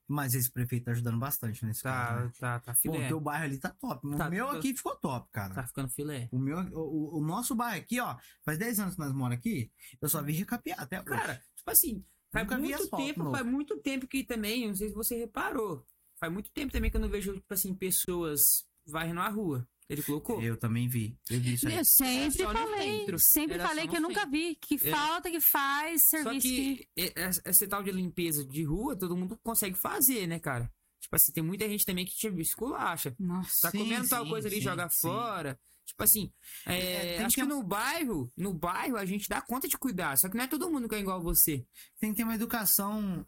Mas esse prefeito tá ajudando bastante nesse caso. né?
Tá, tá, tá
Pô, o
filé.
teu bairro ali tá top. O
Tá,
meu
tá-
aqui ficou top, cara.
Tá ficando filé.
O, meu, o, o- o nosso bairro aqui, ó, faz 10 anos que nós moramos aqui, eu só vi recapear até agora.
Cara, tipo assim, faz
Nunca vi
muito
asfalto
tempo,
novo.
faz muito tempo que também, não sei se você reparou, faz muito tempo também que eu não vejo, tipo assim, pessoas varrendo a rua. Ele colocou.
eu também vi. Eu vi isso aí.
Eu sempre
só no
falei,
centro.
sempre
Era só
falei
no
que eu nunca
centro.
vi, que
É.
falta que faz
Só
serviço que...
que e- essa- esse tal de limpeza de rua, todo mundo consegue fazer, né, cara? Tipo assim, tem muita gente também que te esculacha.
Nossa.
Tá
Sim,
comendo tal
sim,
coisa ali,
sim,
joga
sim.
fora. Tipo assim, é,
É, tem
acho
que-
que no bairro, no bairro a gente dá conta de cuidar. Só que não é todo mundo que é igual a você.
Tem que ter uma educação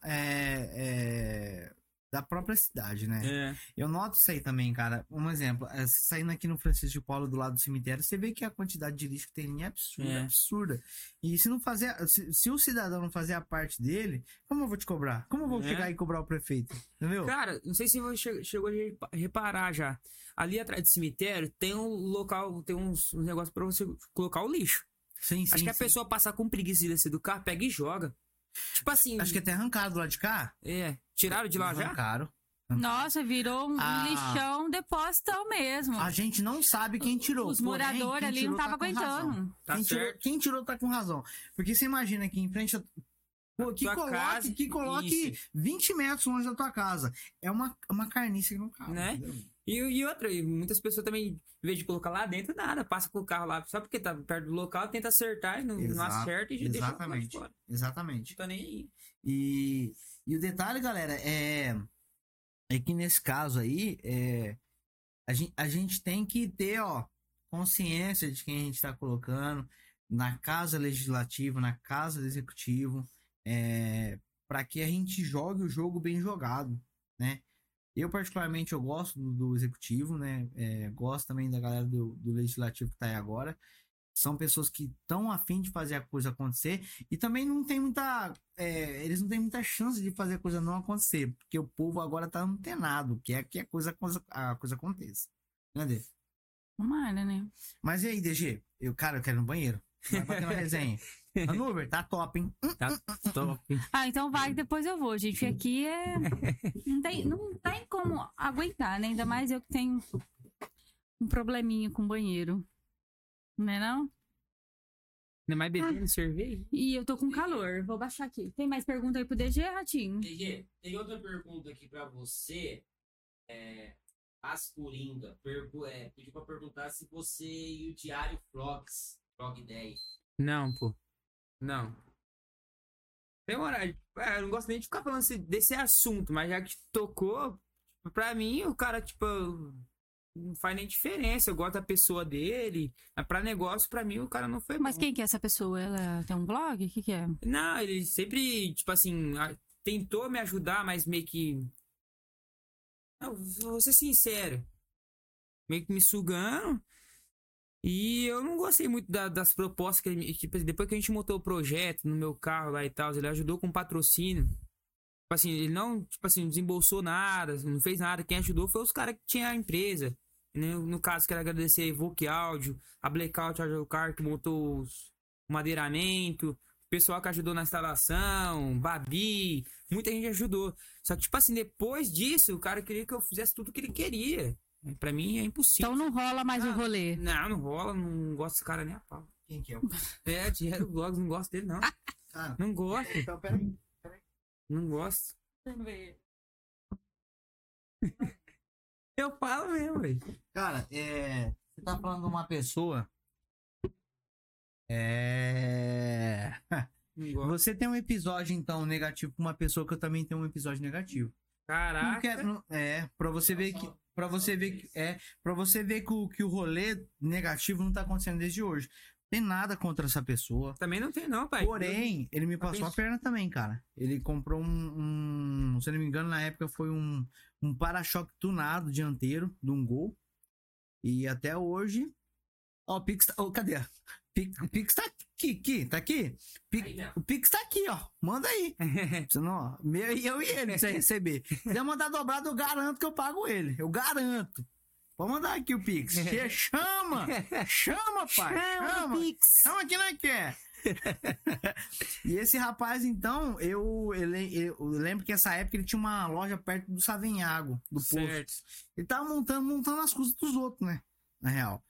é, é, da própria cidade, né?
É.
Eu noto isso aí também, cara. Um exemplo, é, saindo aqui no Francisco de Paulo, do lado do cemitério, você vê que a quantidade de lixo que tem ali é absurda,
É.
absurda. E se não fazer, se, se o cidadão não fazer a parte dele, como eu vou te cobrar? Como eu vou
É.
chegar e cobrar o prefeito? Entendeu?
Cara, não sei se você che- chegou a repa- reparar já. Ali atrás do cemitério tem um local, tem uns, uns negócios pra você colocar o lixo.
Sim, sim.
Acho que a
sim.
pessoa passar com preguiça de descer do carro, pega e joga. Tipo assim,
Acho que é até arrancaram do lado de cá.
é. Tiraram de lá
Eles
já?
Arrancaram.
Nossa, virou um
Ah.
lixão depositão mesmo.
A gente não sabe quem tirou.
Os
porém,
moradores
quem
ali
tirou
não tava
tá com razão.
aguentando.
Tá
quem, tirou,
certo.
quem tirou tá com razão. Porque você imagina aqui em frente. a- Pô, que
tua
coloque,
casa,
que coloque
isso.
20 metros longe da tua casa. É uma, uma carniça que não cabe.
Né?
entendeu?
E, e outra, e muitas pessoas também, em vez de colocar lá dentro, nada, passa com o carro lá, só porque tá perto do local, tenta acertar, e não, não
Exato,
acerta e já deixa o carro
exatamente.
fora.
Exatamente.
Não tá nem aí.
E, e o detalhe, galera, é, é que nesse caso aí, é, a, gente, a gente tem que ter ó, consciência de quem a gente está colocando na casa legislativa, na casa do executivo, para que a gente jogue o jogo bem jogado, né? Eu, particularmente, eu gosto do, do executivo, né? É, gosto também da galera do, do legislativo que tá aí agora. São pessoas que estão afim de fazer a coisa acontecer e também não tem muita. é, eles não têm muita chance de fazer a coisa não acontecer, porque o povo agora tá antenado, quer que a coisa, coisa- a coisa aconteça. Né, Dê?
Tomara, né?
Mas e aí, DG? Eu, cara, eu quero ir no banheiro. Vai bater uma resenha. Hanover, tá top, hein?
Top.
Ah, então vai que depois eu vou, gente. Porque aqui
*laughs*
é. Não tem, não tem como aguentar, né? Ainda mais eu que tenho um probleminha com banheiro. Não é não?
Ainda mais bebendo cerveja.
E eu tô com calor. Vou baixar aqui. Tem mais pergunta aí pro DG, Ratinho?
DG, tem outra pergunta aqui pra você. É, as Coringa pergu- é, pediu pra perguntar se você e o Diário Flox, Frog 10.
Não, pô. Não. Tem horário. É, eu não gosto nem de ficar falando esse- desse assunto, mas já que tocou, pra mim, o cara, tipo, não faz nem diferença. Eu gosto da pessoa dele. Mas pra negócio, pra mim, o cara não foi
Mas
bom.
quem que é essa pessoa? Ela tem um blog? O que, que é?
Não, ele sempre, tipo assim, a- tentou me ajudar, mas meio que. Eu vou ser sincero. Meio que me sugando. E eu não gostei muito da- das propostas que ele me. Tipo, assim, depois que a gente montou o projeto no meu carro lá e tal, ele ajudou com patrocínio. Tipo assim, ele não, tipo assim, desembolsou nada, não fez nada. Quem ajudou foi os caras que tinham a empresa. No, no caso, quero agradecer a Evoque Áudio, a Blackout Audio Car, que montou os- o madeiramento pessoal que ajudou na instalação, Babi, muita gente ajudou. Só que, tipo assim, depois disso, o cara queria que eu fizesse tudo que ele queria. Pra mim é impossível.
Então não rola mais o
Ah,
rolê.
Não, não rola, não gosto desse cara nem a pau.
Quem que é?
É, Diego *laughs* Vlogs, não gosto dele, não.
Ah,
Não gosto,
então peraí.
não
*laughs*
gosto. Eu falo mesmo, velho.
Cara, é, você tá falando de uma pessoa. É.
Não gosto.
Você tem um episódio, então, negativo com uma pessoa que eu também tenho um episódio negativo. Não quero-
Caraca.
não- é, pra você ver que. Pra você ver que. É, pra você ver que o, que o rolê negativo não tá acontecendo desde hoje. Tem nada contra essa pessoa.
Também não tem, não, pai.
Porém, ele me passou a
Talvez-
perna também, cara. Ele comprou um, um- se eu não me engano, na época foi um, um para-choque tunado dianteiro de um gol. E até hoje. Ó, o Pix tá. Ó, cadê? Pix, o Pix tá aqui, aqui, tá aqui? Pix-
Aí, né?
o Pix tá aqui, ó. Manda aí. Senão, ó, meu, e eu e ele pra você receber. Se eu mandar dobrado, eu garanto que eu pago ele. Eu garanto. Pode mandar aqui o Pix. Che- Chama! Chama, pai! Chama! Não, aqui não quer. e esse rapaz, então, eu, eu le- eu lembro que nessa época ele tinha uma loja perto do Savenhago, do posto.
Certo.
Ele tava montando, montando as coisas dos outros, né? Na real.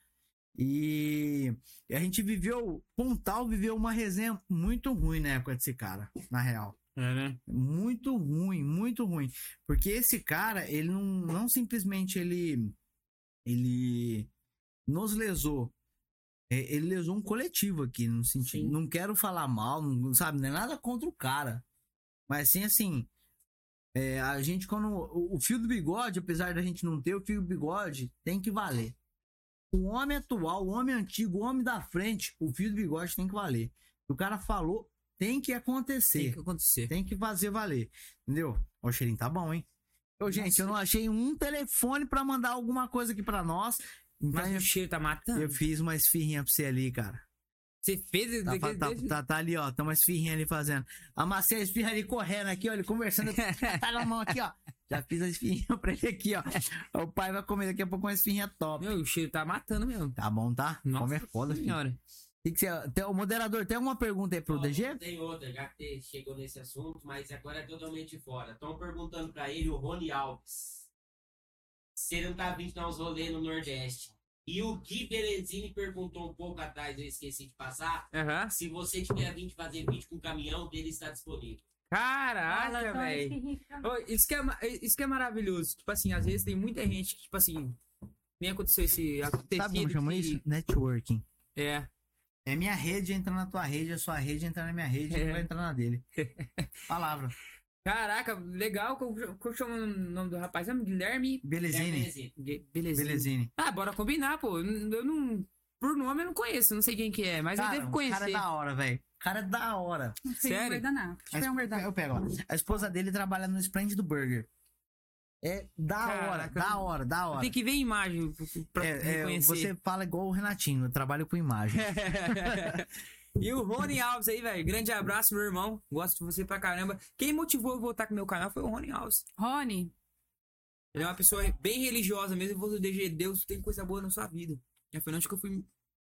E a gente viveu, Pontal viveu uma resenha muito ruim na época desse cara, na real.
É, né?
Muito ruim, muito ruim. Porque esse cara, ele não, não simplesmente ele, ele nos lesou. É, Ele lesou um coletivo aqui, no sentido.
Sim.
Não quero falar mal, não, sabe? Não é nada contra o cara. Mas sim, assim. é, a gente, quando. O, o fio do bigode, apesar da gente não ter, o fio do bigode tem que valer. O homem atual, o homem antigo, o homem da frente, o fio do bigode tem que valer. O cara falou, tem que acontecer.
Tem que acontecer.
Tem que fazer valer. Entendeu? Ó, o cheirinho tá bom, hein? Ô, gente, eu não achei um telefone pra mandar alguma coisa aqui pra nós. Então
Mas o
eu,
cheiro tá matando.
eu fiz uma esfirrinha pra você ali, cara.
Você fez
Tá,
daquele-
tá,
desse-
tá- tá ali, ó. Tá uma esfirrinha ali fazendo. Amassei a esfirra ali correndo aqui, ó. Ele conversando. tá na mão aqui, ó. Já fiz a esfirrinha *laughs* pra ele aqui, ó. O pai vai comer daqui a pouco uma esfirrinha top.
Meu, o cheiro tá matando mesmo.
Tá bom, tá?
Nossa
Como é foda, filho.
senhora.
Tem que ser- tem- o moderador, tem alguma pergunta aí pro
Não,
DG?
não Tem outra, já que chegou nesse assunto, mas agora é totalmente fora. Estão perguntando pra ele, o Rony Alves. Se ele não tá vindo dar uns rolês no Nordeste. E o Gui Berezini perguntou um pouco atrás, eu esqueci de passar.
Aham.
Se você tiver vindo fazer vídeo com caminhão, dele está disponível.
Caraca, velho. Ô, Isso que, é, ma- isso que é maravilhoso. Tipo assim, às vezes tem muita gente que, tipo assim, nem aconteceu esse acontecido.
Sabe como chama
que-
isso? Networking.
É.
É minha rede entra na tua rede, a sua rede entra na minha rede,
É.
e vai entrar na
*laughs*
dele. Palavra.
Caraca, legal. Como como chama o nome do rapaz? É Guilherme. É
Belezine.
Berezini.
Gue- Belezinha.
Belezine.
Ah, bora combinar, pô. Eu não- eu não. Por nome eu não conheço, não sei quem que é, mas eu
Cara,
devo
o cara é
conhecer.
da hora, velho. O cara é da hora.
Sério?
Sério?
A
Deixa eu
esp-
pegar um guardanapo.
Eu pego, ó. A esposa dele trabalha no Splendid Burger. É da
Caraca,
hora,
eu-
da hora, da hora.
Tem que ver a imagem pra
É, é,
reconhecer.
você fala igual o Renatinho, eu trabalho com imagem.
*laughs* e o Rony Alves aí, velho. Grande abraço, meu irmão. Gosto de você pra caramba. Quem motivou eu voltar com meu canal foi o Rony Alves.
Rony,
Ele é uma pessoa bem religiosa mesmo. Você DG, Deus tem coisa boa na sua vida. E foi onde que eu fui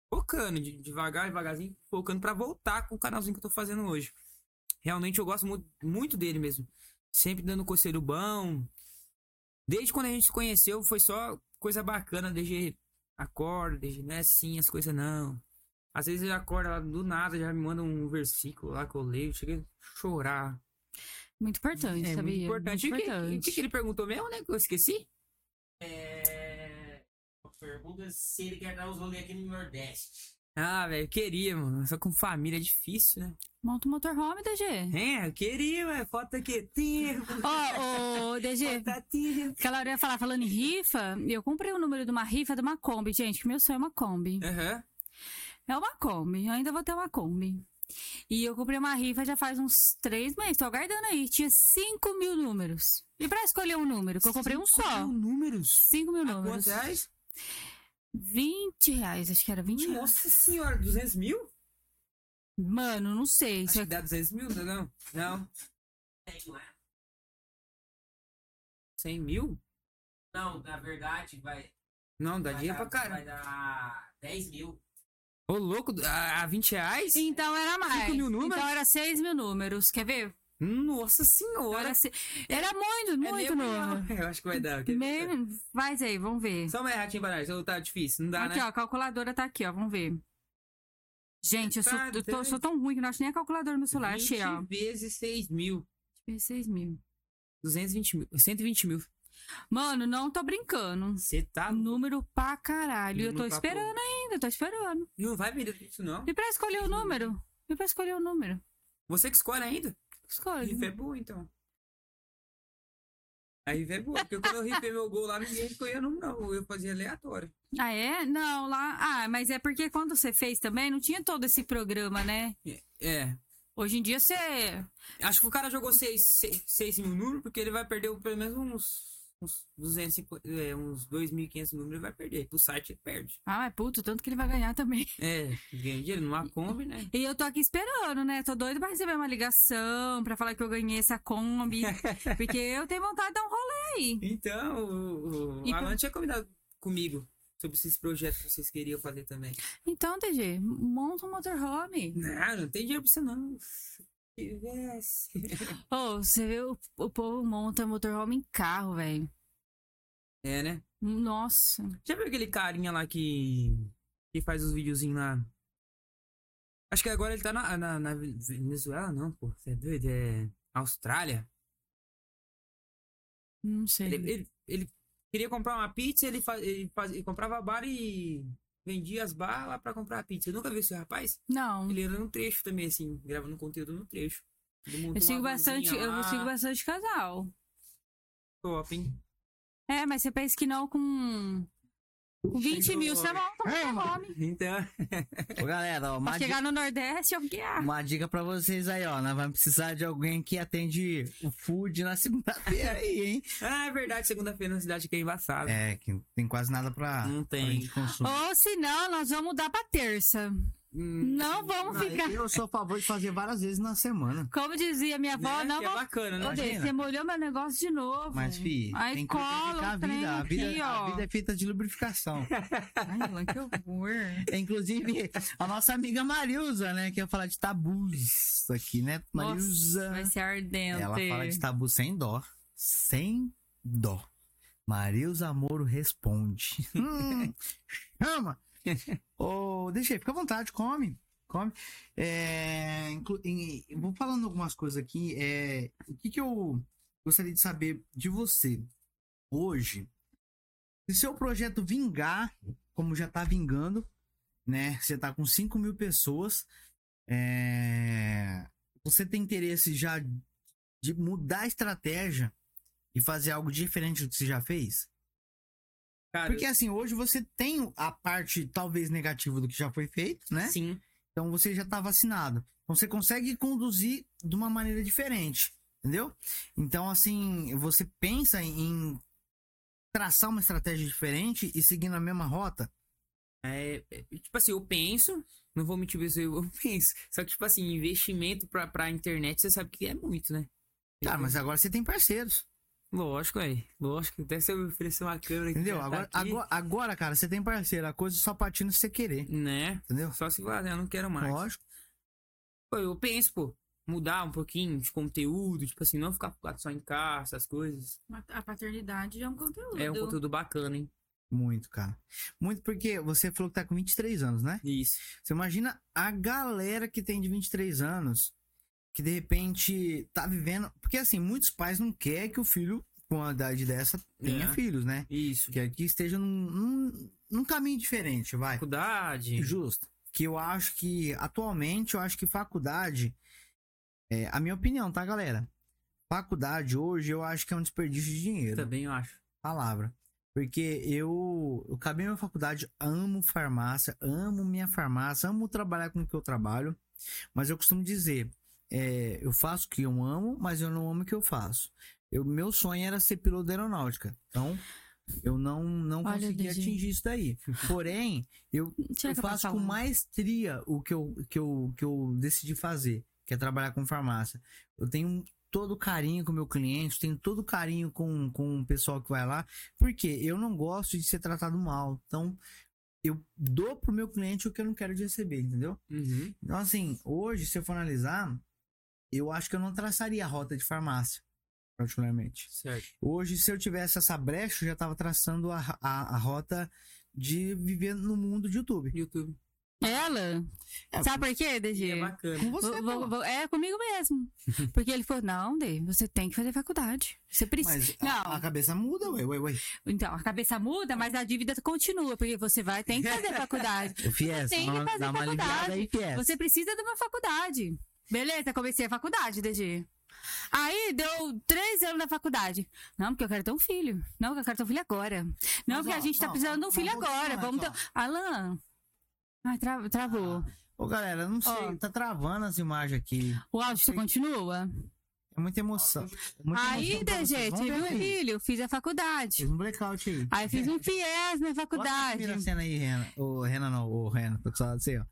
focando, de- devagar, devagarzinho, focando pra voltar com o canalzinho que eu tô fazendo hoje. Realmente eu gosto muito, muito dele mesmo. Sempre dando conselho bom. Desde quando a gente se conheceu, foi só coisa bacana. DG acorda, DG não é assim, as coisas não. Às vezes ele acorda lá do nada, já me manda um versículo lá que eu leio. Cheguei a chorar.
muito importante,
é
Então, sabia?
muito importante. E o que- e o que,
importante.
que ele perguntou mesmo, né? que Eu esqueci.
É... Pergunta se ele quer dar uns rolês aqui no Nordeste.
Ah, velho, eu queria, mano. Só com família é difícil, né?
Monta o motorhome,
*laughs*
DG.
É, eu queria, velho. Falta aqui. Tempo,
Ó, ô, DG,
falta tempo.
aquela hora eu ia falar, falando em rifa, eu comprei o número de uma rifa de uma Kombi, gente, que meu sonho é uma Kombi.
Aham.
É uma Kombi, eu ainda vou ter uma Kombi. E eu comprei uma rifa já faz uns três meses, tô aguardando aí. Tinha 5 mil números. E pra escolher um número? Que eu comprei um só.
números.
5 mil números.
Quantos reais?
20 reais, acho que era 20 reais.
Nossa senhora, 200 mil?
Mano, não sei.
Acho
Se
que
é...
dá 200 mil, não? é Não. não.
Tem lá.
100 mil?
Não, na verdade, vai.
Não, dá
vai
dinheiro
dar-
pra caramba.
Vai dar 10 mil.
Ô, louco, a, a 20 reais?
Então era mais.
mil números?
Então era 6 mil números. Quer ver?
Nossa
Então
senhora.
Era, se- era muito,
É
muito
meio
número.
milhão. *laughs* Eu acho que vai dar. ok?
Meio... Faz aí, vamos ver.
Só uma erradinha pra nós. Ou Tá difícil, não dá,
Aqui,
né?
ó, a calculadora tá aqui, ó. Vamos ver. Gente, eu sou,
Tá
eu tô-
doido.
sou tão ruim que não acho nem a calculadora no meu celular. Achei, ó.
20 vezes 6 mil.
6 mil.
220 mil. 120 mil.
Mano, não tô brincando.
Você tá...
Número pra caralho. eu tô
Número pra
esperando ainda, tô esperando.
Não vai vender tudo isso, não.
E pra escolher o número? E pra escolher o número?
Você que escolhe ainda?
Escolhe.
Rifa é boa, então. A Rifa é boa, porque quando eu rifei meu gol lá, ninguém escolhia número, não. Eu fazia aleatório.
Ah, é? Não, lá. Ah, mas é porque quando você fez também, não tinha todo esse programa, né?
É.
Hoje em dia você.
Acho que o cara jogou 6 mil números, porque ele vai perder pelo menos uns. Uns 250, é, uns 2.500 números ele vai perder. Pro site ele perde.
Ah, mas puto, tanto que ele vai ganhar também.
É, ganha dinheiro numa Kombi, né?
E eu tô aqui esperando, né? Tô doido pra receber uma ligação, pra falar que eu ganhei essa Kombi.
*laughs*
porque eu tenho vontade de dar um rolê aí.
Então, o, o
E
Alan
por-
tinha combinado comigo sobre esses projetos que vocês queriam fazer também.
Então, DG, monta um motorhome.
Não, não tem dinheiro pra você não. Se tivesse.
Ô, você vê o, o povo monta motorhome em carro, velho.
É, né?
Nossa.
Já viu aquele carinha lá que. que faz os videozinhos lá? Acho que agora ele tá na, na, na Venezuela, não, pô. Você é doido? É. Austrália?
Não sei.
Ele, ele, ele queria comprar uma pizza, ele, fa, ele, faz, ele comprava bar e vendia as barras lá pra comprar a pizza. Eu nunca vi esse rapaz?
Não.
Ele era no trecho também, assim, gravando conteúdo no trecho. Ele montou
Eu sigo
uma
bastante,
vanzinha
eu
lá,
sigo bastante casal.
Top, hein?
É, mas você pensa que não com com 20 mil, você monta um motorhome.
Então, *laughs*
Ô, galera, ó,
Pra
uma, di-
chegar no Nordeste, eu fiquei, ah,
uma dica pra vocês aí, ó. Nós vamos precisar de alguém que atende o food na *laughs* segunda-feira aí, hein?
ah, é verdade, segunda-feira na cidade que é embaçado.
É, que não tem quase nada pra,
Não
pra
tem.
gente consumir.
Ou se não, nós vamos mudar pra terça.
Hum,
Não vamos
Não,
ficar.
Eu sou a favor de fazer várias vezes na semana.
Como dizia minha avó,
né?
não
Que é
vamos.
bacana, né?
Ô, Dê,
imagina.
você molhou meu negócio de novo.
Mas, fi,
Aí
tem que
cola
lubrificar
o
a
trem
vida. A vida,
aqui,
a
ó.
vida é feita de lubrificação. *laughs*
Ai, Alan, que horror.
Inclusive, a nossa amiga Marilza, né? Que ia falar de tabus aqui, né? Marilza.
Nossa, vai ser ardente.
Ela fala de tabu sem dó. Sem dó. Marilza Moro responde. *laughs* Hum, Chama! Ô, deixa aí, fica à vontade, come. Come. É, inclu- em- eu vou falando algumas coisas aqui. é, o que, que eu gostaria de saber de você hoje? Se seu projeto vingar, como já tá vingando, né? Você tá com 5 mil pessoas. é, você tem interesse já de mudar a estratégia e fazer algo diferente do que você já fez?
Cara,
Porque assim, hoje você tem a parte talvez negativa do que já foi feito, né?
Sim.
Então você já tá vacinado. Então você consegue conduzir de uma maneira diferente, entendeu? Então assim, você pensa em traçar uma estratégia diferente e seguir na mesma rota?
É, é, tipo assim, eu penso, não vou mentir pra você, eu *laughs* penso. Só que, tipo assim, investimento pra, pra internet, você sabe que é muito, né?
Cara, Tá, mas agora você tem parceiros,
Lógico, aí. Lógico. Até se eu me oferecer uma câmera aqui,
entendeu?
tá
Agora,
aqui,
agora, agora, cara, você tem parceiro. A coisa só patina se você querer,
Né?
entendeu?
Só se valer, eu não quero mais.
Lógico.
Pô, eu penso, pô, mudar um pouquinho de conteúdo, tipo assim, não ficar focado só em casa, essas coisas.
A paternidade é um conteúdo.
É um conteúdo bacana, hein?
Muito, cara. Muito porque você falou que tá com 23 anos, né?
Isso.
Você imagina a galera que tem de 23 anos que de repente tá vivendo. Porque assim, muitos pais não querem que o filho, com a idade dessa, tenha
É.
filhos, né?
Isso.
Quer que esteja num, num, num caminho diferente, vai.
Faculdade.
Justo. que eu acho que, atualmente, eu acho que faculdade, é, a minha opinião, tá, galera? Faculdade hoje eu acho que é um desperdício de dinheiro.
Também eu acho.
palavra. Porque eu, eu acabei minha faculdade, amo farmácia, amo minha farmácia, amo trabalhar com o que eu trabalho. Mas eu costumo dizer, é, eu faço o que eu amo, mas eu não amo o que eu faço. Eu, meu sonho era ser piloto da aeronáutica. Então, eu não, não
Olha,
consegui
DG.
atingir isso daí. Porém, eu, eu
Tira pra
faço com
falar.
maestria o que eu, que, eu, que eu decidi fazer, que é trabalhar com farmácia. Eu tenho um todo carinho com o meu cliente, tenho todo carinho com, com o pessoal que vai lá, porque eu não gosto de ser tratado mal. Então, eu dou pro meu cliente o que eu não quero de receber, entendeu?
Uhum.
Então, assim, hoje, se eu for analisar, eu acho que eu não traçaria a rota de farmácia, particularmente.
Certo.
Hoje, se eu tivesse essa brecha, eu já tava traçando a, a, a rota de viver no mundo de YouTube.
YouTube.
Ela?
É,
Sabe por quê, DG?
É bacana.
Com você,
Vou-
pô.
vou- vou- é
*laughs*
comigo mesmo. Porque ele falou: não, Dê, você tem que fazer faculdade. Você precisa.
Mas a-
Não.
a, cabeça muda, ué, ué, ué.
Então, a cabeça muda, mas a dívida continua, porque você vai, tem que
*laughs*
fazer faculdade.
O Fies,
Tem que
dá uma-
fazer
dá uma aliviada aí, Fies.
Você precisa de uma faculdade. Beleza, comecei a faculdade, DG. Aí deu três anos na faculdade. Não, porque eu quero ter um filho. Não, porque eu quero ter um filho agora. Não,
Mas,
porque
ó,
a gente tá
ó,
precisando de um
mas
filho
vou te
agora.
falar
Vamos
aqui,
ter. Alan. Ai, tra- travou.
Ô, galera, não sei,
Ó.
tá travando as imagens aqui.
O áudio tu continua?
É muita emoção. É muita
Aí,
emoção pra
DG,
vocês. Vamos
tive
ver
um
aqui.
filho, fiz a faculdade.
Fiz um blackout aí.
Aí fiz um FIES na
Bota a
faculdade.
primeira cena aí, Renan. Ô, Renan não, ô, Renan, tô com saudade de você, ó.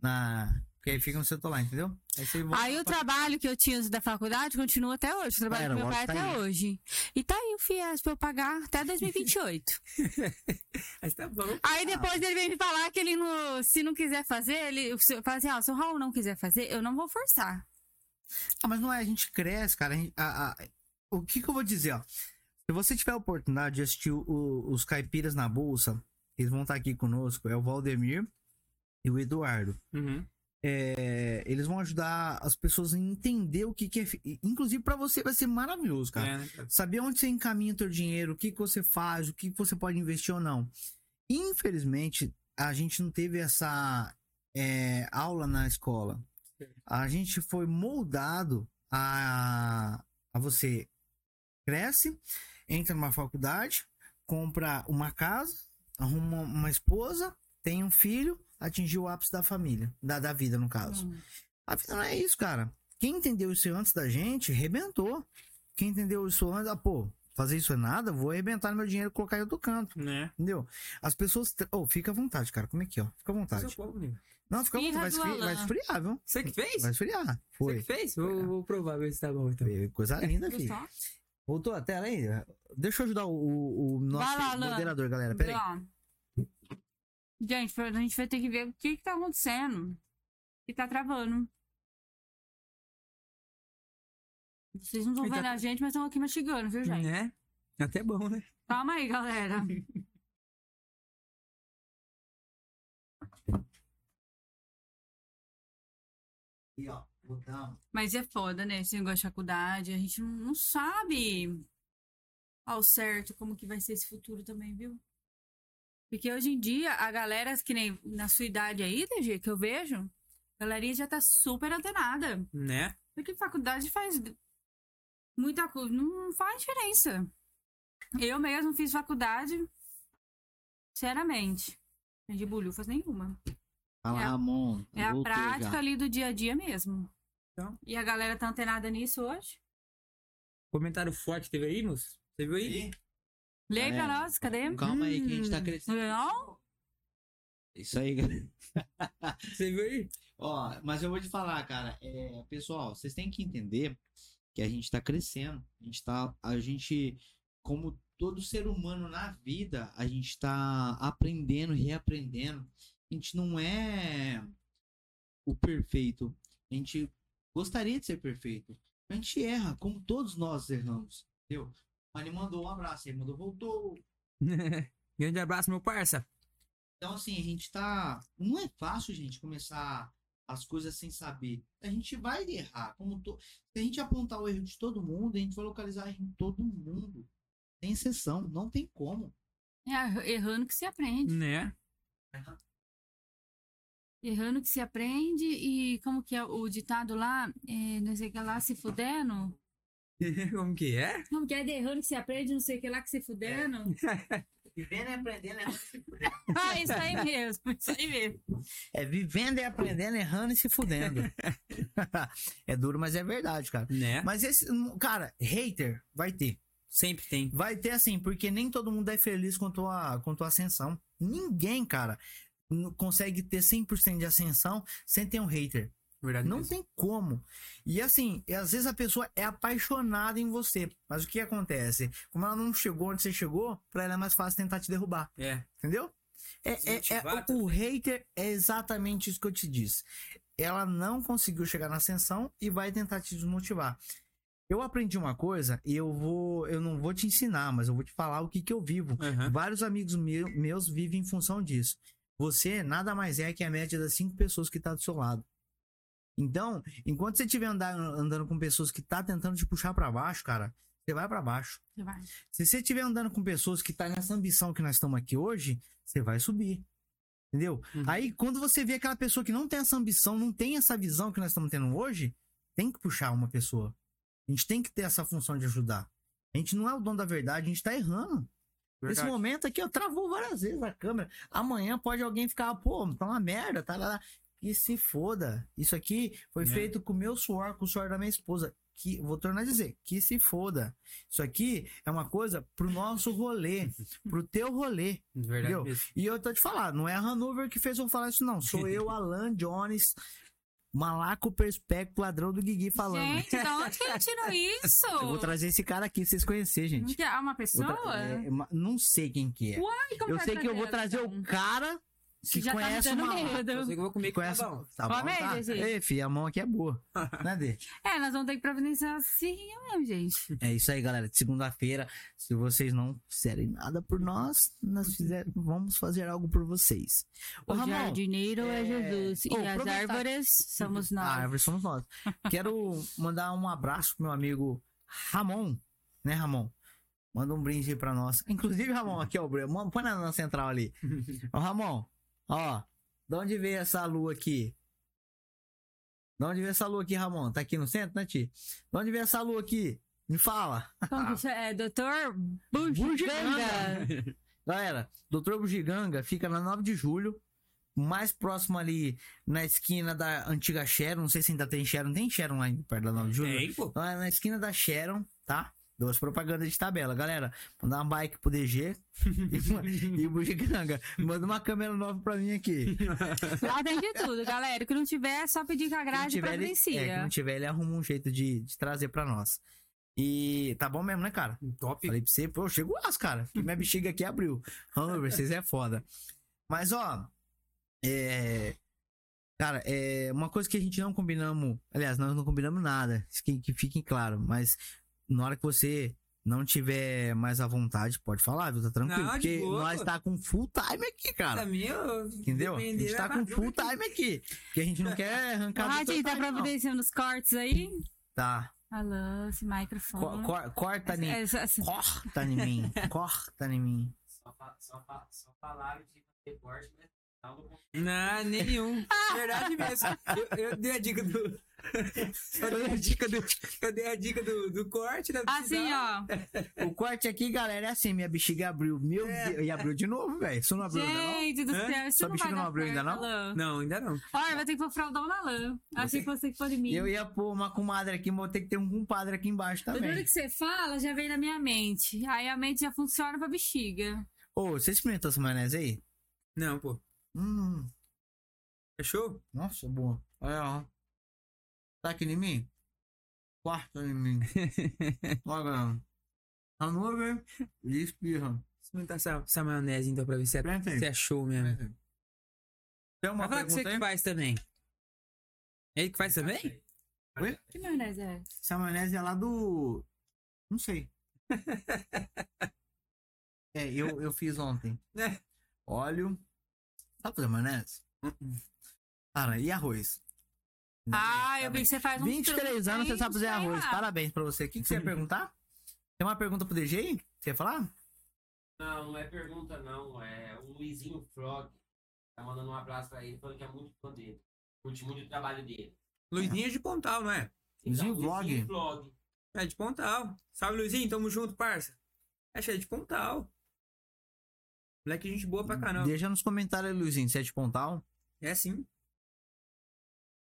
Na... Porque aí fica no seu celular, entendeu? Aí você volta
Aí o
pra-
trabalho que eu tinha da faculdade continua até hoje. Eu trabalho
Pera,
com meu
agora
pai é
tá
até
aí.
hoje. E tá aí o FIES pra eu pagar até 2028.
Mas tá bom.
aí depois ele vem me falar que ele não, se não quiser fazer, ele se- fala assim: ah, se o Raul não quiser fazer, eu não vou forçar.
Ah, mas não é, a gente cresce, cara. a gente- a- a- o que que eu vou dizer, ó? Se você tiver a oportunidade de assistir o- o- os Caipiras na Bolsa, eles vão estar aqui conosco, é o Valdemir e o Eduardo.
Uhum.
É, eles vão ajudar as pessoas a entender o que, que é. fi- Inclusive, pra você vai ser maravilhoso, cara.
É, né, cara?
Saber onde você encaminha o teu dinheiro, o que, que você faz, o que, que você pode investir ou não. Infelizmente, a gente não teve essa é, aula na escola. A gente foi moldado a, a você cresce, entra numa faculdade, compra uma casa, arruma uma esposa, tem um filho, atingiu o ápice da família, da, da vida, no caso.
Hum,
A vida não é isso, cara. Quem entendeu isso antes da gente, rebentou. Quem entendeu isso antes, ah, pô, fazer isso é nada, vou arrebentar no meu dinheiro e colocar em outro canto.
Né?
Entendeu? As pessoas. tra- Ô, fica à vontade, cara. Como é que, ó? Fica à
Seu
vontade.
povo, amigo.
Não, fica à vontade. Vai,
Esfirra
esfri...
do
vai
Alan.
esfriar, viu?
Você que fez?
Vai esfriar.
Você
Foi.
que fez? Vou, vou provar, ver se tá bom então.
Coisa linda, filho.
Gostou?
Voltou a tela aí? Deixa eu ajudar o, o- o nosso
Vai lá, Alan.
moderador, galera. Pera aí.
Ó. Gente, a gente vai ter que ver o que, que tá acontecendo. Que tá travando. Vocês não estão
Eita.
vendo a gente, mas estão aqui mastigando, viu, gente?
Né? Até bom, né?
Calma aí, galera.
*laughs* Aqui, ó. Botão.
Mas é foda, né? Esse negócio de faculdade, a gente não- não sabe ao certo como que vai ser esse futuro também, viu? Porque hoje em dia, a galera que nem na sua idade aí, DG, que eu vejo, a galeria já tá super antenada.
Né?
Porque faculdade faz muita coisa, não faz diferença. Eu mesmo fiz faculdade, sinceramente, de bolhufas nenhuma.
Fala,
É a-
Ramon.
É a
Voltou já.
prática ali do dia a dia mesmo.
Então.
E a galera tá antenada nisso hoje?
Comentário forte teve aí, moço? Você viu aí?
Lê aí pra
Galera,
nós, cadê?
É. Calma aí, que a gente tá
Hum.
crescendo.
Não?
Isso aí, galera.
Você viu aí? *laughs*
Ó, mas eu vou te falar, cara. é, pessoal, vocês têm que entender que a gente tá crescendo. A gente tá. A gente, como todo ser humano na vida, a gente tá aprendendo, reaprendendo. A gente não é o perfeito. A gente gostaria de ser perfeito. A gente erra, como todos nós erramos. Entendeu? Mas ele mandou um abraço, ele mandou, voltou,
Grande abraço, meu parça.
Então, assim, a gente tá. Não é fácil, gente, começar as coisas sem saber. A gente vai errar. Como to... Se a gente apontar o erro de todo mundo, a gente vai localizar erro em todo mundo. Sem exceção. Não tem como. Hum.
É errando que se aprende.
Né?
Errando que se aprende e como que é o ditado lá, é, não sei o que lá, se fudendo.
*laughs* Como que é?
Como que é de errando que se aprende, não sei o que lá, que se fudendo.
Vivendo e aprendendo é
*laughs* Ah, isso aí mesmo, isso aí mesmo.
É vivendo e aprendendo, errando e se fudendo. *laughs* é duro, mas é verdade, cara.
Né?
Mas esse, cara, hater vai ter.
Sempre tem.
Vai ter assim, porque nem todo mundo é feliz com tua, com tua ascensão. Ninguém, cara, n- consegue ter 100% de ascensão sem ter um hater.
Verdade.
Não
É mesmo.
tem como. E assim, e às vezes a pessoa é apaixonada em você. Mas o que acontece? Como ela não chegou onde você chegou, pra ela é mais fácil tentar te derrubar.
É.
Entendeu? É, é- é-
Desmotivar
o, o hater é exatamente isso que eu te disse. Ela não conseguiu chegar na ascensão e vai tentar te desmotivar. Eu aprendi uma coisa e eu vou, eu não vou te ensinar, mas eu vou te falar o que, que eu vivo.
Aham.
Vários amigos meu- meus vivem em função disso. Você nada mais é que a média das cinco pessoas que tá do seu lado. Então, enquanto você estiver andar- andando com pessoas que tá tentando te puxar pra baixo, cara, você vai pra baixo.
Vai.
Se você estiver andando com pessoas que tá nessa ambição que nós estamos aqui hoje, você vai subir. Entendeu?
Uhum.
Aí, quando você vê aquela pessoa que não tem essa ambição, não tem essa visão que nós estamos tendo hoje, tem que puxar uma pessoa. A gente tem que ter essa função de ajudar. A gente não é o dono da verdade, a gente tá errando. Nesse
Verdade.
momento aqui, ó, travou várias vezes a câmera. Amanhã pode alguém ficar, pô, tá uma merda, tá lá. lá. E se foda. Isso aqui foi
É.
feito com o meu suor, com o suor da minha esposa. Que, vou tornar a dizer, que se foda. Isso aqui é uma coisa pro nosso rolê, pro teu rolê.
Verdade
Entendeu?
mesmo.
E eu tô te falando, não é a Hanover que fez eu falar isso, não. Sou eu, Alan Jones, malaco perspecto, ladrão do Guigui falando.
Gente, da onde que ele tirou isso?
Eu vou trazer esse cara aqui pra vocês conhecerem, gente.
Ah, uma
Vou tra-
pessoa?
é, é uma- não sei quem que é.
Uai, como
Eu
tá
sei que eu vou
trazendo,
trazer o
então?
cara que
Já tá me
conhece
dando
uma. assim.
Eu
medo.
sei que eu vou comer
Que
com cada
conhece...
um.
Tá
Ó,
bom, tá?
merda, gente.
Ei, filho, a mão aqui é boa. né, Dê?
É, nós vamos ter que providenciar assim mesmo, gente.
É isso aí, galera. De Segunda-feira, se vocês não fizerem nada por nós, nós fizer... vamos fazer algo por vocês. Ô,
O
Ramon,
jardineiro é,
é-
Jesus
Ô,
e as
aproveitar-
árvores somos
a
nós.
árvore Ah, somos nós. Quero mandar um abraço pro meu amigo Ramon, né, Ramon? Manda um brinde aí pra nós. Inclusive, Ramon, aqui, ó, o brinde. Mano, põe na, na central ali. Ô, Ramon, ó, de onde veio essa lua aqui? De onde veio essa lua aqui, Ramon? Tá aqui no centro, né, Ti? De onde veio essa lua aqui? Me fala.
Como que chama? É, doutor
Bugiganga.
Bugiganga.
*laughs* Galera, Doutor Bugiganga fica na 9 de julho, mais próximo ali na esquina da antiga Sharon. Não sei se ainda tem Sharon. Tem Sharon lá em- perto da 9 de julho?
Tem, pô.
Lá na esquina da Sharon, tá? Duas propagandas de tabela. Galera, mandar uma bike pro DG e, *laughs* e o Bugiganga. Manda uma câmera nova pra mim aqui.
Lá tem de tudo, galera. O que não tiver, é só pedir que a
Quem
grade
tiver, ele, é,
providencia.
quem tiver, ele arruma um jeito de, de trazer pra nós. E tá bom mesmo, né, cara?
Um Top.
Falei pra você, pô, eu chego lá, cara. Que minha bexiga aqui abriu. *laughs* Hanover, vocês é foda. Mas, ó, é. Cara, é uma coisa que a gente não combinamos. Aliás, nós não combinamos nada. isso Que, que fique claro. Mas na hora que você não tiver mais à vontade, pode falar, viu? Tá tranquilo.
Não, de
porque
boa,
nós
pô. Tá
tá com full time aqui, cara.
Também eu-
Entendeu? A
depender,
gente tá
vai
com
bater
full
um pouquinho.
time aqui. Porque a gente não
*laughs*
quer arrancar
Ah,
do teu
gente, tá
time, não.
providenciando os cortes aí?
Tá.
Alô, esse
Co-
Uhum.
microfone.
cor- corta
é
em mim.
Essa- essa-
Corta em mim.
*laughs*
Corta em mim.
Só, fa- só, fa- só falaram de recorte, né? Tá mas não vou
*laughs*
Não, nenhum. Verdade mesmo. Eu, eu dei a dica do. *laughs* Eu dei a dica do. Eu dei a dica do, do corte, né?
Assim, ó.
O corte aqui, galera, é assim, minha bexiga abriu. Meu Deus, e abriu de novo, velho. Isso não abriu ainda, não?
Gente do
Hã?
céu, isso
Sua
não
bexiga
vai
não
dar
abriu ainda,
certo,
não?
Alô.
Não, ainda não.
Olha, vai ter que pôr fraldão na lã. Achei que você que pôr em mim.
Eu ia pôr uma comadre aqui, mas vou ter que ter um compadre aqui embaixo
Tudo
também.
que você fala já vem na minha mente. Aí a mente já funciona pra bexiga.
Ô, você experimentou essa maionese aí?
Não, pô.
Hum,
Fechou?
nossa, boa. Olha É, ó. Tá aqui em mim? Quarta em *laughs* mim. Olha, galera. Hanover e espirra.
Experimentar essa, essa maionese então pra ver se é,
Vem, vem.
se é show mesmo.
Tem uma
Mas fala que você
pergunta
que
aí?
faz também. Ele que faz também?
Que maionese é? essa?
Essa maionese é lá do... Não sei. *laughs* é, eu, eu fiz ontem.
É.
Óleo. Sabe fazer maionese? Cara, e arroz?
Ah, eu vi
vi.
que você faz um
23 anos você sabe fazer arroz.
Para.
Parabéns pra você. O que, que você ia perguntar? Tem uma pergunta pro DG aí? Você ia falar?
Não, não é pergunta, não. É o Luizinho Frog. Tá mandando um abraço pra ele, falando que é muito fã dele. Curte muito o trabalho dele. Então,
Luizinho é de Pontal, não é?
Luizinho
Luizinho
Vlog.
Vlog.
É de Pontal. Salve, Luizinho. Tamo junto, parça. Acho que é de Pontal. Moleque, gente boa pra caramba.
Deixa nos comentários aí, Luizinho, Sete Pontal.
É sim.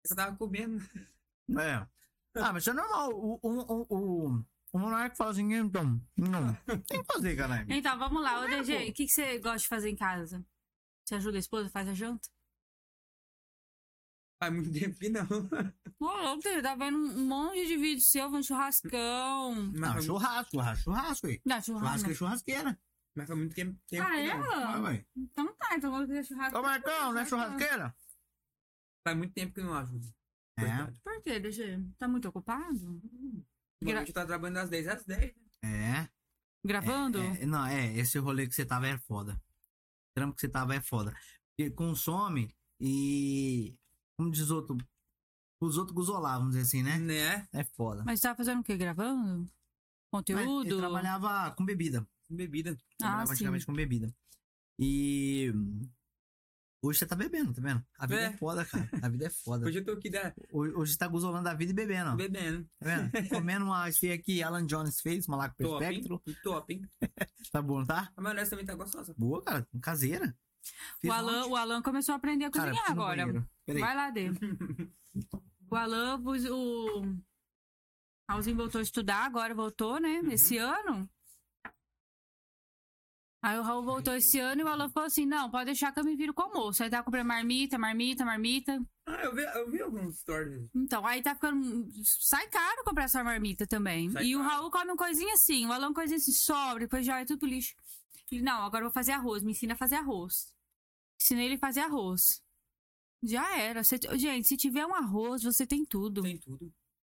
Eu tava comendo.
É. Ah, mas isso é normal. O, o, o, o, o monarca fala assim, então, não. Tem que fazer, caralho.
*laughs* Então, vamos
Tá
lá. Ô, DG, o que, que você gosta de fazer em casa? Você ajuda a esposa, faz a janta?
Faz muito tempo
*laughs*
que não.
Ô, louco, DG, tá vendo um monte de vídeo seu, um churrascão.
Não,
Mas,
Ah,
foi,
churrasco, churrasco, churrasco aí.
Não, churrasco.
Churrasco é churrasqueira.
mas faz muito tempo, tempo
Ah,
que
é?
não.
Vai, vai.
Então tá, então vamos fazer churrasco.
Ô, Marcão, não é churrasqueira?
Faz muito tempo que não ajuda.
É,
Por quê, DG? Tá muito ocupado? Gra-
Normalmente eu tava tá trabalhando das 10 às 10.
é.
Gravando?
É, não, é, esse rolê que você tava é foda. O trampo que você tava é foda. Porque consome e. Como diz outro. Os outros gozolavam, vamos dizer assim, né?
Né?
É foda.
Mas você tava fazendo o quê? Gravando?
Mas
Conteúdo?
Ele trabalhava com bebida.
Bebida.
Ah,
Trabalhava
sim.
antigamente com bebida. E. Hoje você tá bebendo, tá vendo? A vida é,
É.
foda, cara. A vida é foda.
Hoje eu tô aqui da...
Hoje, hoje você tá gozolando a vida e bebendo, ó.
bebendo.
Tá vendo? Comendo uma esfia que Alan Jones fez, uma Laco
Top, hein?
Espectro.
Top, hein?
Tá bom, tá?
A maionese também tá gostosa.
Boa, cara. Caseira. Fiz
O
um
Alan, o Alan começou a aprender a
Cara,
cozinhar
preciso ir no
agora.
banheiro. Peraí.
Vai lá, Dê.
*laughs*
o Alan, pus- o Alzinho voltou a estudar, agora voltou, né?
Uhum.
Esse ano. Aí o Raul voltou esse ano e o Alan falou assim: não, pode deixar que eu me viro com o almoço. Aí tá comprando marmita, marmita, marmita.
Ah, eu vi, eu vi alguns stories.
Então, aí tá ficando. Sai caro comprar essa marmita também.
Sai
e o
caro.
Raul come uma coisinha assim, o Alan uma coisinha assim, sobra, depois joga tudo pro lixo. Ele, não, agora eu vou fazer arroz, me ensina a fazer arroz. Ensinei ele a fazer arroz. Já era. Você- Gente, se tiver um arroz, você tem tudo. Tem,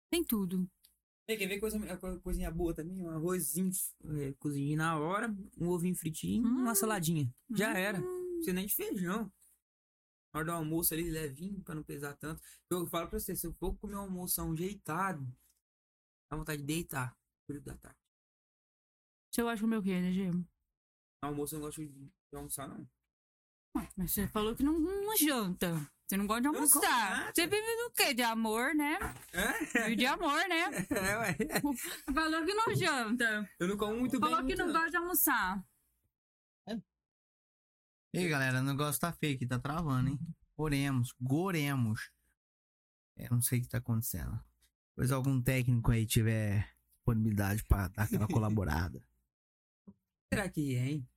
Tem tudo.
tudo.
Ei, quer ver coisa, co- coisinha boa também? Um arrozinho é, cozinho na hora, um ovinho fritinho,
Hum.
uma saladinha. Já era. Não precisa nem de feijão. Na hora do almoço ali, levinho, pra não pesar tanto. Eu falo pra você, se eu for comer um almoção jeitado, dá vontade de deitar. Período da tarde.
Você gosta de comer o quê, né, Gemo?
No almoço eu não gosto de de almoçar, não.
Mas você falou que não, não janta. Você não gosta de
não como
almoçar.
nada.
Você vive do quê? De amor, né?
É,
Vive de amor, né?
*laughs* é, ué.
Falou que não janta.
Eu não como muito
Falou
bem.
que
então.
não
muito,
gosta de almoçar.
Ei, galera, o negócio tá feio aqui, tá travando, hein? Oremos, goremos. É, não sei o que tá acontecendo. Pois algum técnico aí tiver disponibilidade pra dar
*laughs*
aquela colaborada.
Será que é, hein?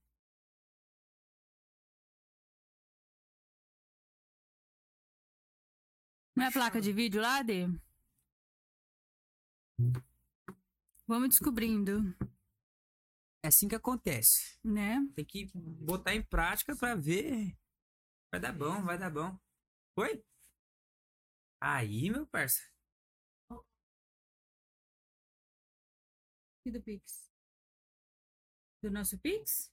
Não é a placa de vídeo lá, Dê? Vamos descobrindo,
É assim que acontece.
né?
Tem que botar em prática pra ver. Vai dar bom, vai dar bom. Foi? Aí, meu parça.
E do Pix? Do nosso Pix?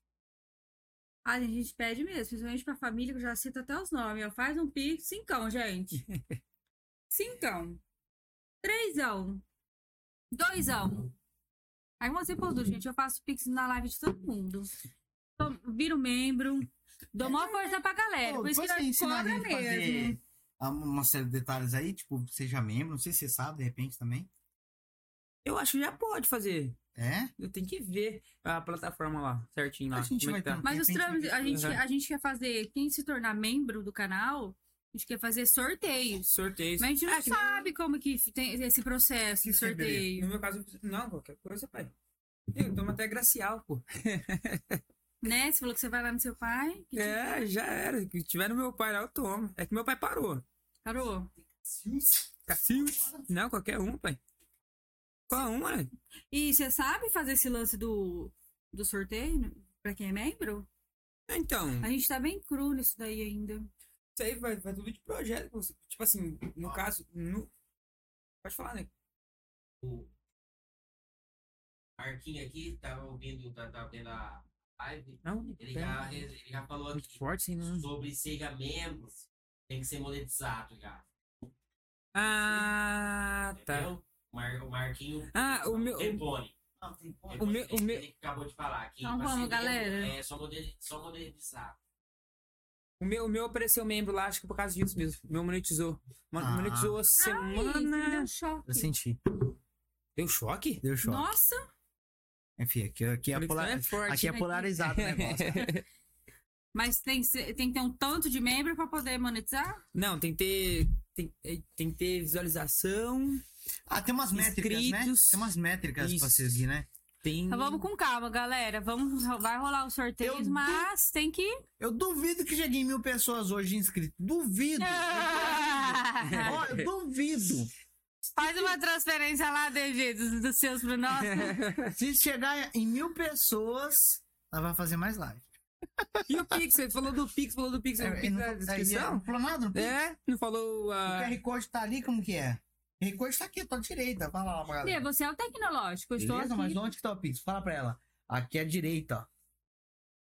Ah, a gente pede mesmo, principalmente pra família, que eu já cito até os nomes. ó. Faz um Pix,
*laughs*
cincão, gente. cincão. Trêsão. Doisão. Aí você por tudo, gente. Eu faço Pix na live de todo mundo. Então, Viro membro. Dou maior força pra galera.
É, Pô,
É, Por isso que
depois você ensina
nós
a
cobra
gente a
mesmo.
fazer ah, uma série de detalhes aí, tipo, seja membro, não sei se você sabe, de repente também.
Eu acho que já pode fazer.
É?
Eu tenho que ver a plataforma lá, certinho lá.
A gente
como é que
vai
tá.
ter
Mas
De
os
repente,
trâmites, a gente,
Uhum.
a gente quer fazer, quem se tornar membro do canal, a gente quer fazer sorteios.
Sorteio.
Mas a gente não
Ah, que-
sabe como que tem esse processo de
É, Que fevereiro.
sorteio,
No meu caso, eu fiz- não, qualquer coisa, pai. Eu tomo até gracial, pô.
né? Você falou que você vai lá no seu pai. Que te-
É, já era. Se tiver no meu pai lá, eu tomo. É que meu pai parou.
Parou.
Cacil. Não, qualquer um, pai. Qual uma, né?
E você sabe fazer esse lance do, do sorteio pra quem é membro?
Então,
A gente tá bem cru nisso daí ainda.
isso aí vai, vai tudo de projeto. com você. Tipo assim, no caso, no... pode falar, né?
O Marquinho aqui, tava ouvindo, tá- tava vendo a live.
Não, né?
Ele já, ele já falou aqui
forte, sim, né?
sobre seja membro, tem que ser monetizado já.
Ah, tá.
Entendeu? O Mar- o Marquinho.
Ah, o meu-
Rebone.
O meu- o meu-
Ele é um- acabou de falar aqui.
Então
pra
vamos,
ser membro,
galera.
É só, modeli- só monetizar.
O meu, o meu apareceu membro lá, acho que por causa disso mesmo. O meu monetizou. Mon-
Ah.
Monetizou a
Ai, me
semana.
deu um choque.
Eu senti.
Deu choque?
Deu né? Assim, choque.
Nossa,
Enfim, aqui, aqui, é,
Conexão
polar...
é forte.
aqui é
né?
polarizado o
*laughs*
negócio.
mas tem que, ser- tem que ter um tanto de membro pra poder monetizar?
*laughs* Não, tem que ter. Tem, é, tem que ter visualização.
Ah, tem umas métricas, né?
Inscritos.
Tem umas métricas
Isso.
pra seguir, né?
Tem.
Então vamos com calma, galera. Vamos, vai rolar os sorteios,
Eu
mas tem que.
Eu duvido que cheguei em mil pessoas hoje inscritas. Duvido!
Ah.
Ó, eu duvido!
*laughs* Faz uma transferência lá, DG, dos, dos seus pro nosso.
Se chegar em mil pessoas, ela vai fazer mais live.
*laughs* E o Pix? Você falou do Pix, falou do Pix,
É,
falou
e
do Pix
não-
na
aí, não
descrição?
falou nada? Não-
É, não falou
O
a. *laughs*
QR Code tá ali, como que é? O QR Code tá aqui, tá à direita. Fala lá pra
*laughs* Lê,
galera.
você é o tecnológico. Eu estou
Beleza? Mas
aqui.
onde que tá o Pix? Fala pra ela. Aqui é à direita, ó.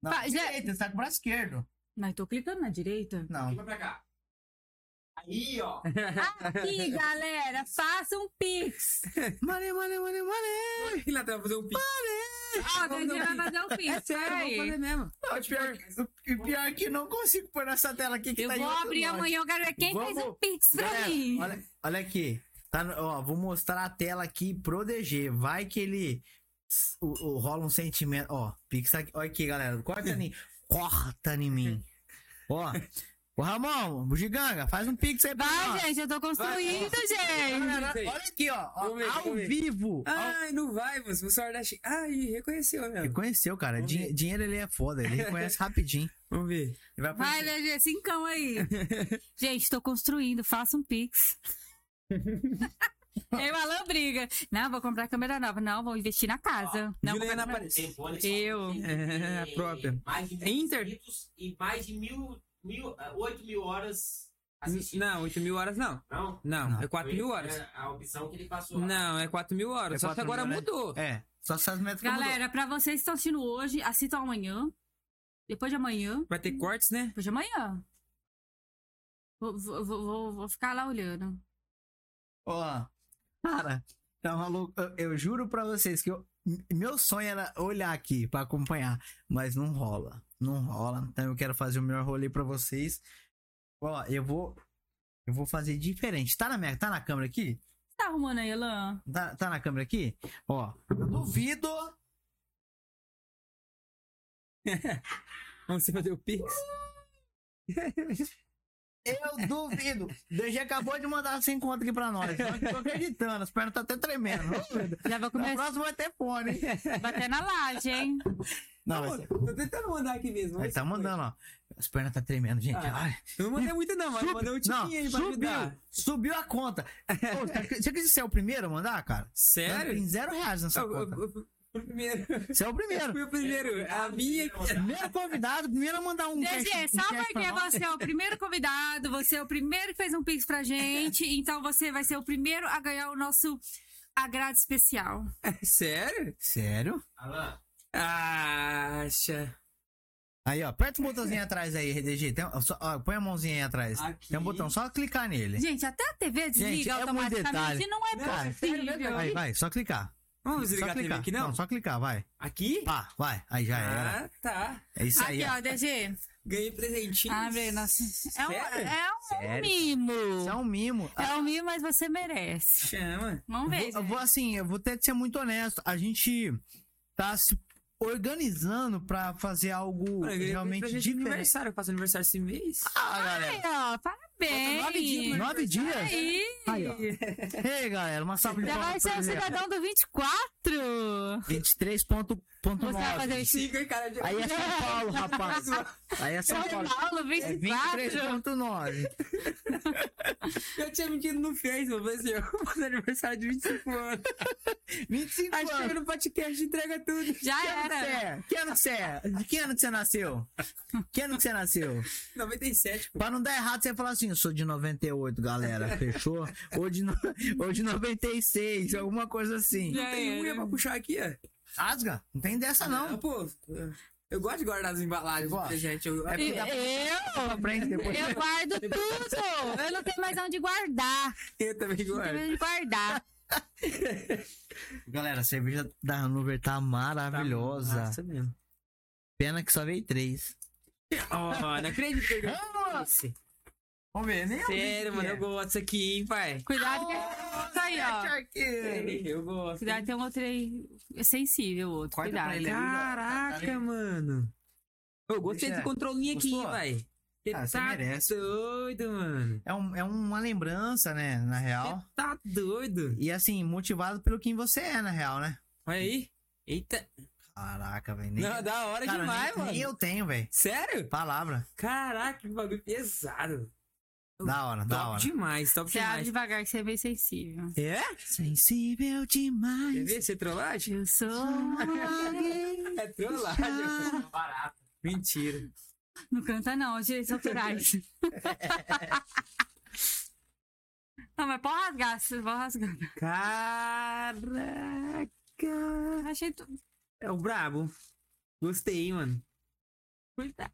Não,
Tá,
à
já-
direita, você tá com o braço esquerdo.
Mas tô clicando na direita.
Não.
Vem pra cá. Aí,
*laughs*
ó.
*laughs* Aqui, galera, faça um pix.
Money, money, money, money.
E lá vai fazer um Pix.
*laughs* Ó, a
Vamos
DG vai fazer um *laughs* pix.
É sério,
peraí.
eu vou fazer mesmo.
Não, pior, o pior é que não consigo pôr nessa tela aqui que
Eu
tá em
vou
outro
abrir
lote.
amanhã, eu quero ver quem fez o
Vamos.
pix pra
Galera,
mim.
Né? Olha, olha aqui. Tá, no- ó, vou mostrar a tela aqui pro DG. Vai que ele o, o- rola um sentimento. Ó, Pix aqui. Olha aqui, galera. Corta em mim. Corta em mim. Ó. Ô, Ramon, Bugiganga, faz um Pix aí pra
Vai,
nós.
gente, eu tô construindo, gente. Ah.
Galera, Olha aqui, ó. ó,
Vamos ver,
ao
vamos ver.
vivo. Ao...
Ai, não vai, moço. Você olha assim. Ai, reconheceu mesmo.
Reconheceu, cara.
Vamos
Din-
ver.
dinheiro ele é foda. Ele reconhece
*laughs*
rapidinho.
Vamos ver.
Ele vai
Vai,
aparecer.
DG, cincão *laughs* aí. gente, tô construindo, faça um *laughs* pix. Eu Alan briga. Não, vou comprar câmera nova. Não, vou investir na casa. Não, vou
Juliana
comprar-
apareceu.
Tem fone,
Eu.
tem-
É, *laughs* a própria.
Mais de mil
Inter.
inscritos E mais de mil, mil, ah, oito mil horas assistindo.
Não, 8 mil horas não.
Não?
Não,
Não.
é 4 mil
Foi
horas.
A, a opção que ele passou. lá.
Não, é 4 mil horas.
É
Só que
4 mil,
agora
né?
mudou.
É. Só se as métricas mudou.
Galera, pra vocês que estão assistindo hoje, assistam amanhã. Depois de amanhã.
Vai ter cortes, né?
Depois de amanhã. Vou, vou, vou- vou- vou ficar lá olhando.
Ó, cara, tá maluco. Eu, eu juro pra vocês que eu- m- meu sonho era olhar aqui pra acompanhar, mas não rola. Não rola. Então eu quero fazer o melhor rolê pra vocês. Ó, eu vou. Eu vou fazer diferente. Tá na minha, tá na câmera aqui?
Tá arrumando aí, Elan?
Tá, tá na câmera aqui? Ó, eu duvido.
Vamos *laughs* fazer o Pix.
Eu duvido. *laughs* DG acabou de mandar sem conta aqui pra nós. Eu não tô acreditando. As pernas tá até tremendo.
*laughs* Já vai
Na
começar
próxima vai ter fone.
*laughs*
hein?
a bater na laje, hein?
Não, vai
Não,
ser-
Tá tô tentando mandar aqui mesmo.
ele tá mandando, ó. As pernas tá tremendo, gente.
Ah.
Ai.
Eu não mandei muito, não, mas eu
Subi-
mandei um tiquinho
não,
aí pra
subiu,
ajudar.
subiu a conta.
*laughs*
Pô, você acredita que você é o primeiro a mandar, cara?
Sério?
Tem zero reais nessa
Eu- eu-
conta.
eu- eu- Fui o primeiro.
Você é o
*laughs* Eu
primeiro.
fui
*laughs*
o primeiro. A minha.
Primeiro convidado, primeiro a mandar um
DG,
cash- um
só
cash pra
porque
nós.
você é o primeiro convidado, você é o primeiro que fez um pix pra gente, então você vai ser o primeiro a ganhar o nosso agrado especial.
*laughs* Sério?
Sério?
Alan,
Acha.
Aí, ó, aperta o botãozinho atrás aí, DG. Tem, ó, só- ó, põe a mãozinha aí atrás.
Aqui.
Tem um botão, só clicar nele.
Gente, até a TV desliga
Gente, é muito
automaticamente,
detalhe.
não é
Não, é sério mesmo,
possível.
Vai, vai, só clicar.
Vamos
só
desligar a TV
clicar.
aqui, não?
Não, só clicar, vai.
Aqui?
Pá, vai. Aí já era.
Ah, tá.
É isso aí.
Aqui,
ó.
ó, é DG.
Ganhei presentinho.
Ah, velho, nossa. É um,
Sério?
é
Sério?
um
Isso é
mimo.
um mimo.
É um mimo, mas você merece.
Chama.
Vamos ver.
Vou,
gente.
vou, assim, eu vou ter que ser muito honesto. A gente tá se organizando pra fazer algo
Mano, eu ganhei
realmente
presente de
diferente.
aniversário. Eu faço aniversário esse mês.
Ah, galera.
Aí, ó, parabéns.
Falta nove dias pro meu
Nove né? dias?
Aí.
aniversário. *laughs*
Aí, ó. Ei, galera, uma salva de
Já
palmas
vai ser
pra
o
ele.
cidadão do 24.
23.9.
Você vai fazer isso.
Siga, cara. de-
Aí é São Paulo, rapaz. Aí é São Paulo.
Paulo,
É
24.
23.9.
*laughs* Eu tinha mentido no Face, eu falei assim, eu *laughs* vou fazer aniversário de
*laughs*
25 anos.
25
Aí chega
anos.
no podcast e entrega tudo. *laughs*
Já
Que ano que você
era.
é? Que ano que você é? De que ano que você nasceu? Que ano que você nasceu?
97, pô.
Pra não dar errado, você fala assim, eu sou de 98, galera, fechou? Ou de, no... Ou de 96, alguma coisa assim.
Já
Não tem
era.
unha pra puxar aqui, ó. Ah,
Rasga, não tem dessa Ah, não.
Pô, eu gosto de guardar as embalagens
Gosta.
de presente. Eu...
É
E-
porque dá pra- Pra
Eu?
frente, depois.
Eu guardo tudo. Eu não tenho mais onde guardar.
*laughs* Eu também
Não tenho mais
guardo.
onde guardar.
Galera, a cerveja da Hanover tá maravilhosa.
Nossa, mesmo.
Pena que só veio três.
Ó, não acredito que
*laughs*
eu disse.
Vamos ver, nem eu vi
Sério,
que
mano,
é.
eu gosto disso aqui, hein, pai.
Cuidado que
Oh,
é aí, ó.
Arqueiro.
Eu gosto.
Cuidado, tem um outro aí. É sensível o outro.
Corta pra
Cuidado.
ele é aí.
Caraca, mano. Eu gostei
Deixa-
desse controlinho aqui,
Gostou?
vai. Você
Ah, você
tá
merece.
doido, mano.
É, um, é uma lembrança, né? Na real.
Você tá doido.
E assim, motivado pelo quem você é, na real, né?
Olha aí. Eita.
Caraca, velho. nem-
Não, da hora
Cara,
demais,
nem,
mano.
nem eu tenho, velho.
Sério?
Palavra.
Caraca, que bagulho pesado.
Da hora, da
top
hora.
demais, top
Você abre
demais.
devagar que você é bem sensível.
É?
Sensível
Quer
demais.
ver? Você é
*laughs*
trollagem?
Eu sou. *laughs*
É trollagem.
tá Barato.
*laughs* Mentira.
Não canta, não, direitos autorais. *laughs* não, mas pode rasgar, se- pode rasgar.
Caraca.
Achei tu...
É o brabo. Gostei, mano.
Cuidado.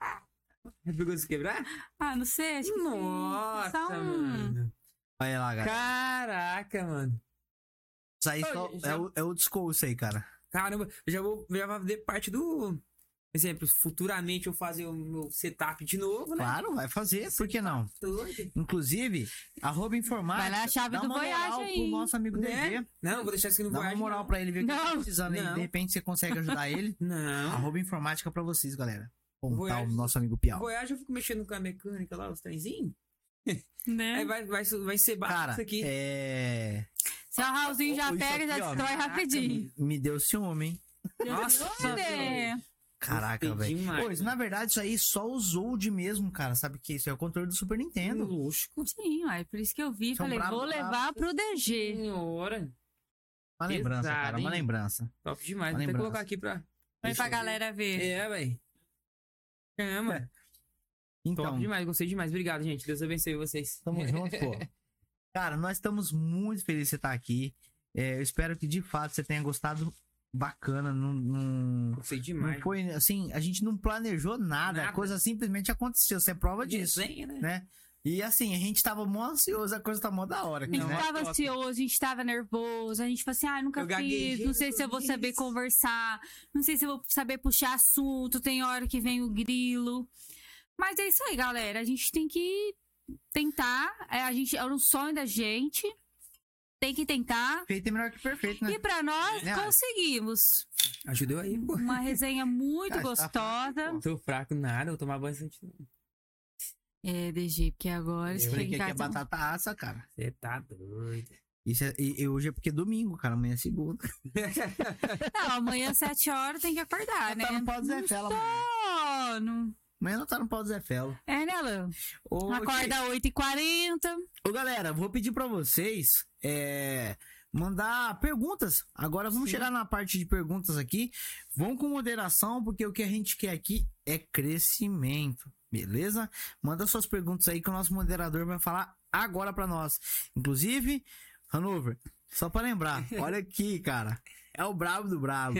Já pegou se quebrar?
Ah, não sei, acho que sim.
Nossa,
Só um-
mano.
Olha lá, cara.
Caraca, mano.
Isso aí só,
Olha, já-
é, o, é o disco isso aí, cara.
Caramba, eu já vou, já vai fazer parte do. Por exemplo, futuramente eu fazer o meu setup de novo, né?
Claro, vai fazer, por que não?
Doido.
Inclusive, arroba informática.
Vai lá a chave
dá
do
uma moral
Voyage
pro
aí.
nosso amigo
Né?
DG.
Não, vou deixar isso aqui no
Dá uma
Voyage,
moral
não.
pra ele ver o que ele tá
Não.
precisando aí.
Não.
De repente você consegue ajudar
*laughs*
ele.
Não.
Arroba informática pra vocês, galera. Pontar o
Voyage.
nosso amigo Piau.
Voyage eu fico mexendo com a mecânica lá, os trenzinhos. Aí
É
Né?
vai, vai, vai ser baixo
Cara,
isso aqui.
é.
Seu Raulzinho já
Ô, isso
pega e já
aqui, ó,
destrói
caraca,
Tá rapidinho.
Me deu ciúme, hein?
Nossa,
Cadê?
Caraca,
Gostei
velho.
demais, né?
Pô, isso, na verdade, isso aí só os old mesmo, cara. Sabe que isso é o controle do Super Nintendo.
Lógico.
Sim, ué, por isso que eu vi.
São
falei,
bravos,
vou
bravos.
levar pro DG.
Senhora.
Uma lembrança,
Pesado,
cara. Uma
hein?
lembrança.
Top
Uma
demais. Vou até
lembrança.
colocar aqui pra.
Vai
Deixa
pra
eu ver.
galera ver.
É, velho. Caramba. Top
Então,
demais, gostei demais. Obrigado, gente. Deus abençoe vocês.
tamo junto, pô. Cara, nós estamos muito felizes de você estar aqui. É, eu espero que de fato você tenha gostado bacana. Não, não,
Gostei
não
demais.
foi assim, a gente não planejou nada, a
Nada.
coisa simplesmente aconteceu. Você é prova disso,
Desenho, né?
né? E assim, a gente tava mó ansioso, a coisa tá mó da hora.
A gente
né?
tava
top.
ansioso, a gente tava nervoso, a gente falou assim, ah, nunca
Eu
fiz,
gaguejei
não sei
no
se eu vou saber
início.
conversar, não sei se eu vou saber puxar assunto, tem hora que vem o grilo. Mas é isso aí, galera, a gente tem que tentar, é, a gente, é um sonho da gente, tem que tentar.
Feito é melhor que perfeito, né?
E pra nós,
Né, Ale?
conseguimos.
Ajudou aí, pô.
Uma
*laughs*
resenha muito
Cara, você tá
gostosa.
fraco,
Tô fraco, nada. Vou tomar banho sem
É, DG, porque agora você
Eu
tem
falei que
que
aqui é batata assa, cara.
Você tá doido.
Isso é- e, e hoje é porque é domingo, cara. Amanhã é segunda.
Não, Tá, amanhã às 7 horas tem que acordar, né?
Tá no pau do Zé Fela, amanhã.
Sono.
Amanhã não tá no pau do Zé Fela.
É, né, Lan?
Ô,
Acorda 8h40.
Ô, galera, vou pedir pra vocês é, mandar perguntas. Agora vamos chegar na parte de perguntas aqui. Vão com moderação, porque o que a gente quer aqui é crescimento. Beleza? Manda suas perguntas aí que o nosso moderador vai falar agora pra nós. Inclusive, Hanover, só pra lembrar, olha aqui, cara. É o brabo do brabo.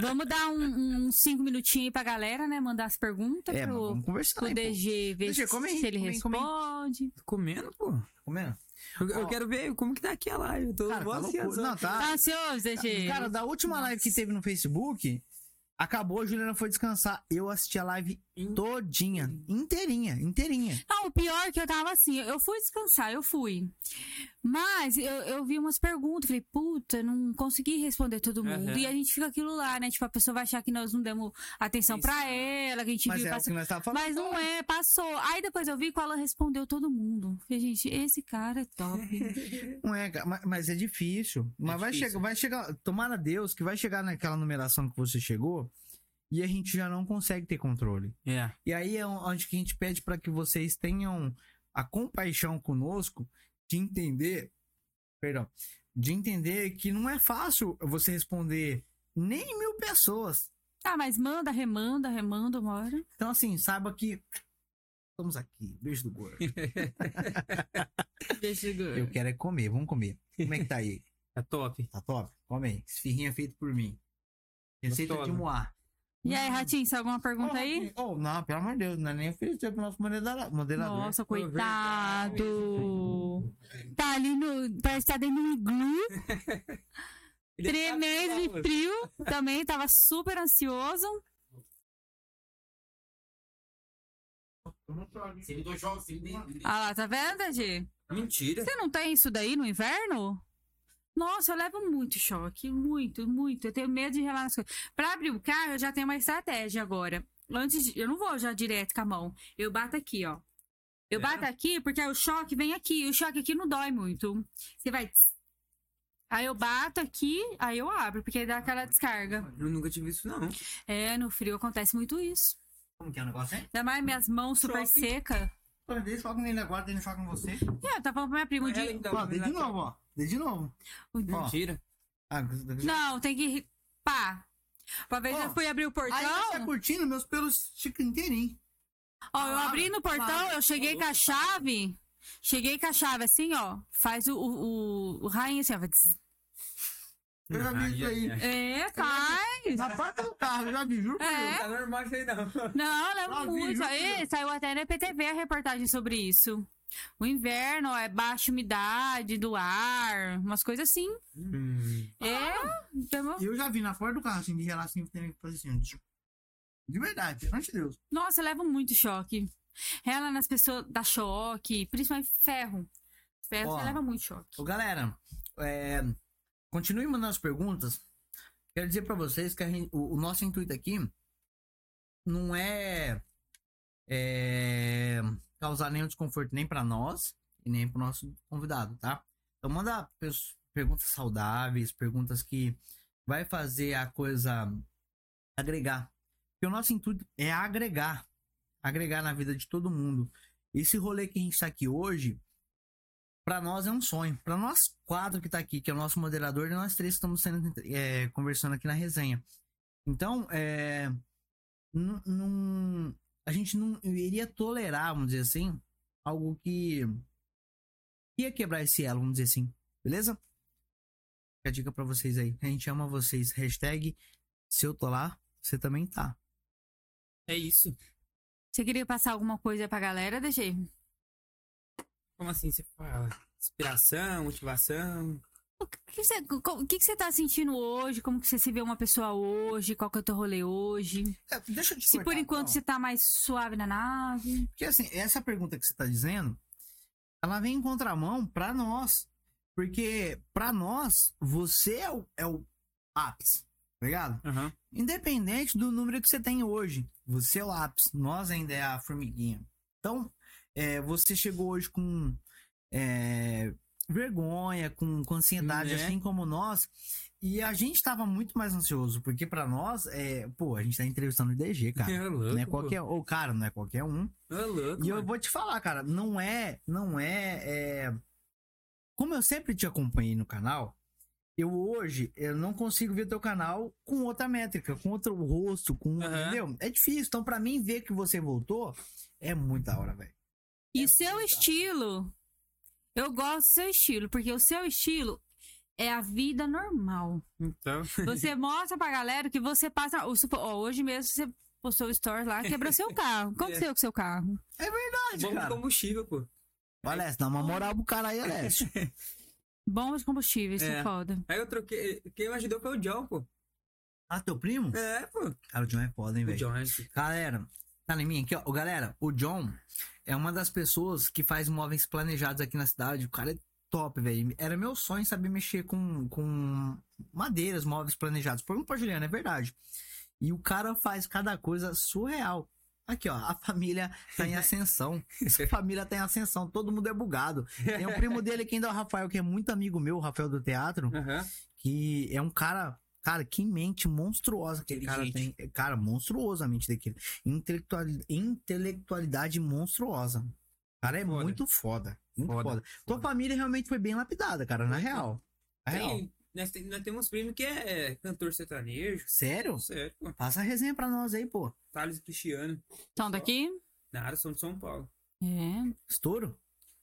Vamos dar um- um- uns cinco minutinhos aí pra galera, né? Mandar as perguntas
É, mas
pro,
vamos conversar.
pro
Hein, pô.
DG ver
DG, come aí,
se ele
come aí, come aí.
responde.
Tô comendo, pô.
Comendo?
Eu, eu
Ó.
quero ver como que tá aqui a live. Tô
é?
assim,
Cara, tá loucura.
ansioso.
Não, tá.
Tá ansioso, DG?
Cara, da última live que teve no Facebook, acabou, a Juliana foi descansar. Eu assisti a live todinha, inteirinha, inteirinha.
Não, o pior é que eu tava assim, eu fui descansar, eu fui. Mas eu, eu vi umas perguntas, falei, puta, não consegui responder todo mundo.
Aham.
E a gente fica aquilo lá, né? Tipo, a pessoa vai achar que nós não demos atenção
Isso.
pra ela, que a gente
Mas
viu
é o
passar.
que nós tava falando.
Tipo, Mas não é, passou. Aí depois eu vi que ela respondeu todo mundo. Falei, gente, esse cara é top.
Não é, cara, ma- mas é difícil. Mas vai
difícil.
chegar, vai chegar, tomara Deus que vai chegar naquela numeração que você chegou e a gente já não consegue ter controle.
É.
E aí é onde que a gente pede para que vocês tenham a compaixão conosco de entender, perdão, de entender que não é fácil você responder nem mil pessoas.
Ah, mas manda, remanda, remanda uma hora.
Então, assim, saiba que estamos aqui. Beijo do gordo. Eu quero é comer, vamos comer. Como é que tá aí?
Tá top.
Tá top? Come aí. Esfirrinha feita por mim. Receita
Gostosa.
de moar.
E aí, Ratinho, você alguma pergunta
Oh,
aí?
Ratinho. Oh, não, pelo amor de Deus, não é nem oferecer pro nosso modera- moderador.
Nossa,
Tô vendo.
coitado. Tá ali no. Parece que tá dentro de um iglu,
tá
tremendo de frio. Também tava super ansioso.
Você me deu jogos, você me deu. me deu-
Ah lá, tá vendo, Adi?
Mentira.
Você não tem isso daí no inverno? Nossa, eu levo muito choque, muito, muito. Eu tenho medo de relar nas coisas. Pra brincar, eu já tenho uma estratégia agora. Antes, de- eu não vou já direto com a mão. Eu bato aqui, ó. Eu
É?
bato aqui porque aí o choque vem aqui. O choque aqui não dói muito. Você vai. tss. Aí eu bato aqui, aí eu abro, porque aí dá aquela descarga.
Eu nunca tive isso, não.
É, no frio acontece muito isso.
Como que é o negócio, hein?
Ainda mais minhas mãos super
Choque.
secas.
Toda vez que alguém ainda guarda, ele choca em você.
É, eu tava falando pra minha prima um dia.
Ó, dê de novo, ó. Dê de novo. Ó.
então, Mentira.
Ah, já-
Não, tem que. Pá! Uma vez
Ó,
eu fui abrir o
Aí você
portão.
tá curtindo, meus pelos ficam inteirinhos.
Ó, eu
Palavra,
abri no portão,
palavra.
eu cheguei com a chave. Cheguei com a chave assim, ó. Faz o, o, o- o rainha assim, ó. vai tss.
Eu já vi isso aí.
É,
tá
faz.
Na porta do carro, eu já vi, juro.
É.
Tá normal isso aí, não.
Não,
Ah,
lembro
vi,
muito.
juro
Aí saiu até na EPTV a reportagem sobre isso. O inverno ó, é baixa umidade do ar, umas coisas assim.
Hum.
É,
Ah.
então,
Eu já vi na porta do carro, assim, de relar assim, tem que fazer assim. tipo, De verdade, pelo amor de Deus.
Nossa, eu levo muito choque. Ela nas pessoas dá choque, principalmente ferro. Ferro
Ó.
você leva muito choque.
Ô, galera, é, continue mandando as perguntas. Quero dizer pra vocês que a gente- o, o nosso intuito aqui não é, é, causar nenhum desconforto nem pra nós e nem pro nosso convidado, tá? Então manda pers- perguntas saudáveis, perguntas que vai fazer a coisa agregar. Porque o nosso intuito é agregar, agregar na vida de todo mundo. Esse rolê que a gente tá aqui hoje, Pra nós é um sonho. Pra nós quatro que tá aqui, que é o nosso moderador, e nós três que estamos sendo, é, conversando aqui na resenha. Então, é, num- num- a gente não iria tolerar, vamos dizer assim, algo que ia quebrar esse elo, vamos dizer assim. Beleza? Fica a dica pra vocês aí. A gente ama vocês. Hashtag, se eu tô lá, você também tá.
É isso.
Você queria passar alguma coisa pra galera, DG?
Como assim você fala? Inspiração, motivação.
O que que você, co- o que que você tá sentindo hoje? Como que você se vê uma pessoa hoje? Qual que é o teu rolê hoje?
É, deixa eu te
Se por enquanto você tá mais suave na nave.
Porque assim, essa pergunta que você tá dizendo, ela vem em contramão pra nós. Porque pra nós, você é o, é o ápice, tá ligado?
Aham.
Independente do número que você tem hoje, você é o ápice, nós ainda é a formiguinha. Então, é, você chegou hoje com é, vergonha, com, com ansiedade,
Né?
assim como nós. E a gente tava muito mais ansioso, porque pra nós, é, pô, a gente tá entrevistando o DG, cara.
*laughs* É louco.
Não é
pô.
qualquer, ou cara, não é qualquer um.
É louco.
E eu
mano.
vou te falar, cara, não é, não é, é- Como eu sempre te acompanhei no canal, eu hoje eu não consigo ver teu canal com outra métrica, com outro rosto, com,
Aham.
entendeu? É difícil. Então, pra mim ver que você voltou é muito da hora, velho.
E o seu estilo? Eu gosto do seu estilo, porque o seu estilo é a vida normal.
*laughs* Então.
Você mostra pra galera que você passa. o supo- ó, hoje mesmo você postou o story lá, quebrou seu carro. O que aconteceu com seu carro?
Bom de
cara.
combustível, pô.
Alessio, dá uma moral pro cara aí, Alessio.
Bomba de combustível, isso é,
É.
foda.
Aí eu troquei. Quem me ajudou foi o John, pô.
ah, teu primo?
É, pô.
Cara, o John é foda, hein,
O
velho.
John, é esse.
Galera, tá em mim aqui, ó. Ô, Galera, o John é uma das pessoas que faz móveis planejados aqui na cidade. O cara é top, velho. Era meu sonho saber mexer com, com madeiras, móveis planejados. Pergunta pra Juliana, é verdade. E o cara faz cada coisa surreal. Aqui, ó, a família tá em ascensão. A família tá em ascensão, todo mundo é bugado. Tem um primo dele aqui ainda, o Rafael, que é muito amigo meu, o Rafael do teatro
Aham.
que é um cara, cara, que mente monstruosa que aquele cara
Inteligente.
tem. Cara, monstruosa a mente daquele. Intelectuali- intelectualidade monstruosa. O cara é
Foda.
muito foda. Muito
Foda,
foda. Tua família realmente foi bem lapidada, cara, na real. Na real.
Tem- Nós, tem- nós temos primo que é cantor sertanejo.
Sério?
Sério, pô.
Passa a resenha pra nós aí, pô.
Thales e Cristiano.
Então, daqui?
Nada, são de São Paulo.
É.
Estouro?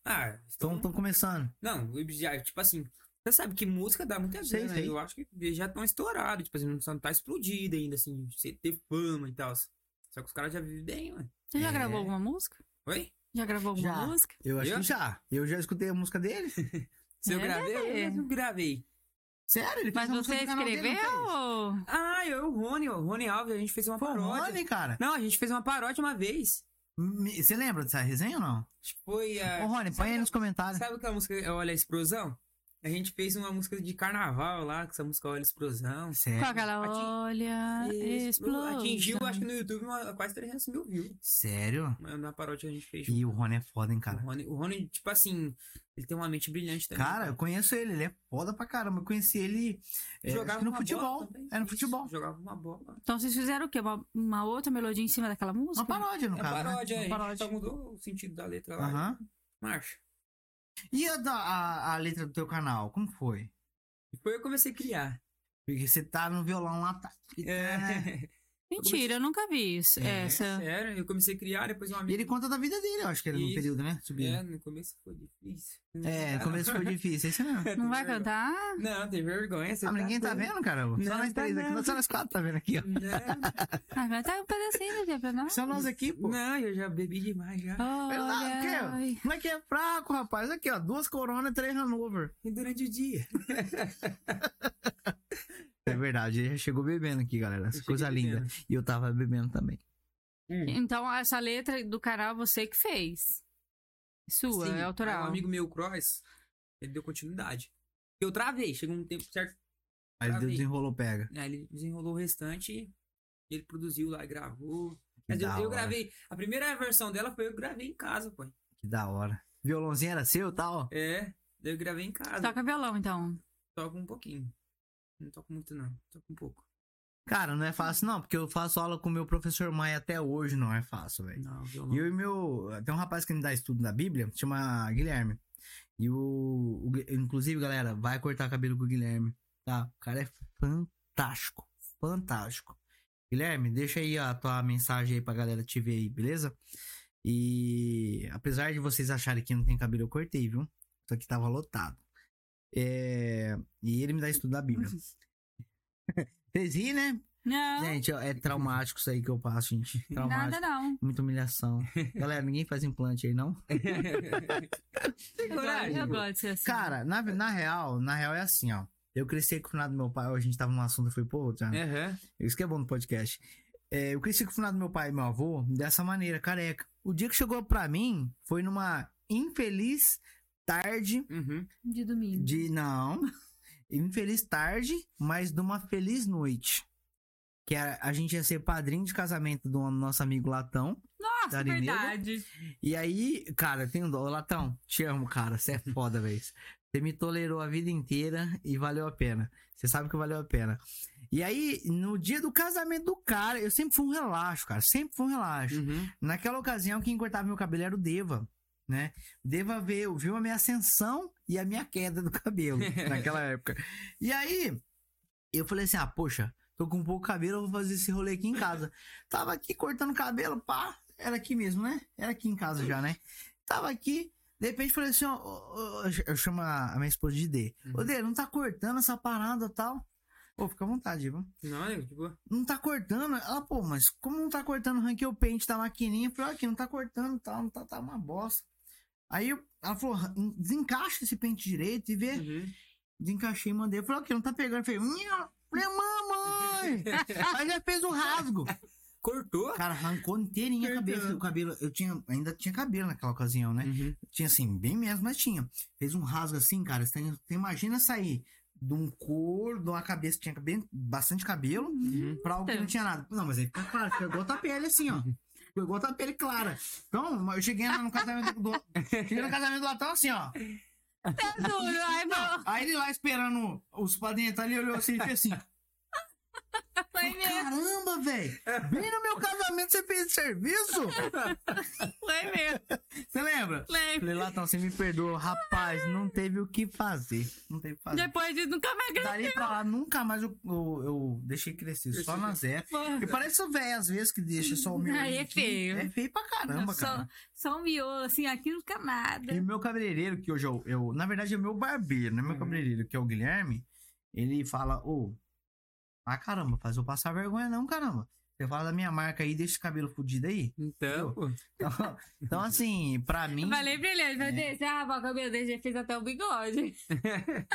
Ah,
Estão
estão.
começando.
Não, eu já, tipo assim. Você sabe que música dá muita
Sei,
grana.
sei.
Eu acho que eles já estão estourados. Tipo assim, não só não tá explodida ainda, assim, de você ter fama e tal. Só que os caras já vivem bem, mano.
Você já
É.
gravou alguma música?
Oi?
Já gravou alguma
Já.
música?
Eu acho
Eu?
que já. Eu já escutei a música dele.
Se eu
É,
gravei, eu
bebê.
mesmo gravei.
Sério? Ele fez
Mas
a música
você
do canal dele, não
escreveu?
fez?
Ah, eu e o Rony, ó, o Rony Alves, a gente fez uma
Pô,
paródia.
Rony, cara.
Não, a gente fez uma paródia uma vez.
Me- Você lembra dessa resenha ou não?
Acho que foi a.
Ô, Rony, põe aí nos comentários.
Sabe aquela música é Olha a Explosão? A gente fez uma música de carnaval lá, com essa música Olha a Explosão.
Sério?
Com aquela
Ating-
olha, explosão.
Atingiu, acho que no YouTube, uma- quase 300 mil views.
Sério?
Uma- Na paródia que a gente fez.
E o Rony é foda, hein,
o,
cara?
Rony, é o Rony, tipo assim, ele tem uma mente brilhante também.
Cara, eu conheço ele, ele é foda pra caramba. Eu conheci ele é, acho que no
uma bola
futebol.
também,
É no
isso,
futebol.
Jogava uma bola.
Então vocês fizeram o quê? Uma, uma outra melodia em cima daquela música?
Uma paródia, no
é
caso. né?
paródia,
Uma
a gente
paródia.
só mudou o sentido da letra lá.
Aham.
Marcha.
E a, da- a, a letra do teu canal, como foi?
E foi eu comecei a criar.
Porque você tá no violão lá, tá.
É,
Mentira, eu nunca vi isso.
É,
Essa.
sério, eu comecei a criar, depois um
E
amigo...
ele conta da vida dele, eu acho que era no
Isso.
período, né?
É,
Subindo.
no começo foi difícil.
É, no começo foi difícil, é isso
*laughs*
mesmo.
Não
É, tem
vai
vergonha.
cantar?
Não, tem vergonha. você
Ah, mas ninguém tá
doido.
vendo, cara? Só
Não,
nós
tá
três aqui,
não.
só nós quatro *laughs* tá vendo aqui, ó.
Ah, vai tá um pedacinho aqui pra nós.
Só nós aqui, pô.
Não, não, eu já bebi demais já.
Olha lá, o
Olha,
quê? Como é que é fraco, rapaz? Aqui, ó. Duas Corona e três Hanover.
E durante o dia.
É verdade, ele já chegou bebendo aqui, galera.
Eu
Coisa
cheguei
linda.
bebendo.
E eu tava bebendo também.
Hum,
Então, essa letra do canal você que fez. Sua,
Sim,
é
aí
autoral.
Um amigo meu, o Cross, ele deu continuidade. Eu travei, chegou um tempo certo.
Aí
Tá
Deus
bem.
desenrolou, pega.
Aí ele desenrolou o restante e ele produziu lá e gravou. Mas
da
eu, eu
hora.
gravei. A primeira versão dela foi eu que gravei em casa, pô.
Que da hora. Violãozinho era seu e tal?
É, eu gravei em casa.
Tá.
Toca violão, então.
Toco um pouquinho. Não toco muito, não. Toco um pouco.
Cara, não é fácil não, porque eu faço aula com o meu professor Maia até hoje, não é fácil, velho.
Não, violão.
E
*laughs*
eu e meu. Tem um rapaz que me dá estudo na Bíblia, chama Guilherme. E o, o Gui- Inclusive, galera, vai cortar cabelo com o Guilherme. Tá? O cara é fantástico. Fantástico. Guilherme, deixa aí a tua mensagem aí pra galera te ver aí, beleza? E apesar de vocês acharem que não tem cabelo, eu cortei, viu? Isso aqui tava lotado. É, E ele me dá estudo da Bíblia. *laughs* Vocês ri, né?
Uhum. Não,
Gente, ó, é traumático isso aí que eu passo, gente. Traumático.
nada não.
Muita humilhação. Galera, ninguém faz implante aí, não?
Eu gosto, eu gosto de ser assim.
Cara, na, na real, na real é assim, ó. Eu cresci com o finado do meu pai, a gente tava num assunto, eu falei, pô, Thiago,
Aham.
isso que é bom no podcast. É, eu cresci com o finado do meu pai e meu avô dessa maneira, careca. O dia que chegou pra mim foi numa infeliz tarde
Uhum.
De domingo.
de. Não. *laughs* Infeliz tarde, mas de uma feliz noite. Que a, a gente ia ser padrinho de casamento do nosso amigo Latão.
Nossa,
Darineira.
verdade.
E aí, cara, eu tenho dó. Ô, Latão, te amo, cara. Você é foda, velho. Você me tolerou a vida inteira e valeu a pena. Você sabe que valeu a pena. E aí, no dia do casamento do cara, eu sempre fui um relaxo, cara. Sempre fui um relaxo.
Uhum.
Naquela ocasião, quem cortava meu cabelo era o Deva, né? Deva veio, viu a minha ascensão e a minha queda do cabelo naquela época. E aí, eu falei assim: ah, poxa, tô com pouco cabelo, eu vou fazer esse rolê aqui em casa. Tava aqui cortando cabelo, pá, era aqui mesmo, né? Era aqui em casa já, né? Tava aqui. De repente falei assim, ó, ó, ó, eu chamo a a minha esposa de D. Ô, D, não tá cortando essa parada e tal? Pô, fica à vontade, viu?
Não, eu, tipo,
não tá cortando. Ela, pô, mas como não tá cortando? Ranquei o pente da maquininha. Eu Falei, ó, aqui, não tá cortando, tá, não tá, tá uma bosta. Aí eu- ela falou, "Ran- desencaixa esse pente direito e vê.
uhum.
Desencaixei e mandei. Eu Falei, ó, aqui, não tá pegando. Eu Falei, "Minha- falei, mamãe! Aí já fez um rasgo.
Cortou?
Cara, arrancou inteirinha a cabeça. O cabelo, eu tinha, ainda tinha cabelo naquela ocasião, né?
Uhum.
Tinha assim, bem mesmo, mas tinha. Fez um rasgo assim, cara. Você, tem- você imagina sair de um couro, de uma cabeça que tinha bem, bastante cabelo,
Uhum.
pra algo que
Então.
não tinha nada. Não, mas aí fica claro, ficou igual a tua pele assim, ó. Ficou igual a tua pele clara. Então, eu cheguei lá no casamento do. Cheguei no casamento do Latão assim, ó.
Tá duro, ai, meu.
Aí ele lá esperando os padrinhos tá ali, olhou assim e fez assim.
Foi mesmo,
Caramba, velho! Bem no meu casamento você fez esse serviço?
foi mesmo.
Você lembra? Eu
Lembro.
Falei, Latão, você me perdoa. Rapaz, não teve o que fazer. Não teve o que fazer.
Depois disso, nunca mais gravei.
Dali pra lá, nunca mais eu, eu, eu deixei crescer. Só na Zé. E parece o velho, às vezes, que deixa só o meu.
Aí é feio.
É feio pra caramba,
só,
cara.
só um miolo, assim, aqui nunca nada.
E o meu cabeleireiro, que hoje eu, eu- Na verdade, é o meu barbeiro, né? Meu
Uhum.
cabeleireiro, que é o Guilherme, ele fala, ô. ah, caramba, faz eu passar vergonha, não, caramba. Você fala da minha marca aí, deixa esse cabelo fudido aí. *laughs*
Então, pô.
Então, então, assim, pra mim.
Falei pra ele, ele
É.
vai deixar, ah, o cabelo dele já fez até o bigode.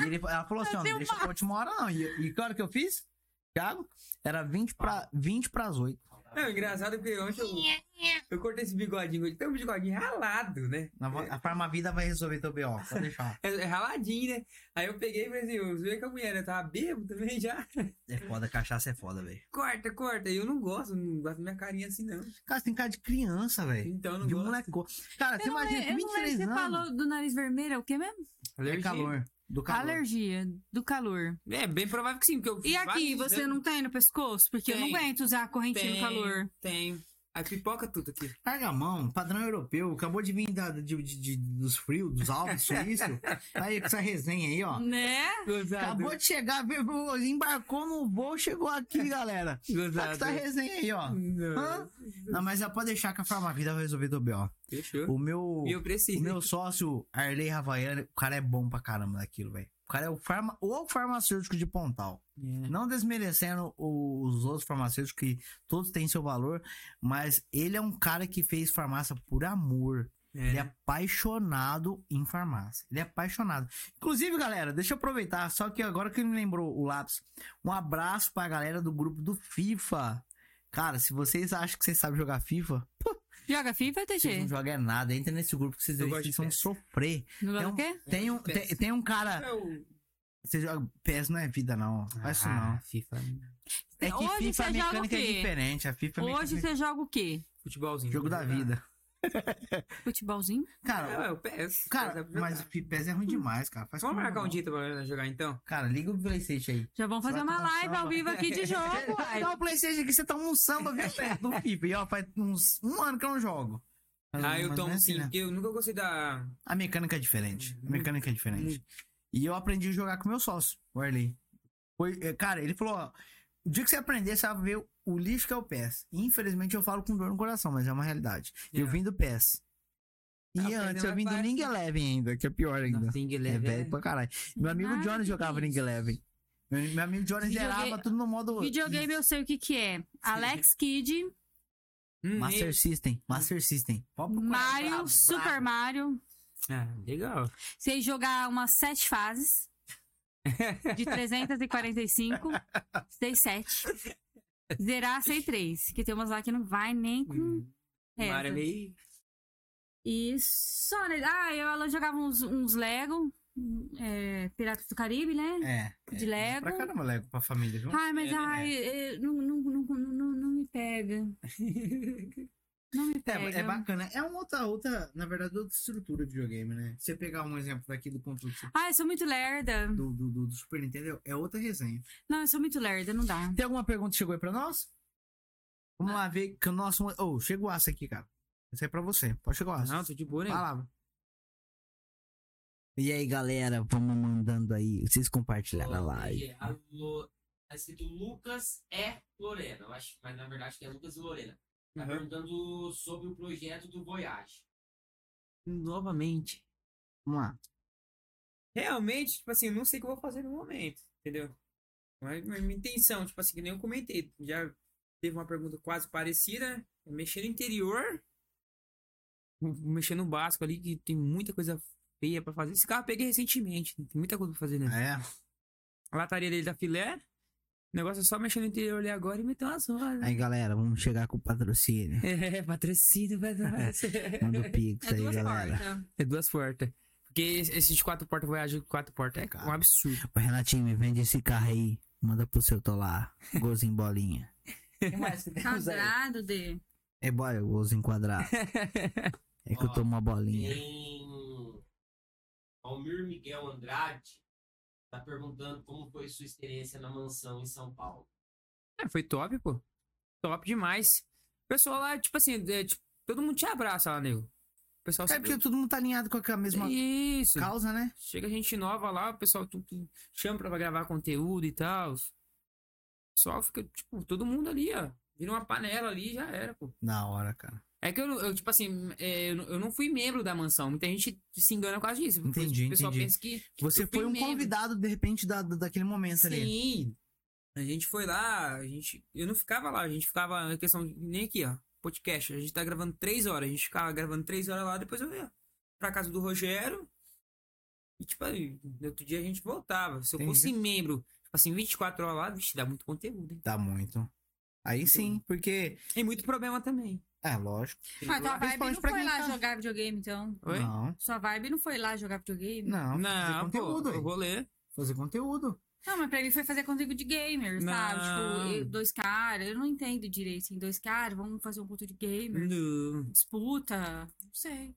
ele- ela falou assim, ó, não deixa pra última hora, não. E, e que hora que eu fiz? Thiago? Era 20 pra, 20 pras 8.
Não, engraçado que ontem eu, eu cortei esse bigodinho. hoje. Tem um bigodinho ralado, né?
Na vo- A Farmavida vai resolver teu B.O., pode deixar.
É, é raladinho, né? Aí eu peguei e falei assim, eu zoei com a mulher, né? Eu tava bêbado também já. *laughs*
É foda, cachaça é foda, velho.
Corta, corta. E eu não gosto, não gosto da minha carinha assim, não.
Cara, você tem cara de criança, velho.
Então eu não
De
gosto.
moleque. Cara, você
Eu não
imagina, com
lembro- eu não lembro
23
se você
anos.
falou do nariz vermelho, é o que mesmo?
É calor. Do calor.
Alergia do calor.
É, bem provável que sim, porque eu...
E aqui,
vários
você
anos
não tem no pescoço? Porque eu
Tem.
não aguento usar a correntinha
Tem.
no calor.
Tem. Aí pipoca tudo aqui.
Larga a mão, padrão europeu. Acabou de vir da, de, de- de- dos frios, dos *laughs* altos suíços. Tá aí com essa resenha aí, ó.
Né?
Acabou de chegar, veio- embarcou no voo, chegou *laughs* aqui, galera. Tá com essa resenha aí, ó. Hã? Não, mas já pode deixar que a Farmavida vai resolver do B.O.
Fechou.
O meu,
E eu preciso.
o meu sócio, Arley Havaiano, o cara é bom pra caramba daquilo, velho. O cara é o, farma, o farmacêutico de Pontal. Não desmerecendo o- os outros farmacêuticos, que todos têm seu valor, mas ele é um cara que fez farmácia por amor. Ele é apaixonado em farmácia. Ele é apaixonado. Inclusive, galera, deixa eu aproveitar, só que agora que me lembrou o lápis, um abraço pra galera do grupo do FIFA. Cara, se vocês acham que vocês sabem jogar FIFA,
Joga FIFA,
vocês não
TG?
jogam é nada. Entra nesse grupo que vocês,
Eu
veem que
gosto de
vocês vão
PES.
sofrer.
Não joga
Tem
o quê?
um, tem, um,
gosto de PES.
tem, tem um cara. Você joga PES não é vida, não. Faz
Ah.
isso não.
FIFA.
É que
Hoje
FIFA a
você joga o
mecânica é
quê?
diferente. A FIFA é
Hoje
mecânica... é
você joga o quê?
Futebolzinho.
jogo da vida.
Futebolzinho?
Ah,
Cara,
eu peço.
cara, mas o PES é ruim demais, cara. Faz
Vamos
comigo,
marcar um
não.
dia pra nós jogar então?
Cara, liga o PlayStation aí.
Já vamos fazer
Vai Tá
uma
tomar um
live ao
samba.
vivo aqui
*laughs*
de jogo,
Vai
uai.
dar o Playstation aqui, você toma um samba violento do FIFA. E ó, faz uns um ano que eu não jogo.
Ah,
Mas
eu
não
tomo
é assim,
sim,
né?
porque eu nunca gostei da.
A mecânica é diferente. A mecânica é diferente. E eu aprendi a jogar com meu sócio, o Arley. Foi, é, cara, ele falou, ó, o dia que você aprender, você vai ver o- o lixo que é o PES. Infelizmente, eu falo com dor no coração, mas é uma realidade. Eu
É.
vim do PES. E
Ah, o PES é
antes, eu
mais
vim do
fácil.
Ning Eleven ainda, que é pior ainda. É velho pra caralho. Meu amigo
Ah,
Johnny
que
jogava
isso.
Ning Eleven. Meu, meu amigo Johnny
Videogame-
zerava tudo no modo...
Videogame eu sei o que que é. Alex Kidd,
Hum,
Master System, Master System. Pode procurar,
Mario,
brabo,
Super
brabo.
Mario.
e- Ah, legal.
Sei jogar umas sete fases. De 345, sei sete. Zerar, sei três. Que tem umas lá que não vai nem com
Hum.
É,
Mara
essa.
meio.
E só, né? Ah, eu ela jogava uns, uns Lego, é, Piratas do Caribe, né?
É. é.
De Lego.
Pra caramba, Lego pra família, viu?
Ai, mas
É, né?
ai, é, não, não, não, não, não- não me pega. Não me
É,
pega.
é bacana. É uma outra, outra, na verdade, outra estrutura de videogame, né? Você pegar um exemplo daqui do controle
Ai, Ah, eu sou muito lerda.
do, do, do- do Super Nintendo, é outra resenha.
Não, eu sou muito lerda, não dá.
Tem alguma pergunta que chegou aí pra nós? Vamos lá ver que o nosso... Ô, chegou aço aqui, cara. Isso é pra você. Pode chegar o aço.
Não, tô de boa, né?
Palavra. E aí, galera, vamos mandando aí. Vocês compartilharam a live.
Alô, tá escrito Lucas E. Lorena, eu acho, mas na verdade que é Lucas e Lorena. Tá
Uhum.
perguntando sobre o projeto do Voyage.
Uhum. Novamente.
Vamos lá.
Realmente, tipo assim, eu não sei o que eu vou fazer no momento, entendeu? Mas mas minha intenção, tipo assim, que nem eu comentei. Já teve uma pergunta quase parecida. né? Mexer no interior. Mexer no básico ali, que tem muita coisa feia pra fazer. Esse carro eu peguei recentemente. né? Tem muita coisa pra fazer nele.
É.
A lataria dele da filé. O negócio é só mexer no interior ali agora e meter umas horas. né?
Aí, galera, vamos chegar com o patrocínio.
*laughs* É, patrocínio,
*laughs*
patrocínio.
Manda o pix
É
aí,
duas
galera.
portas.
É duas portas. Porque esse esse de quatro portas, Voyage de quatro portas, é
Cara.
um absurdo.
Ô, Renatinho, me vende esse carro aí. Manda pro seu tolar. Gozo em bolinha.
Quadrado de.
É boy, gozo em quadrado. É que eu
Ó,
tomo uma bolinha.
Tem Almir Miguel Andrade tá perguntando como foi sua experiência na mansão em São Paulo.
É, foi top, pô. Top demais. O pessoal lá, tipo assim, é, tipo, todo mundo te abraça lá, nego. O pessoal
É porque todo mundo tá alinhado com a mesma
Isso.
causa, né?
Chega gente nova lá, o pessoal tu, tu chama pra gravar conteúdo e tal. O pessoal fica, tipo, todo mundo ali, ó. Vira uma panela ali e já era, pô.
Da hora, cara.
É que eu, não- eu, tipo assim, é, eu, não- eu não fui membro da mansão. Muita gente se engana por causa disso.
Entendi,
O pessoal
entendi.
pensa que
Você
Eu fui
foi um
membro.
convidado, de repente, da, da- daquele momento ali.
Sim. A gente foi lá, a gente. Eu não ficava lá, a gente ficava na questão. de- Nem aqui, ó. Podcast. A gente tá gravando três horas. A gente ficava gravando três horas lá, depois eu ia pra casa do Rogério. E, tipo, aí, no outro dia a gente voltava. Se eu
Entendi.
fosse membro, tipo assim, 24 horas lá, vixe, dá muito conteúdo, hein?
Dá Tá muito. Aí sim, porque.
Tem muito problema também.
É, lógico.
Ah, tua vibe
Principalmente
não
pra
foi
quem
lá
tá-
jogar videogame, então.
Oi?
Não.
Sua vibe não foi lá jogar videogame?
Não. fazer
Não, pô,
conteúdo,
o
aí.
rolê.
Fazer conteúdo. É
Não, mas pra mim foi fazer conteúdo de gamer,
Não.
sabe? Tipo, eu- dois caras, eu não entendo direito. Assim, dois caras, vamos fazer um conteúdo de
Uhum.
gamer,
Do-
disputa, não sei.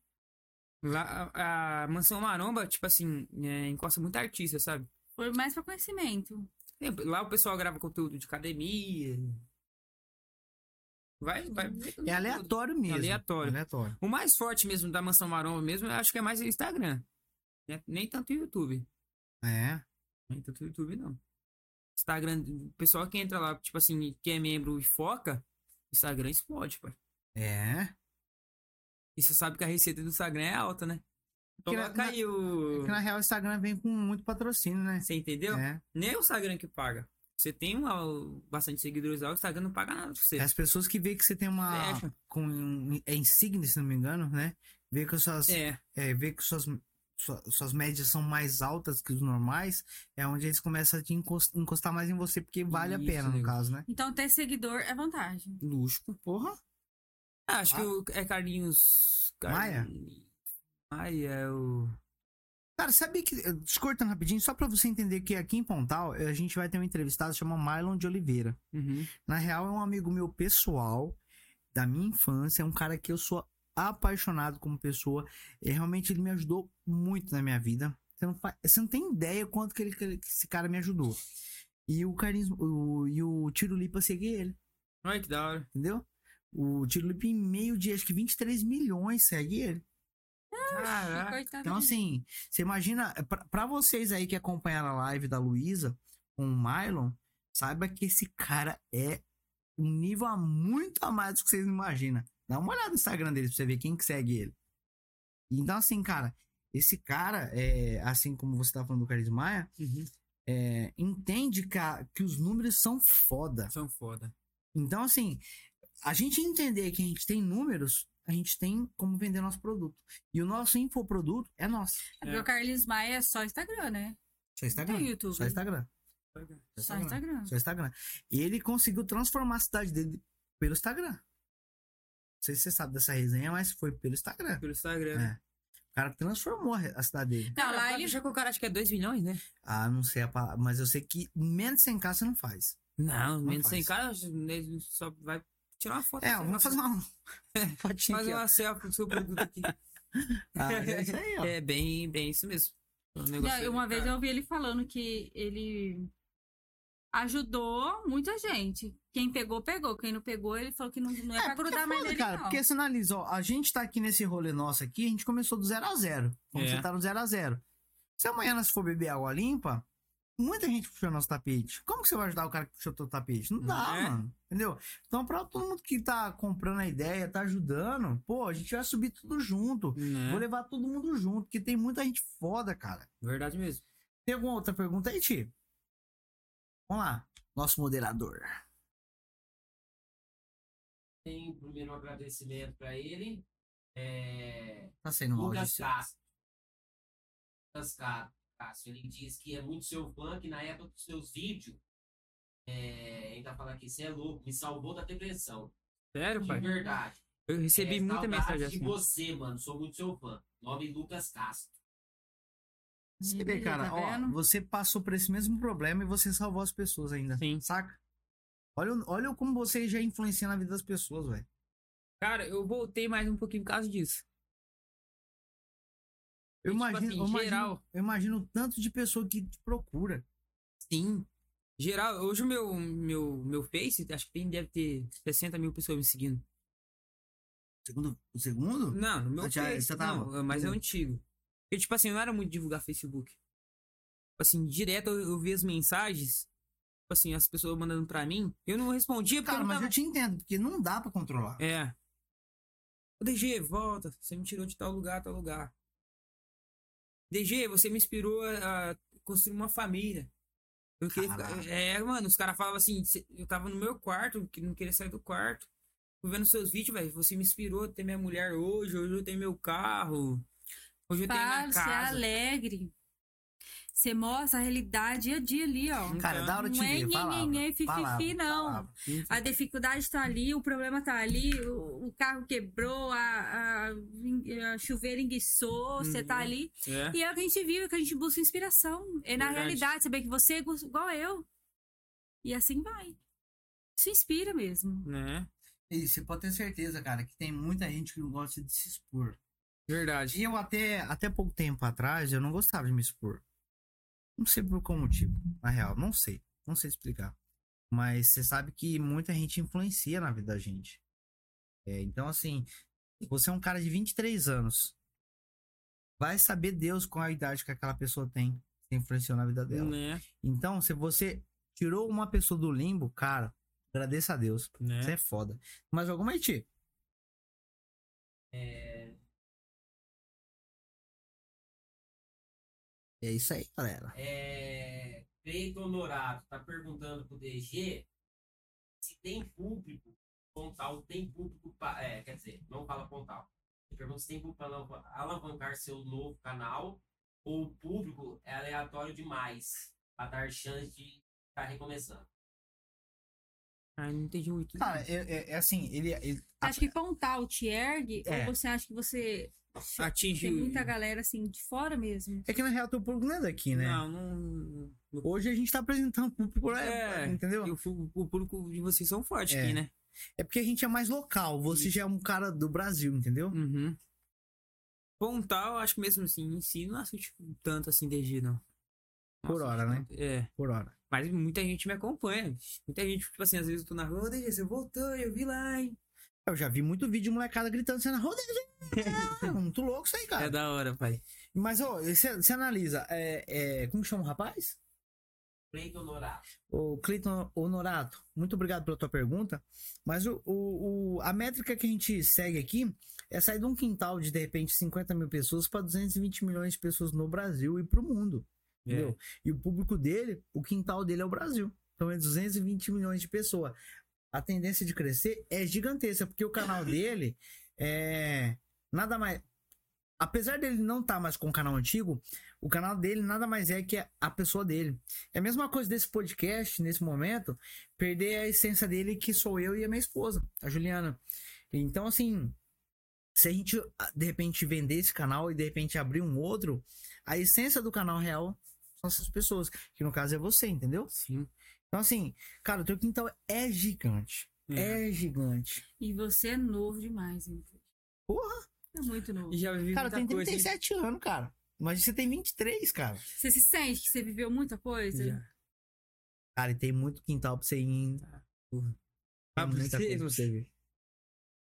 Lá, a, a Mansão Maromba, tipo assim, é, encosta muito artista, sabe?
Foi mais pra conhecimento.
Tem- Lá o pessoal grava conteúdo de academia. Vai, vai.
É aleatório mesmo.
Aleatório.
Aleatório.
O mais forte mesmo da Mansão Maromba mesmo, eu acho que é mais Instagram. né? Nem tanto YouTube.
É.
Nem tanto YouTube, não. Instagram, o pessoal que entra lá, tipo assim, que é membro e foca, Instagram explode, pai.
É.
E você sabe que a receita do Instagram é alta, né?
Que na-
Coloca aí o.
Porque na real o Instagram vem com muito patrocínio, né?
Você entendeu?
É.
Nem o Instagram que paga. Você tem uma, bastante seguidores lá, o Instagram não paga nada pra você.
As pessoas que veem que você tem uma.
Fecha.
Com, é insígnia, se não me engano, né? Vê que suas,
É.
é, vê que suas, sua- suas médias são mais altas que os normais, é onde eles começam a te encos- encostar mais em você, porque vale a
Isso,
pena, no
nego.
caso, né?
Então, ter seguidor é vantagem.
Luxo.
Porra!
Ah, acho que o, é Carlinhos.
Maia?
Carlinhos- Maia é o.
Cara, sabia que. eh, Te cortando rapidinho, só pra você entender que aqui em Pontal eh, a gente vai ter um entrevistado chamado Mylon de Oliveira. Na real, é um amigo meu pessoal, da minha infância, é um cara que eu sou apaixonado como pessoa. E realmente ele me ajudou muito na minha vida. Você não, fa- você não tem ideia quanto que, ele, que ele- que esse cara me ajudou. E o carisma, o, e o Tiro Lipa segui ele,
Olha que da hora.
entendeu? O Tiro Lipa em meio dia, acho que 23 milhões segue ele.
Ah,
Caraca.
Coitado
Então,
dele.
assim, você imagina, pra, pra vocês aí que acompanharam a live da Luísa com o Mylon, saiba que esse cara é um nível a muito a mais do que vocês imaginam. Dá uma olhada no Instagram dele pra você ver quem que segue ele. Então, assim, cara, esse cara, é, assim como você tá falando do Caris Maia,
Uhum.
é, entende que, a- que os números são foda.
São foda.
Então, assim, a gente entender que a gente tem números, a gente tem como vender nosso produto. E o nosso infoproduto é nosso.
É porque o Carlos Maia é só Instagram, né?
Só Instagram.
Não tem YouTube.
Só Instagram.
Só Instagram.
Só Instagram. E ele conseguiu transformar a cidade dele pelo Instagram. Não sei se você sabe dessa resenha, mas foi pelo Instagram.
Pelo Instagram.
É. O cara transformou a re- a cidade dele.
Não, Tá, lá ele
já que o cara acho que é 2 milhões, né?
Ah, não sei a palavra, mas eu sei que menos 100k você não faz.
Não,
Não
menos
faz.
100 caras, ele só vai tirar uma foto.
É,
assim,
vamos
nossa,
fazer uma *laughs* fotinha
fazer
aqui. ó.
uma selfie do seu produto aqui.
*laughs* Ah, mas é isso aí, ó.
É bem, bem isso mesmo. O negócio
Não,
é,
uma vez
cara,
eu ouvi ele falando que ele ajudou muita gente. Quem pegou, pegou. Quem não pegou, ele falou que não, não é, pra
porque
grudar mais
foda,
nele,
cara,
não.
porque você analisa, ó, a gente tá aqui nesse rolê nosso aqui, a gente começou do zero a zero. Como
É.
você tá no zero a zero. Se amanhã nós for beber água limpa, muita gente puxou nosso tapete. Como que você vai ajudar o cara que puxou teu tapete? Não dá,
Não é?
mano. Entendeu? Então, pra todo mundo que tá comprando a ideia, tá ajudando, pô, a gente vai subir tudo junto.
né?
Vou levar todo mundo junto, porque tem muita gente foda, cara.
Verdade mesmo.
Tem alguma outra pergunta aí, Ti? Vamos lá. Nosso moderador.
Tem primeiro um agradecimento pra ele. É...
Tá sendo mal.
Lucas Castro. Lucas Ca- Castro. Ele diz que é muito seu fã, que na época dos seus vídeos. É... Ele tá falando aqui, você é louco, me salvou da depressão.
Sério,
De
pai?
Uhum.
verdade.
Eu recebi
É,
muita
saudade
mensagem
de
assim.
você, mano. Sou muito seu fã. Nome é Lucas Castro.
Você vê, cara,
Tá
ó,
vendo?
você passou por esse mesmo problema e você salvou as pessoas ainda.
Sim.
Saca? Olha, o- olha como você já influencia na vida das pessoas, velho.
Cara, eu voltei mais um pouquinho por causa disso.
Eu,
Tipo
imagino,
assim,
eu, imagino,
geral.
eu imagino o tanto de pessoa que te procura.
Sim. Geral, hoje o meu, meu, meu Face, acho que tem, deve ter 60 mil pessoas me seguindo.
Segundo, o segundo?
Não, no meu
Ah, já-
Face,
você tava-
não, mas é
Uhum.
antigo. Porque, tipo assim, eu não era muito divulgar Facebook. Tipo assim, direto eu, eu via as mensagens, tipo assim, as pessoas mandando pra mim. Eu não respondia porque
Cara,
eu não
mas eu
tava...
te entendo, porque não dá pra controlar.
É. Ô, DG, volta. Você me tirou de tal lugar, tal lugar. DG, você me inspirou a, a construir uma família. Eu queria ficar-
Caraca.
É, mano, os caras falavam assim, cê- eu tava no meu quarto, que não queria sair do quarto. Tô vendo seus vídeos, velho. Você me inspirou a ter minha mulher hoje, hoje eu tenho meu carro. Hoje eu tenho minha
Para, ser
casa.
alegre. é Você mostra a realidade dia a dia ali, ó.
Então,
Cara, da hora te
Não é
ver. Palavra,
nhenhenhê, fififi,
palavra,
não.
palavra.
A dificuldade tá ali, o problema tá ali, o, o carro quebrou, a, a, a chuveira enguiçou, você tá
Uhum.
ali.
É.
E é o que a gente vive, que a gente busca inspiração. É na
Verdade.
realidade, saber que você é igu- igual eu. E assim vai. Isso inspira mesmo.
Né?
E você pode ter certeza, cara, que tem muita gente que não gosta de se expor.
Verdade.
E eu até, até pouco tempo atrás, eu não gostava de me expor. Não sei por qual motivo, na real. Não sei. Não sei explicar. Mas você sabe que muita gente influencia na vida da gente. É, então, assim, você é um cara de 23 anos. Vai saber Deus qual a idade que aquela pessoa tem. Você influenciou na vida dela.
Né?
Então, se você tirou uma pessoa do limbo, cara, agradeça a Deus.
Né?
Você é foda. Mas é alguma aí, Ti? É... isso aí, galera.
É, Cleiton Honorato tá perguntando pro DG se tem público. Pontal tem público para. É, quer dizer, não fala Pontal. Ele pergunta se tem público para alavancar seu novo canal ou o público é aleatório demais para dar chance de estar recomeçando.
Ai, Ah, não entendi muito.
Cara, é, é- é assim, ele. ele- a-
Acho que pontar o Tierg,
É.
ou você acha que você
Atinge.
tem muita galera assim de fora mesmo?
É que na real teu público não é daqui, né?
Não, não.
Hoje a gente tá apresentando público,
É,
é, entendeu?
E o, fu- o público de vocês são fortes
É.
aqui, né?
É porque a gente é mais local, você já é um cara do Brasil, entendeu?
Uhum. Pontal, eu acho que mesmo assim, em si, não assiste tanto assim DG, não. Não
Por hora, né?
assisto tanto. É.
Por hora.
Mas muita gente me acompanha. bicho. Muita gente, tipo assim, às vezes eu tô na rua, ô DG, você voltou, eu vi lá, hein?
Eu já vi muito vídeo de molecada gritando, você na roda.
*laughs*
É muito louco isso aí, cara.
É da hora, pai.
Mas, ó, você você analisa, é, é, como chama o rapaz?
Cleiton Honorato.
O Cleiton Honorato, muito obrigado pela tua pergunta. Mas o, o- o- a métrica que a gente segue aqui é sair de um quintal de, de repente, 50 mil pessoas para 220 milhões de pessoas no Brasil e para o mundo.
É,
Entendeu? E o público dele, o quintal dele é o Brasil. Então é 220 milhões de pessoas. A tendência de crescer é gigantesca, porque o canal dele é nada mais. Apesar dele não estar mais com o canal antigo, o canal dele nada mais é que a pessoa dele. É a mesma coisa desse podcast, nesse momento, perder a essência dele, que sou eu e a minha esposa, a Juliana. Então, assim, se a gente ah, de repente vender esse canal e de repente abrir um outro, a essência do canal real são essas pessoas, que no caso é você, entendeu?
Sim.
Então, assim, cara, o teu quintal é gigante.
É.
É, gigante.
E você é novo demais, hein?
Porra!
É muito novo.
E já vivi
Cara,
muita
tem
coisa. hein?
37 anos, cara. Mas você tem 23, cara.
Você se sente que você viveu muita coisa?
né?
Já.
Cara, e tem muito quintal pra você ir. em- Tem
Sabe,
muita coisa
você,
pra você ver.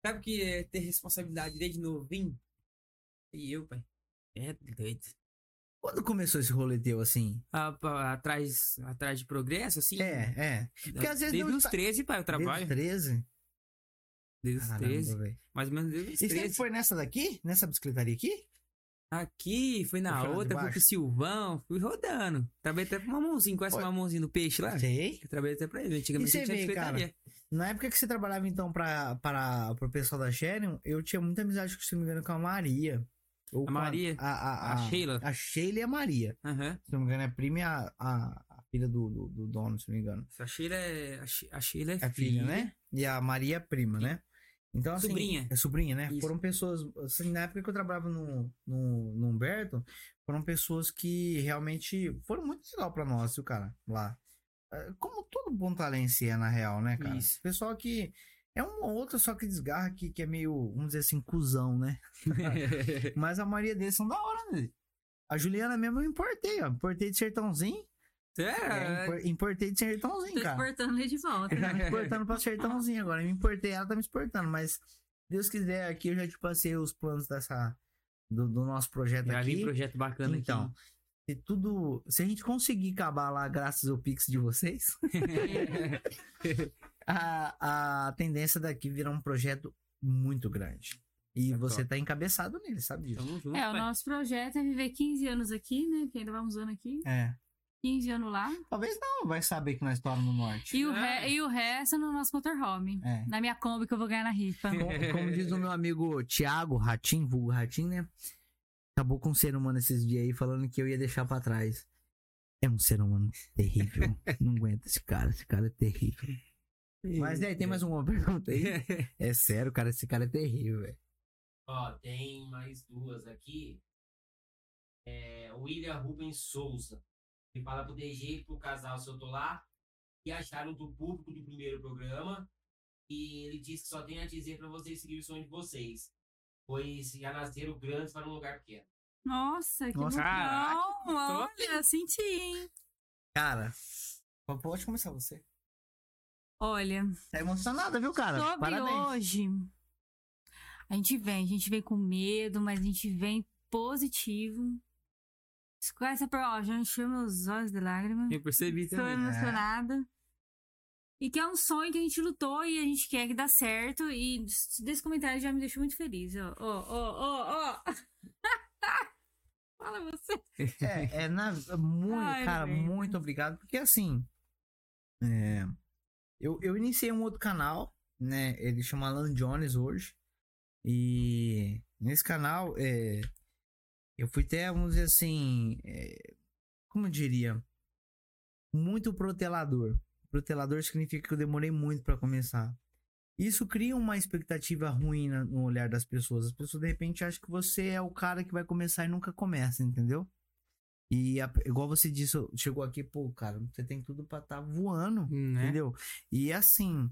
Ah, sabe o que é ter responsabilidade desde novinho? E eu, pai. É doido.
Quando começou esse rolê teu, assim?
Ah, pá, atrás, atrás de progresso, assim?
É, é. Porque às vezes
Desde
não
os
tá-
13, pai, eu trabalho.
Desde 13?
Desde os 13.
Caramba, velho.
Mais ou menos desde os
E você
13.
foi nessa daqui? Nessa bicicletaria aqui?
Aqui, fui na
Ou foi lá de
outra, fui
baixo?
pro Silvão, fui rodando. Trabalhei até pro Mamãozinho, conhece o
Olha.
Mamãozinho do Peixe lá?
Sei.
Eu trabalhei até pra ele. Antigamente
E você
eu tinha
vê, cara?
secretaria.
Na época que você trabalhava, então, pra, para pro pessoal da Sharon, eu tinha muita amizade, se não me engano, com a Maria. Ou com
Maria?
A, a, a,
A Sheila?
A Sheila e a Maria.
Aham.
Se não me engano, é a prima e a, a, a filha do, do, do dono, se não me engano.
A Sheila é. a She- A Sheila é,
É a filha, né? E a Maria é prima, né? Então, assim,
Sobrinha.
É sobrinha, né?
Isso.
Foram pessoas. assim, na época que eu trabalhava no, no, no Humberto, foram pessoas que realmente foram muito legal pra nós, viu, cara? Lá. Ah, Como todo bom talense é, na real, né, cara?
Isso.
Pessoal que. É um ou outro só que desgarra que, que é meio, vamos dizer assim, cuzão,
*laughs*
né? Mas a maioria deles são da hora, né? A Juliana mesmo eu importei, ó. Importei de sertãozinho. É,
Sério?
impor- importei de
Tô
sertãozinho, cara.
exportando ele de volta. né?
Tá
*laughs*
me exportando pra sertãozinho agora. Eu me importei, ela tá me exportando, mas Deus quiser, aqui eu já te passei os planos dessa. Do, do nosso projeto
Já vi
aqui.
um projeto bacana
então, se tudo. Se a gente conseguir acabar lá, graças ao Pix de vocês, *laughs*
aqui.
a, a tendência daqui virar um projeto muito grande. E
Tá
você
top.
tá encabeçado nele, sabe disso?
Tamo junto,
É, o
pai.
nosso projeto é viver 15 anos aqui, né? Que ainda vai uns anos aqui.
É.
15 anos lá.
Talvez não, vai saber que nós estamos no norte.
E o,
Ah.
re- e o resto no nosso motorhome.
É.
Na minha Kombi que eu vou ganhar
*laughs*
na rifa.
Como, como diz o meu amigo Thiago Ratim, vulgo Ratim, né? Acabou com um ser humano esses dias aí falando que eu ia deixar pra trás. É um ser humano terrível. Não aguento esse cara. Esse cara é terrível. Mas aí, tem mais um uma pergunta aí? É sério, cara. Esse cara é terrível, velho.
Ó, tem mais duas aqui. É, o William Rubens Souza. Ele fala pro DG e pro casal se eu tô lá. E acharam do público do primeiro programa. E ele disse que só tem a dizer pra vocês seguirem o sonho de vocês. Pois já nasceram grandes para um lugar pequeno.
Nossa, que
Nossa,
bom.
caraca,
Olha, senti, hein?
Cara, pode começar você.
Olha,
Tá emocionada, viu, cara?
sobre
Parabéns.
hoje. A gente vem, a gente vem com medo, mas a gente vem positivo. Com Essa, pro- ó, já encheu meus olhos de lágrimas.
Eu percebi
Estou
é.
também. né?
emocionada. E que é um sonho que a gente lutou e a gente quer que dá certo. E des- desse comentário já me deixou muito feliz. Ó, ó, ó, ó, ó. Fala você.
É, é na- muito,
Ai,
cara,
gente.
muito obrigado. Porque assim, é, eu, eu iniciei um outro canal, né? Ele chama Alan Jones hoje. E nesse canal, é, eu fui até, vamos dizer assim, é, como eu diria, muito protelador. Protelador significa que eu demorei muito pra começar. Isso cria uma expectativa ruim na- no olhar das pessoas. As pessoas de repente acham que você é o cara que vai começar e nunca começa, entendeu? E a- igual você disse, chegou aqui, pô, cara, você tem tudo pra tá voando,
Né?
entendeu? E assim,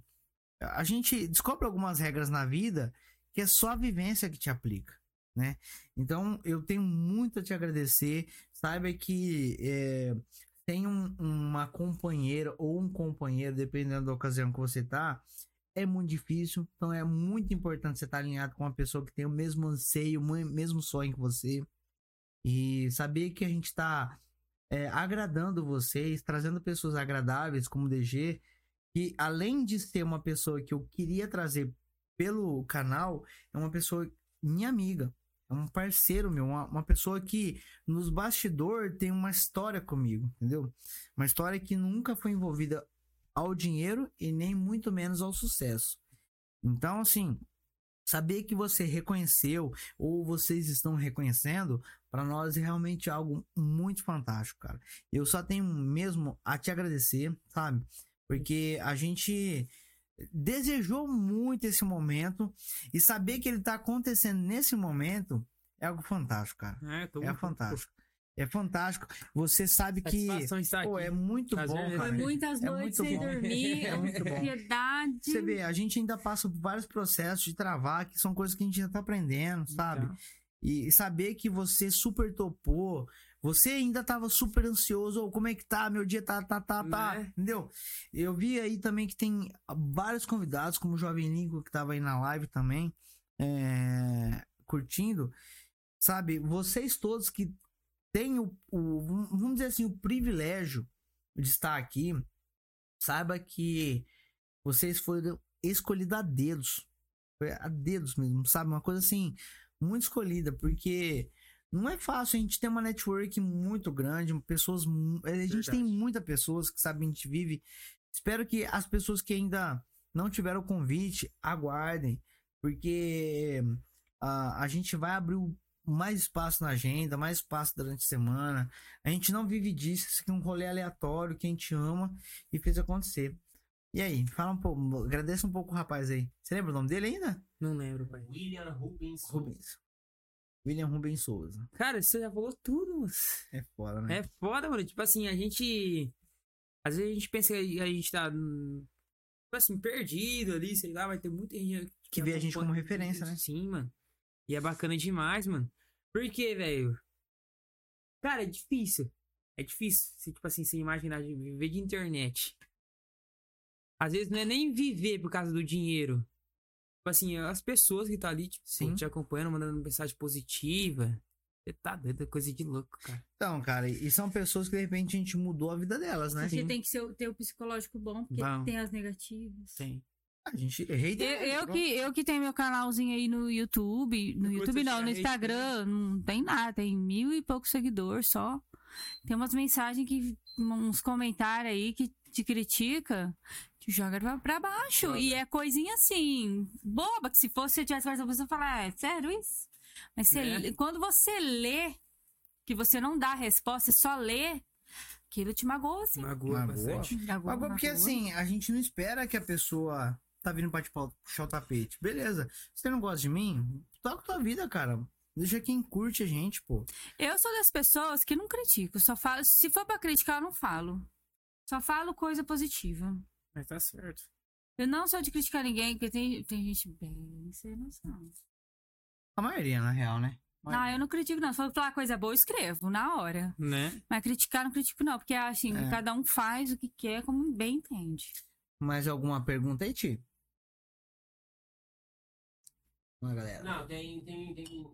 a gente descobre algumas regras na vida que é só a vivência que te aplica, né? Então, eu tenho muito a te agradecer. Saiba que é, tem um- uma companheira ou um companheiro, dependendo da ocasião que você tá, é muito difícil. Então, é muito importante você estar alinhado com uma pessoa que tem o mesmo anseio, o me- mesmo sonho que você. E saber que a gente tá é, agradando vocês, trazendo pessoas agradáveis, como o DG, que além de ser uma pessoa que eu queria trazer pelo canal, é uma pessoa minha amiga, é um parceiro meu, uma, uma pessoa que nos bastidores tem uma história comigo, entendeu? Uma história que nunca foi envolvida ao dinheiro e nem muito menos ao sucesso. Então, assim, saber que você reconheceu ou vocês estão reconhecendo, para nós é realmente algo muito fantástico, cara. Eu só tenho mesmo a te agradecer, sabe? Porque a gente desejou muito esse momento e saber que ele tá acontecendo nesse momento é algo fantástico, cara.
É, tô
É
muito-
fantástico. É fantástico. Você sabe que
Satisfação estar aqui.
pô, é muito
Prazer
bom,
mesmo.
cara.
Foi muitas
É
noites
muito
sem
bom. *laughs*
dormir,
É muito bom.
ansiedade.
Você vê, a gente ainda passa por vários processos de travar, que são coisas que a gente ainda tá aprendendo, sabe?
Então.
E saber que você super topou, você ainda tava super ansioso, ou como é que tá, meu dia tá, tá, tá, tá,
Né?
entendeu? Eu vi aí também que tem vários convidados, como o Jovem Lincoln, que tava aí na live também, é, curtindo, sabe? Vocês todos que têm o, o, vamos dizer assim, o privilégio de estar aqui, saiba que vocês foram escolhidos a dedos, foi a dedos mesmo, sabe? Uma coisa assim, muito escolhida, porque não é fácil, a gente tem uma network muito grande, pessoas. mu- A gente
Verdade.
tem muitas pessoas que sabe, a gente vive. Espero que as pessoas que ainda não tiveram o convite aguardem, porque a, a gente vai abrir o- mais espaço na agenda, mais espaço durante a semana. A gente não vive disso, isso aqui é um rolê aleatório que a gente ama e fez acontecer. E aí, fala um pouco, agradeça um pouco o rapaz aí. Você lembra o nome dele ainda?
Não lembro, pai.
William Rubens.
Rubens. William Rubens Souza.
Cara, você já falou tudo, mano.
É foda, né?
É foda, mano. Tipo assim, a gente. Às vezes a gente pensa que a gente tá. hum, Tipo assim, perdido ali, sei lá, vai ter muita gente.
Que vê a gente como referência, né?
Sim, mano. E é bacana demais, mano. Por quê, velho? Cara, é difícil. É difícil, se, tipo assim, você imaginar de viver de internet. Às vezes não é nem viver por causa do dinheiro. Tipo assim, as pessoas que tá ali, tipo,
Sim.
te acompanhando, mandando mensagem positiva. Você tá doido, é coisa de louco, cara.
Então, cara, e são pessoas que de repente a gente mudou a vida delas, né?
Você tem que ser, o- ter o psicológico bom, porque
Bom.
tem as negativas.
Sim.
A gente
Eu,
hater, né?
eu que, eu que tenho meu canalzinho aí no YouTube. No
Não curto
YouTube não,
essa
no
rede,
Instagram. Não tem nada, tem mil e poucos seguidores só. Tem umas mensagens que. uns comentários aí que te critica, te joga pra- pra baixo. E é coisinha assim, boba, que se fosse eu tivesse mais uma pessoa falar, "Ah, é sério isso? Mas você-
Né?
quando você lê, que você não dá a resposta, você só lê. Aquilo te magoou, assim.
Magoa
Magoa?
bastante.
Magoou,
Mas porque
magoou.
assim, a gente não espera que a pessoa tá vindo pra te pau- puxar o tapete. Beleza. Se você não gosta de mim, toca tua vida, cara. Deixa quem curte a gente, pô.
Eu sou das pessoas que não critico. Só falo. Se for pra criticar, eu não falo. Só falo coisa positiva.
Mas tá certo.
Eu não sou de criticar ninguém, porque tem, tem gente bem sem noção.
A maioria, na real, né? Olha.
Ah, eu não critico, não. Se for falar coisa boa, eu escrevo na hora.
Né?
Mas criticar, não critico, não. Porque assim,
É.
cada um faz o que quer, como bem entende.
Mais alguma pergunta aí, Ti? Vamos lá, galera.
Não, tem. tem, tem...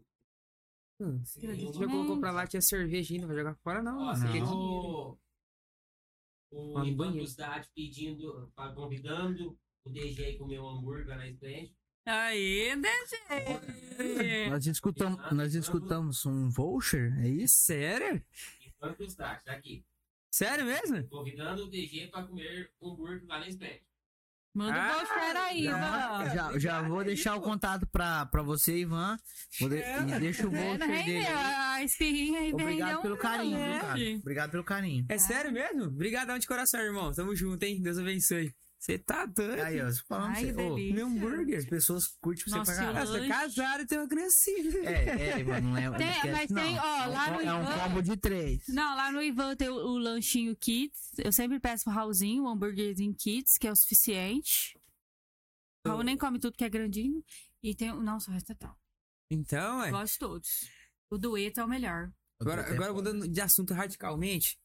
Você já colocou pra lá que é cerveja ainda, vai jogar fora não. né?
Ó,
você
você
quer
tem
dinheiro.
o. O
Lá no
Ivan
banheiro.
Custad pedindo, tá convidando o DG aí comer um hambúrguer na Splash.
Aí, DG!
Nós escutamos, nós escutamos um voucher, é isso?
Sério?
Ivan Custad, tá aqui.
Sério mesmo?
Convidando o DG pra comer hambúrguer lá na Splash.
Manda um
Ah,
voucher aí,
Já,
Ivan.
já,
é
já vou deixar o contato pra, pra você, Ivan. Vou de- deixa o
É,
voucher
não rendeu,
dele. aí.
a espirrinha aí
Obrigado
rendeu
pelo
um
carinho, viu,
leve.
cara? Obrigado pelo carinho.
É sério mesmo? Obrigadão de coração, irmão. Tamo junto, hein? Deus abençoe. Você tá doido?
Aí, ó, falando
Ai,
pra você. Ô,
delícia.
Meu hambúrguer.
as pessoas curtem você
Nossa,
pra caralho.
eu-
Nossa,
Lanche.
casaram e tem uma criancinha.
É, é, mano, não é.
Tem,
não esquece,
mas
não.
tem, ó,
É um
lá
co-
no
É um
Ivan-
combo de três.
Não, lá no Ivan tem o, o lanchinho Kids. Eu sempre peço pro Raulzinho, o hambúrguerzinho Kids, que é o suficiente. O Raul nem come tudo que é grandinho. E tem. o- Nossa, o resto é tal.
Então, é.
Gosto de todos. O dueto é o melhor.
Agora, agora mudando de assunto radicalmente.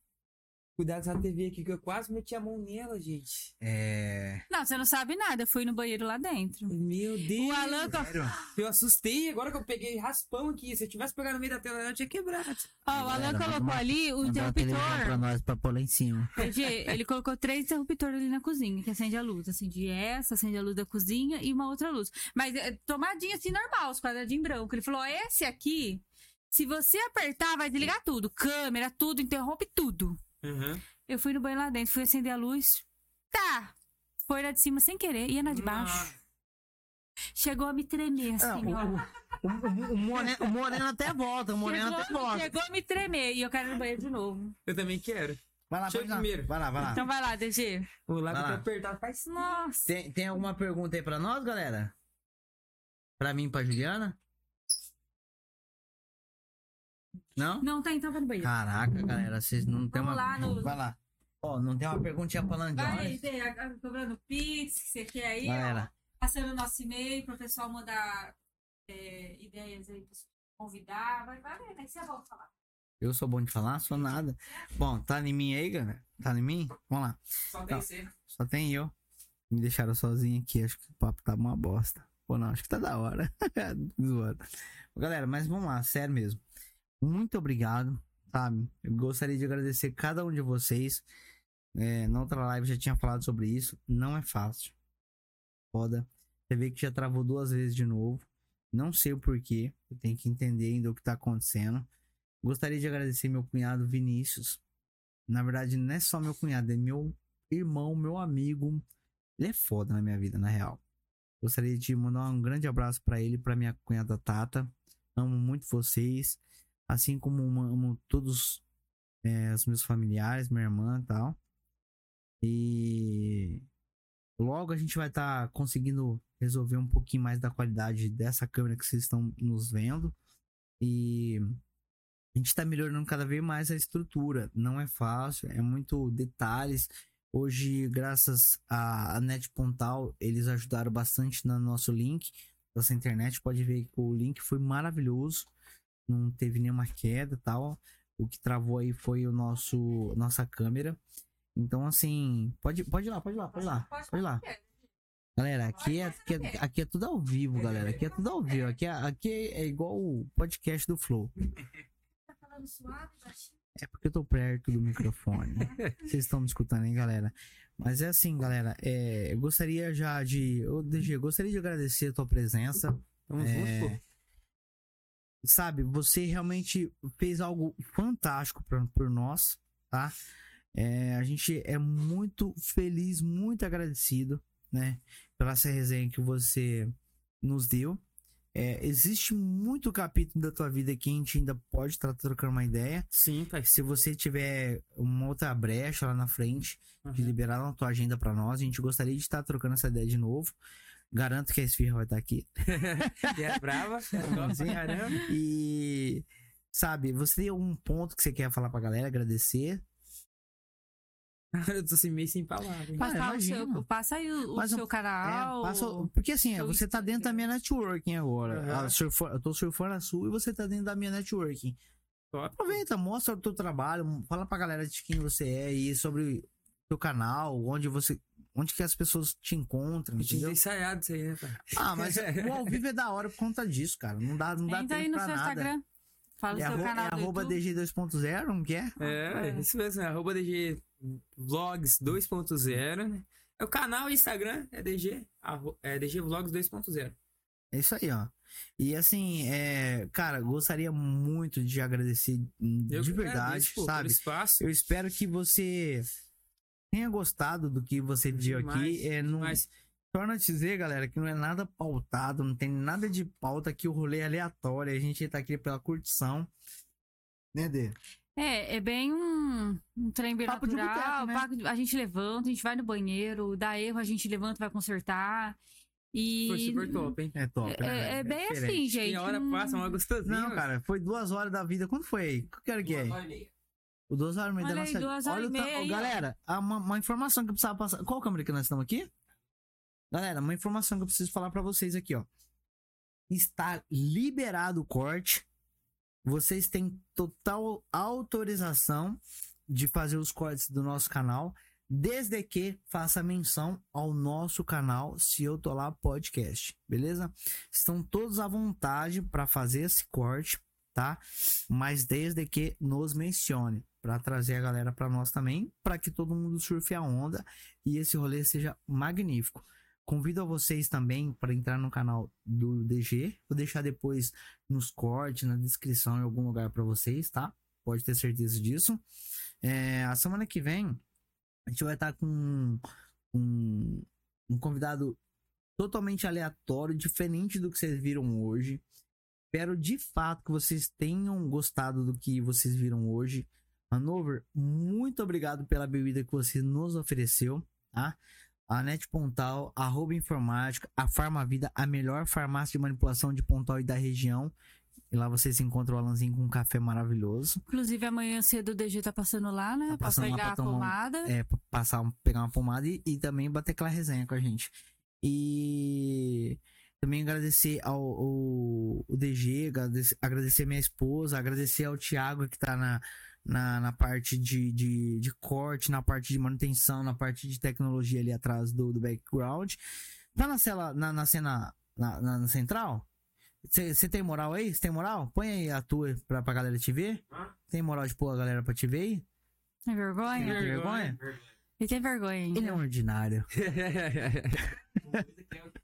Cuidado com essa TV aqui, que eu quase meti a mão nela, gente.
É.
Não, você não sabe nada. Eu fui no banheiro lá dentro.
Meu Deus.
O Alan. co-
Sério?
Eu assustei agora que eu peguei raspão aqui. Se eu tivesse pegado no meio da tela, eu tinha quebrado.
Ó, o Alan
Galera, manda
colocou
uma-
ali o
Mandar uma televisão pra
interruptor.
nós pra pôr lá em cima.
Entendi. Ele colocou três interruptores ali na cozinha, que acende a luz. Acende essa, acende a luz da cozinha e uma outra luz. Mas é tomadinha assim, normal, os quadradinhos brancos. Ele falou: ó, esse aqui, se você apertar, vai desligar tudo. Câmera, tudo, interrompe tudo.
Uhum.
Eu fui no banheiro lá dentro, fui acender a luz. Tá! Foi lá de cima sem querer, ia na de baixo. Chegou a me tremer, assim,
Não,
ó.
O, o- o Moreno, o Moreno até volta, o Moreno é até
Chegou,
volta.
chegou a me tremer e eu quero ir no banheiro de novo.
Eu também quero.
Vai lá,
Chega
pode lá.
primeiro.
Vai lá, vai lá.
Então vai lá, DG.
Vou lá
Vai
pra
lá.
apertar faz
Nossa.
Tem, tem alguma pergunta aí pra nós, galera? Pra mim, e pra Juliana? Não?
Não, tá então vai no banheiro.
Caraca, galera, vocês não tem uma.
Vamos lá no-
Vai lá. Ó, não tem uma perguntinha pra
Vai,
Landiola.
DG, a- a- cobrando Pix, que você quer aí, ó.
Galera,
passando o nosso e-mail pro pessoal mandar é, ideias aí pra se convidar. Vai, vai, vai, que você volta falar.
eu sou bom de falar, sou nada. Bom, tá em mim aí, galera? Tá em mim? Vamos lá.
Só
Tá.
tem ser.
Só tem eu. Me deixaram sozinho aqui, acho que o papo tá uma bosta. Ou não, acho que tá da hora. *laughs* Zoando. Galera, mas vamos lá, sério mesmo. Muito obrigado, sabe? Eu gostaria de agradecer cada um de vocês. É, na outra live já tinha falado sobre isso. Não é fácil. Foda. Você vê que já travou duas vezes de novo. Não sei o porquê. Eu tenho que entender ainda o que tá acontecendo. Gostaria de agradecer meu cunhado Vinícius. Na verdade, não é só meu cunhado, é meu irmão, meu amigo. Ele é foda na minha vida, na real. Gostaria de mandar um grande abraço pra ele, pra minha cunhada Tata. Amo muito vocês, assim como uma- amo todos eh, os meus familiares, minha irmã e tal. E logo a gente vai estar conseguindo resolver um pouquinho mais da qualidade dessa câmera que vocês estão nos vendo. E a gente tá melhorando cada vez mais a estrutura. Não é fácil, é muito detalhes. Hoje, graças à à Net Pontal, eles ajudaram bastante no nosso link, nossa internet. Pode ver que o link foi maravilhoso, não teve nenhuma queda e tal. O que travou aí foi o nosso nossa câmera. Então, assim, pode, pode ir lá, pode ir lá, pode ir lá, pode ir lá. Galera, aqui é, aqui, é, aqui é tudo ao vivo, galera. Aqui é tudo ao vivo. Aqui é, aqui é igual o podcast do Flow.
Tá falando suave, baixinho.
É porque eu tô perto do microfone. Vocês estão me escutando, hein, galera? Mas é assim, galera. é, eu gostaria já de. Ô, DG, gostaria de agradecer a tua presença.
Tamo
É.
junto, pô.
Sabe, você realmente fez algo fantástico pra, por nós, tá? É, a gente é muito feliz, muito agradecido, né? Pela essa resenha que você nos deu. É, existe muito capítulo da tua vida que a gente ainda pode estar trocando uma ideia.
Sim, pai.
É, Se você tiver uma outra brecha lá na frente, de
Uhum.
liberar na tua agenda pra nós, a gente gostaria de estar trocando essa ideia de novo. Garanto que a esfirra vai estar aqui.
E
*laughs*
é brava. top pra caramba.
E, sabe, você tem algum ponto que você quer falar pra galera, agradecer?
Eu tô assim, meio sem palavras. hein?
Ah,
Passar o
imagino.
seu, passa aí Ah, o, o
Mas um-
seu
É,
canal.
passa o- porque assim, é,
seu
você tá
Instagram.
dentro da minha networking agora.
Aham.
Ah, surfa- eu tô surfando a sua e você tá dentro da minha networking.
Top.
Aproveita, mostra o teu trabalho, fala pra galera de quem você é e sobre o teu canal, onde você. Onde que as pessoas te encontram,
A gente
entendeu?
tem ensaiado isso aí, né, pai?
Ah,
*laughs*
mas o ao vivo é da hora por conta disso, cara. Não dá, não dá
Entra aí
tempo
no
pra
seu
nada.
Instagram. Fala
É,
o seu
arro- é
canal. do
arroba
YouTube.
DG 2.0, não quer?
É,
é.
isso mesmo, é arroba DG Vlogs 2.0, né? É o canal e Instagram, é DG, arro- é DG Vlogs 2.0.
É isso aí, ó. E assim, é, cara, gostaria muito de agradecer hum,
Eu
de
que
verdade,
agradeço, pô, pelo
sabe?
espaço.
Eu espero que você tenha gostado do que você viu
Demais,
aqui. É, não...
Mas,
Torna a dizer, galera, que não é nada pautado, não tem nada de pauta aqui, o rolê é aleatório, a gente tá aqui pela curtição. Né, Dê?
É, é bem um, um trem bem
Papo de boteco,
natural.
né?
papo de- a gente levanta, a gente vai no banheiro, dá erro, a gente levanta, vai consertar. E.
foi super top, hein?
É top,
É,
né?
é-
velho?
é bem
diferente.
assim, gente.
E a hora
não-
passa, uma gostosinha.
Não, cara, foi duas horas da vida. Quando foi aí? Que hora que é?
Uma hora e meia.
O duas horas e meia da
Olha aí,
nossa
duas horas
Olha
e
o ta-
meia
Ô,
aí, ó.
Galera, há uma, uma informação que eu precisava passar. Qual câmera que nós estamos aqui? Galera, uma informação que eu preciso falar pra vocês aqui, ó. Está liberado o corte. Vocês têm total autorização de fazer os cortes do nosso canal, desde que faça menção ao nosso canal Se Eu Tô Lá Podcast, beleza? Estão todos à vontade pra fazer esse corte, tá? mas desde que nos mencione para trazer a galera para nós também, para que todo mundo surfe a onda e esse rolê seja magnífico. Convido a vocês também para entrar no canal do DG, vou deixar depois nos cortes, na descrição em algum lugar para vocês, tá? Pode ter certeza disso. É, a semana que vem a gente vai estar com um, um convidado totalmente aleatório, diferente do que vocês viram hoje. Espero de fato que vocês tenham gostado do que vocês viram hoje. Hanover, muito obrigado pela bebida que você nos ofereceu, tá? A Net Pontal, arroba informática, a Farmavida, a melhor farmácia de manipulação de Pontal e da região. E lá vocês encontram o Alanzinho com um café maravilhoso.
Inclusive, amanhã cedo o DG tá passando lá, né?
Tá
pra
passando lá
pegar
pra
a
tomar um-
pomada.
É, pra passar, um- pegar uma pomada e, e também bater aquela resenha com a gente. E também agradecer ao, ao- ao DG, agradecer, agradecer minha esposa, agradecer ao Thiago que tá na, na, na parte de, de, de corte, na parte de manutenção, na parte de tecnologia ali atrás do, do background. Tá na cela, na, na cena, na, na- na central? Você tem moral aí? Você tem moral? Põe aí a tua pra, pra galera te ver.
Hã?
Tem moral de pôr a galera pra te ver aí?
Tem
Tem
vergonha?
Vergonha.
vergonha?
Vergonha.
Ele tem vergonha, hein?
Ele é um ordinário.
*laughs*
Coisa que eu- *laughs*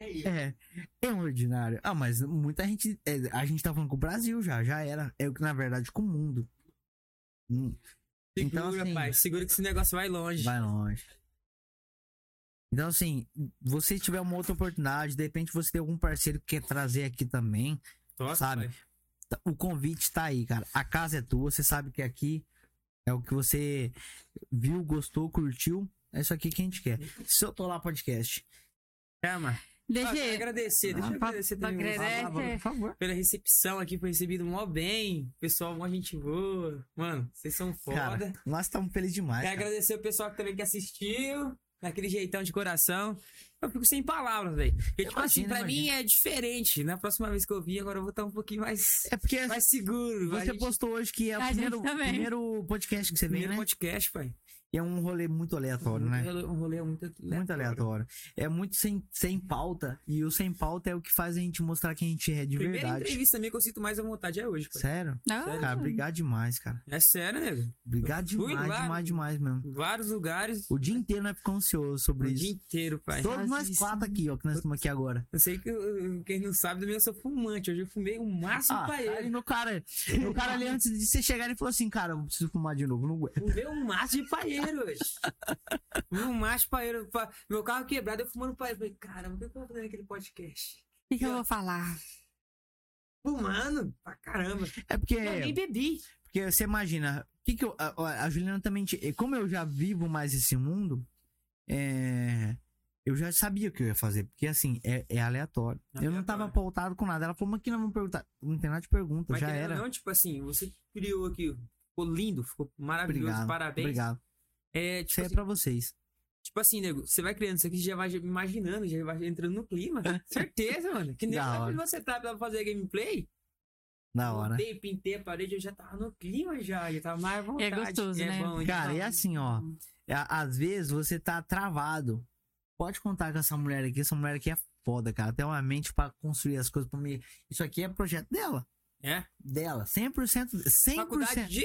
É isso.
É, é um ordinário. Ah, mas muita gente. é, a gente tá falando com o Brasil já, já era. É o que, na verdade, com o mundo. Hum, Então,
Segura,
assim-
pai, segura que esse negócio vai longe.
vai longe. Então, assim, você tiver uma outra oportunidade, de repente você tem algum parceiro que quer trazer aqui também.
Nossa,
sabe?
pai.
tá- O convite tá aí, cara. A casa é tua, você sabe que aqui é o que você viu, gostou, curtiu. É isso aqui que a gente quer. Se eu tô lá podcast.
Chama. Ah, eu quero
DG,
agradecer, deixa eu
Ah, pra-
agradecer
pra
também.
agradar-
vocês
É, é.
por favor.
Pela recepção aqui, foi recebido mó bem. Pessoal, mó gente boa. Mano, vocês são foda.
Cara, nós estamos felizes demais.
Quero
cara.
agradecer o pessoal que também que assistiu, naquele jeitão de coração. Eu fico sem palavras, velho. Porque, tipo assim,
Imagina,
pra mim é diferente. Na próxima vez que eu vi, agora eu vou estar um pouquinho mais,
É porque
mais seguro. vai,
Você
gente.
postou hoje que é o
A gente
primeiro,
também.
primeiro podcast que você vem,
primeiro
né?
podcast, pai.
E é um rolê muito aleatório, né?
Um rolê muito aleatório.
Muito aleatório. É muito sem, sem pauta. E o sem pauta é o que faz a gente mostrar quem a gente é de
Primeira
verdade.
entrevista minha que eu sinto mais à vontade é hoje, pai.
Sério?
Ah,
Cara, obrigado demais, cara.
É sério, nego.
Obrigado
Fui
demais,
lá.
demais, demais mesmo.
Em Vários lugares,
O dia inteiro nós ficamos ansiosos sobre
o
isso.
dia inteiro, assim, pai.
Todos nós
Isso.
quatro aqui, ó, que nós estamos aqui agora.
Eu sei que eu- quem não sabe também eu sou fumante. Hoje eu fumei o máximo
Ah,
pra ele.
aí no cara, o cara ali antes de você chegar, ele falou assim, cara, eu preciso fumar de novo, não aguento.
Fumei um maço de paeiro hoje. Fumei um maço de paeiro. pa- Meu carro quebrado, eu fumando paeiro. Falei, caramba, o que eu vou fazer naquele podcast?
que, que eu vou falar?
Fumando pra caramba.
É porque.
Eu nem bebi.
Porque você imagina, o que que eu- a, a- a Juliana também, ti- como eu já vivo mais esse mundo, é, eu já sabia o que eu ia fazer, porque assim, é, é aleatório. Eu não
Aleatório.
tava pautado com nada. Ela falou, mas que não vamos perguntar. Não tem nada de pergunta,
Mas
já
querendo
era.
ou não, tipo assim, você criou aqui. Ficou lindo, ficou maravilhoso.
Obrigado.
Parabéns.
Obrigado.
É, tipo
Isso aí é
assim,
pra vocês.
Tipo assim, nego, você vai criando isso aqui, você já vai imaginando, já vai entrando
*laughs*
no clima. Certeza, mano. Que nem
Da
quando
hora.
você tá pra fazer gameplay.
Da hora.
Montei, pintei a parede, eu já tava no clima já, já tava mais à vontade.
É gostoso, né?
bom,
Cara,
então.
e assim, ó. é- Às vezes você tá travado. Pode contar com essa mulher aqui. Essa mulher aqui é foda, cara. Tem uma mente pra construir as coisas pra mim. Isso aqui é projeto dela.
É?
Dela. 100%. 100%.
Faculdade de...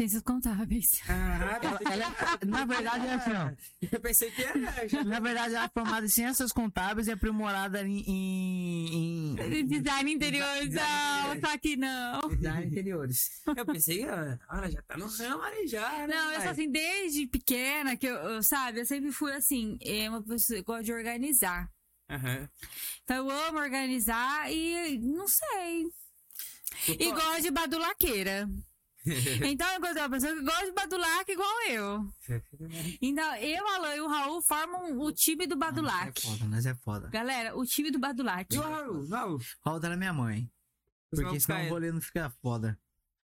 Ciências contábeis.
Caralho,
Ela- ela é- na verdade, é assim, ó.
eu pensei que era... já-
Na verdade, ela é formada em ciências contábeis e aprimorada em, em, em
Design interior, não, tá aqui não.
design interiores.
Eu pensei que ela ela já tá no ramo ali já, né?
Não, eu sou assim, desde pequena, que eu, eu, sabe, eu sempre fui assim, é uma pessoa que gosta de organizar.
Aham.
Então eu amo organizar e não sei. E gosto
*laughs*
de badulaqueira. Então eu gosto de uma pessoa que gosta de badulac igual eu. Então, eu, Alan e o Raul formam o time do badulac.
Nós é foda, nós é foda.
Galera, o time do badulac.
E o Raul, Raul?
Falta na minha mãe. Porque
Pessoal,
senão o
cara,
rolê não fica foda.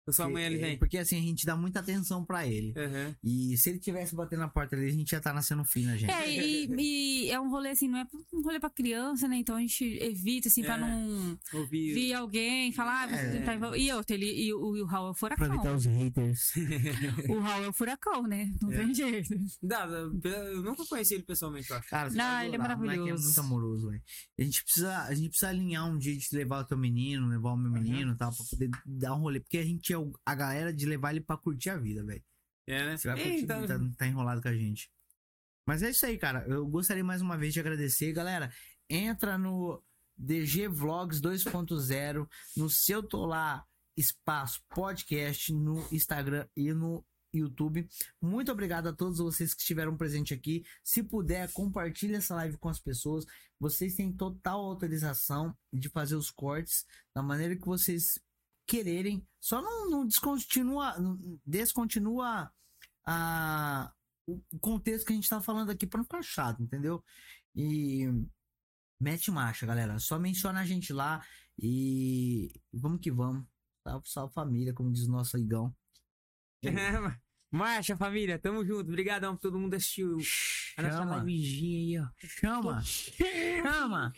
Eu sou a mãe, ele vem.
Porque assim, a gente dá muita atenção pra ele.
Aham.
E se ele tivesse batendo na porta ali, a gente já tá nascendo fina, gente.
É, e, e é um rolê assim, não é um rolê pra criança, né? Então a gente evita, assim, pra
É.
não
Ouvi...
vir alguém falar, ah, você tá envol-" E outro, ele, e, o, e o Raul é o
Pra
furacão.
evitar os haters.
O Raul é o furacão, né? Não
É.
tem jeito.
Dá, dá, eu nunca conheci ele pessoalmente, eu acho.
Cara, você
Não,
vai
ele é
adorar, o moleque
maravilhoso.
É muito amoroso, velho. A gente precisa, a gente precisa alinhar um dia de levar o teu menino, levar o meu menino e tal, pra poder dar um rolê. Porque a gente é o- a galera de levar ele pra curtir a vida, velho.
É, né?
Você vai curtir,
Então, *laughs*
tá, tá enrolado com a gente. Mas é isso aí, cara. Eu gostaria mais uma vez de agradecer. Galera, entra no DG Vlogs 2.0, no seu Tolar Espaço Podcast, no Instagram e no YouTube. Muito obrigado a todos vocês que estiveram presente aqui. Se puder, compartilhe essa live com as pessoas. Vocês têm total autorização de fazer os cortes da maneira que vocês quererem. Só não, não descontinua, não- descontinua a, o o contexto que a gente tá falando aqui pra não ficar chato, entendeu? E mete marcha, galera. Só menciona a gente lá e vamos que vamos. Salve, salve família, como diz o nosso Igão.
Marcha, família, tamo junto. Obrigadão pra todo mundo que assistiu a nossa
Chama.
livezinha aí, ó.
Chama! Chama!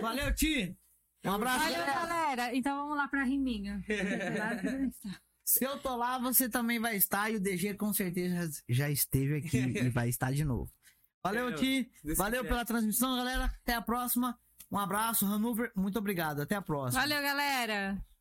Valeu, Ti! Um abraço,
Valeu,
galera.
galera. Então vamos lá
*laughs*
pra riminha.
Se eu tô lá, você também vai estar e o DG com certeza já esteve aqui e vai estar de novo. Valeu,
Valeu.
Ti!
Deus
Valeu
quiser.
pela transmissão, galera. Até a próxima. Um abraço, Hanover. Muito obrigado. Até a próxima.
Valeu, galera.